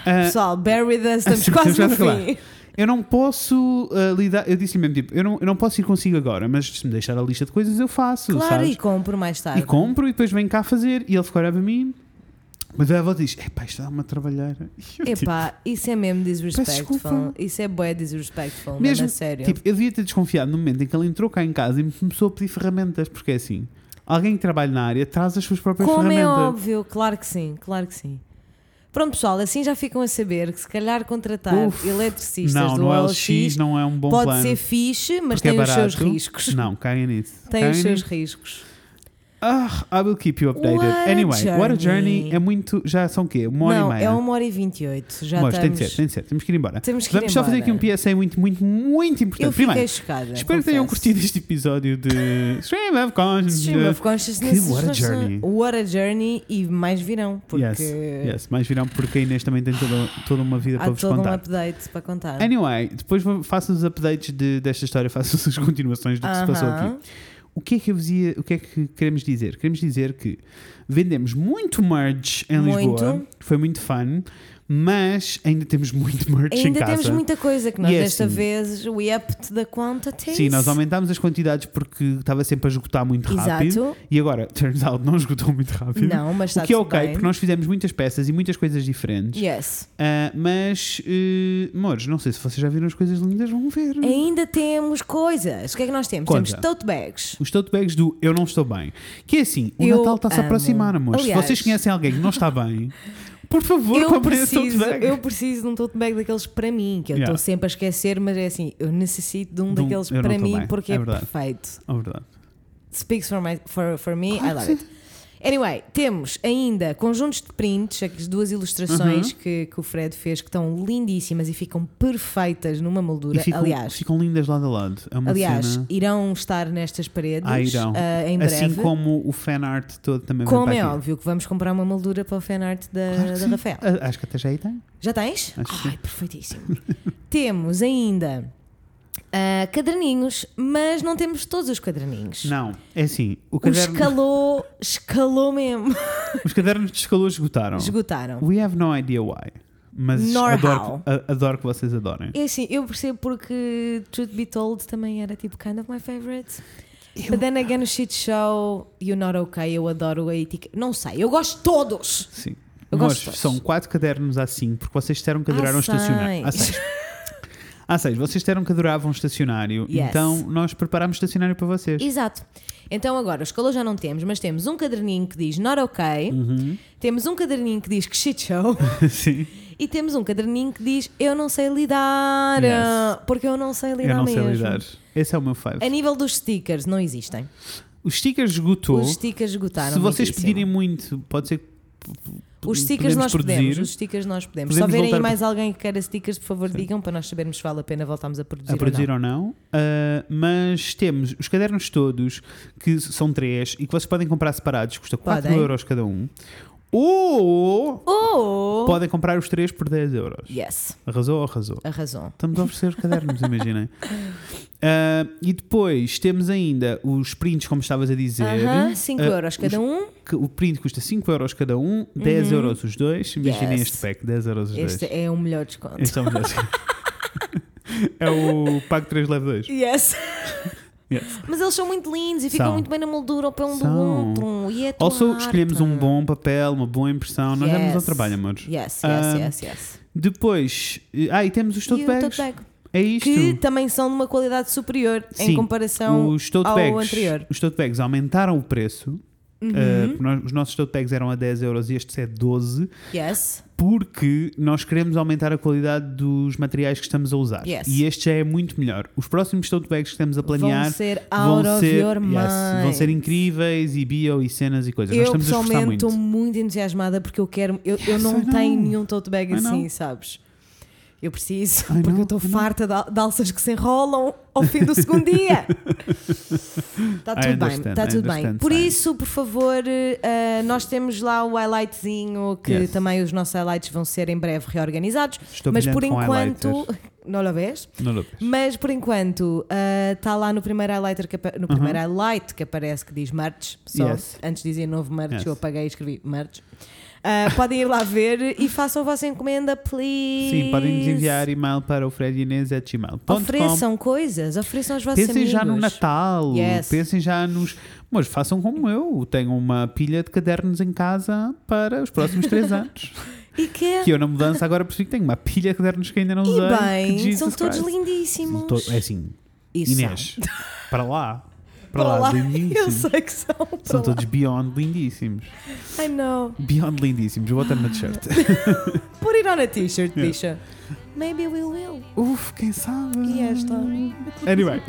Ah,
Pessoal, bear with us, estamos quase no
Estamos quase a
fim.
acabar. Eu não posso ah, lidar. Eu disse-lhe mesmo tipo, eu não, eu não posso ir consigo agora, mas se me deixar a lista de coisas eu faço.
Claro,
sabes?
e compro mais tarde.
E compro e depois venho cá fazer. E ele ficou a olhar para mim. Mas a avó diz: Epá, isto dá-me a trabalhar. E eu, tipo,
Epá, isso é mesmo disrespectful.
desculpa.
Isso é bué disrespectful, mesmo,
Mesmo,
a sério.
tipo, eu devia ter desconfiado no momento em que ele entrou cá em casa e me começou a pedir ferramentas, porque é assim, alguém que trabalha na área traz as suas próprias
Como é
ferramentas.
óbvio, claro que sim, claro que sim. Pronto, pessoal, assim já ficam a saber que se calhar contratar
Uf,
eletricistas
não,
do
no
OLX,
LX não é um bom
pode
plano.
ser fixe, mas
porque é
tem os seus
barato.
riscos.
Não, caem nisso.
Tem
Caem
os seus
nisso.
riscos.
Ah, I will keep you updated.
What a
anyway, what a
journey.
journey. É muito. Já são o quê? Uma hora
não,
e meia.
é uma hora e 28. Já
Mas tem de
estamos...
ser, tem de ser. Temos que ir embora.
Temos que ir
Vamos só fazer aqui
embora.
um PSA muito, muito, muito importante.
Eu fiquei
Primeiro,
chocada.
espero que tenham
confesso.
curtido este episódio de Stream of Consciousness.
Stream of Consciousness.
Que what a journey.
What a journey e mais virão, porque
Yes, yes, mais virão porque a Inês também tem toda, toda uma vida para
há
vos
todo um
contar. É
update para contar.
Anyway, depois vou- façam os updates de- desta história, façam as continuações do que se passou
Aham.
aqui. O que é que eu vos ia, o que é que queremos dizer? Queremos dizer que vendemos muito merch em
Muito.
Lisboa, foi muito fun, mas ainda temos muito merch em
Ainda
casa.
temos muita coisa que nós
E é
desta
assim.
vez we upped the quantity.
Sim, nós aumentámos as quantidades porque estava sempre a esgotar muito
Exato.
rápido. E agora, turns out, não esgotou muito rápido.
Não, mas está
O que é
tudo
ok,
bem.
porque nós fizemos muitas peças e muitas coisas diferentes.
Yes.
Ah, mas, eh, amores, não sei se vocês já viram as coisas lindas, vão ver.
Ainda temos coisas. O que é que nós temos?
Conta.
Temos tote bags.
Os tote bags do Eu Não Estou Bem. Que é assim, o
Eu
Natal está-se a
amo.
aproximar, amores.
Aliás-
se vocês conhecem alguém que não está bem, por favor,
eu
comprem esse tote
preciso,
bag.
eu preciso de um tote bag daqueles para mim, que eu estou
Yeah.
sempre a esquecer, mas é assim, eu necessito de um
De um-
daqueles
eu não
para
estou
mim
bem,
porque
é
é,
verdade.
perfeito.
É verdade.
Speaks for, my, for, for me, I
Claro
love
que
it. Anyway, temos ainda conjuntos de prints, aquelas duas ilustrações
Uhum.
que, que o Fred fez que estão lindíssimas e ficam perfeitas numa
E
moldura.
ficam,
aliás,
ficam lindas lado a lado. É uma
aliás
cena.
irão estar nestas paredes
Ah, irão.
ah, em breve.
assim como o fan art todo também vem
Como
para
é
aqui.
óbvio que vamos comprar uma moldura para o fanart da,
Claro que
da
sim.
Rafael.
Ah, Acho que até já aí tem.
Já tens?
Acho que
Ai, perfeitíssimo. temos ainda ah, caderninhos, mas não temos todos os caderninhos.
Não, é assim. O
O
caderno,
escalou, escalou mesmo.
Os cadernos de escalou esgotaram.
Esgotaram.
We have no idea why. Mas
Nor
adoro,
how.
a- adoro que vocês adorem.
É assim, eu percebo porque Truth Be Told também era tipo kind of my favorite. But then again, o shit show, you're not okay, eu adoro a etiqueta. Não sei, eu gosto de todos.
Sim.
Eu
Nós
gosto de todos.
são quatro cadernos a cinco, porque vocês disseram que adoraram
Há
estacionário. Há
seis.
seis. Há seis. Vocês disseram que adoravam estacionário.
Yes.
Então nós preparámos estacionário para vocês.
Exato. Então agora, os calores já não temos, mas temos um caderninho que diz not okay,
Uhum.
temos um caderninho que diz que shit show
Sim.
e temos um caderninho que diz eu não sei lidar,
Yes.
porque eu não sei lidar
Eu não sei
mesmo.
lidar. Esse é o meu five.
A nível dos stickers, não existem.
Os stickers esgotou.
Os stickers esgotaram.
Se vocês
tá muitíssimo.
pedirem muito, pode ser que p- p-
Os stickers
podemos
nós
produzir.
podemos, os stickers nós podemos. Se
Podemos
houver aí
voltar-
mais alguém que queira stickers, por favor, digam para nós sabermos se vale a pena voltarmos a produzir.
a produzir
ou
ou não, Ah, mas temos os cadernos todos, que s- são três, e que vocês podem comprar separados, custa 4
Podem.
euros cada um, ou
não. Oh!
podem comprar os três por 10 euros.
Yes,
Arrasou, arrasou.
a razão.
Estamos a oferecer cadernos, imaginem. Ah, e depois temos ainda os prints, como estavas a dizer.
Aham, 5
Ah,
euros
os-
cada um. Uhum.
que o print custa 5 euros cada um, 10 euros os dois. Imaginem
Yes.
este pack, 10 euros os
Este
dois.
é o melhor desconto.
Este é o melhor. É o pack 3 leve 2.
Yes.
Yes.
Mas eles são muito lindos e ficam
São.
muito bem na moldura ao pé um do
São.
outro. E é tua
Also,
arte.
escolhemos um bom papel, uma boa impressão. Nós damos ao
Yes.
trabalho, amores.
Yes, yes,
Ah,
yes, yes.
Depois, eh, ah, e temos os tote
e o
bags.
tote bag,
É isto.
que também são de uma qualidade superior
Sim,
em comparação
os tote
ao
bags,
anterior. Uhum.
Os tote bags aumentaram o preço. eh, porque nós- os nossos tote bags eram a 10 euros e estes é 12
Yes.
porque nós queremos aumentar a qualidade dos materiais que estamos a usar
Yes.
e este já é muito melhor os próximos tote bags que estamos a planear
Vão ser out of your mind.
vão ser incríveis e bio e cenas e coisas
Eu
nós estamos a esforçar
pessoalmente
muito é
estou muito entusiasmada porque eu quero. Eu, eu
Yes, I
não
know.
tenho nenhum tote bag
I
assim,
know.
sabes? Eu preciso,
I
porque
know,
eu estou
I know.
farta de, al- de alças que se enrolam ao fim do segundo dia. Está tudo
I
bem,
understand,
está
I
tudo bem.
understand,
Por
Sara.
isso, por favor, eh, nós temos lá o highlightzinho que
Yes.
também os nossos highlights vão ser em breve reorganizados.
Estou
mas por
brilhante com
enquanto.
highlighters.
Não lo vês?
Não, Lucas.
Mas por enquanto está lá no primeiro highlighter que apa- no primeiro highlight que aparece que diz merch. Só
Uhum. Yes.
antes dizia novo merch,
Yes.
eu apaguei e escrevi merch. Ah, podem ir lá ver e façam a vossa encomenda, please.
Sim, podem nos enviar e-mail para o fredinês.gmail.com.
Ofereçam coisas, ofereçam aos vossos
Pensem
amigos.
já no Natal,
Yes.
pensem já nos. Mas façam como eu, tenho uma pilha de cadernos em casa para os próximos três anos.
E que, é-
Que eu na mudança agora percebi que tenho uma pilha de cadernos que ainda não usei.
e
que
bem,
Jesus
são todos
Christ.
lindíssimos.
To- É assim,
E são.
Inês, para lá. Para,
Para
lá,
lá. Eu
lindíssimos.
sei que são. para
São
lá.
todos beyond lindíssimos.
I know.
Beyond lindíssimos. Eu Vou botar numa t-shirt.
Put it on a t-shirt, bicha. Maybe we will.
Uf, quem sabe?
E esta.
Anyway.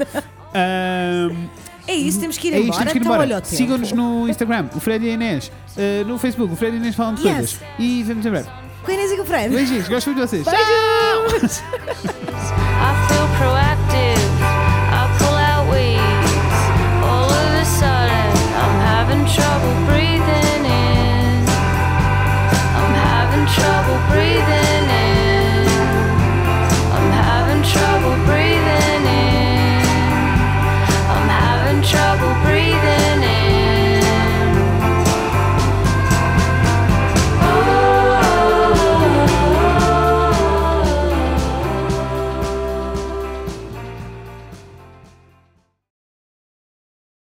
ahm,
É isso, temos que ir
É isto,
embora.
temos que ir
então, olha o
embora.
tempo.
Sigam-nos no Instagram, o Fred e a Inês. eh, no Facebook, o Fred e a Inês falam de
Yes.
coisas. E vemos em breve.
Com a Inês e com o Fred.
Beijinhos, gosto muito de vocês.
Beijos!
Tchau.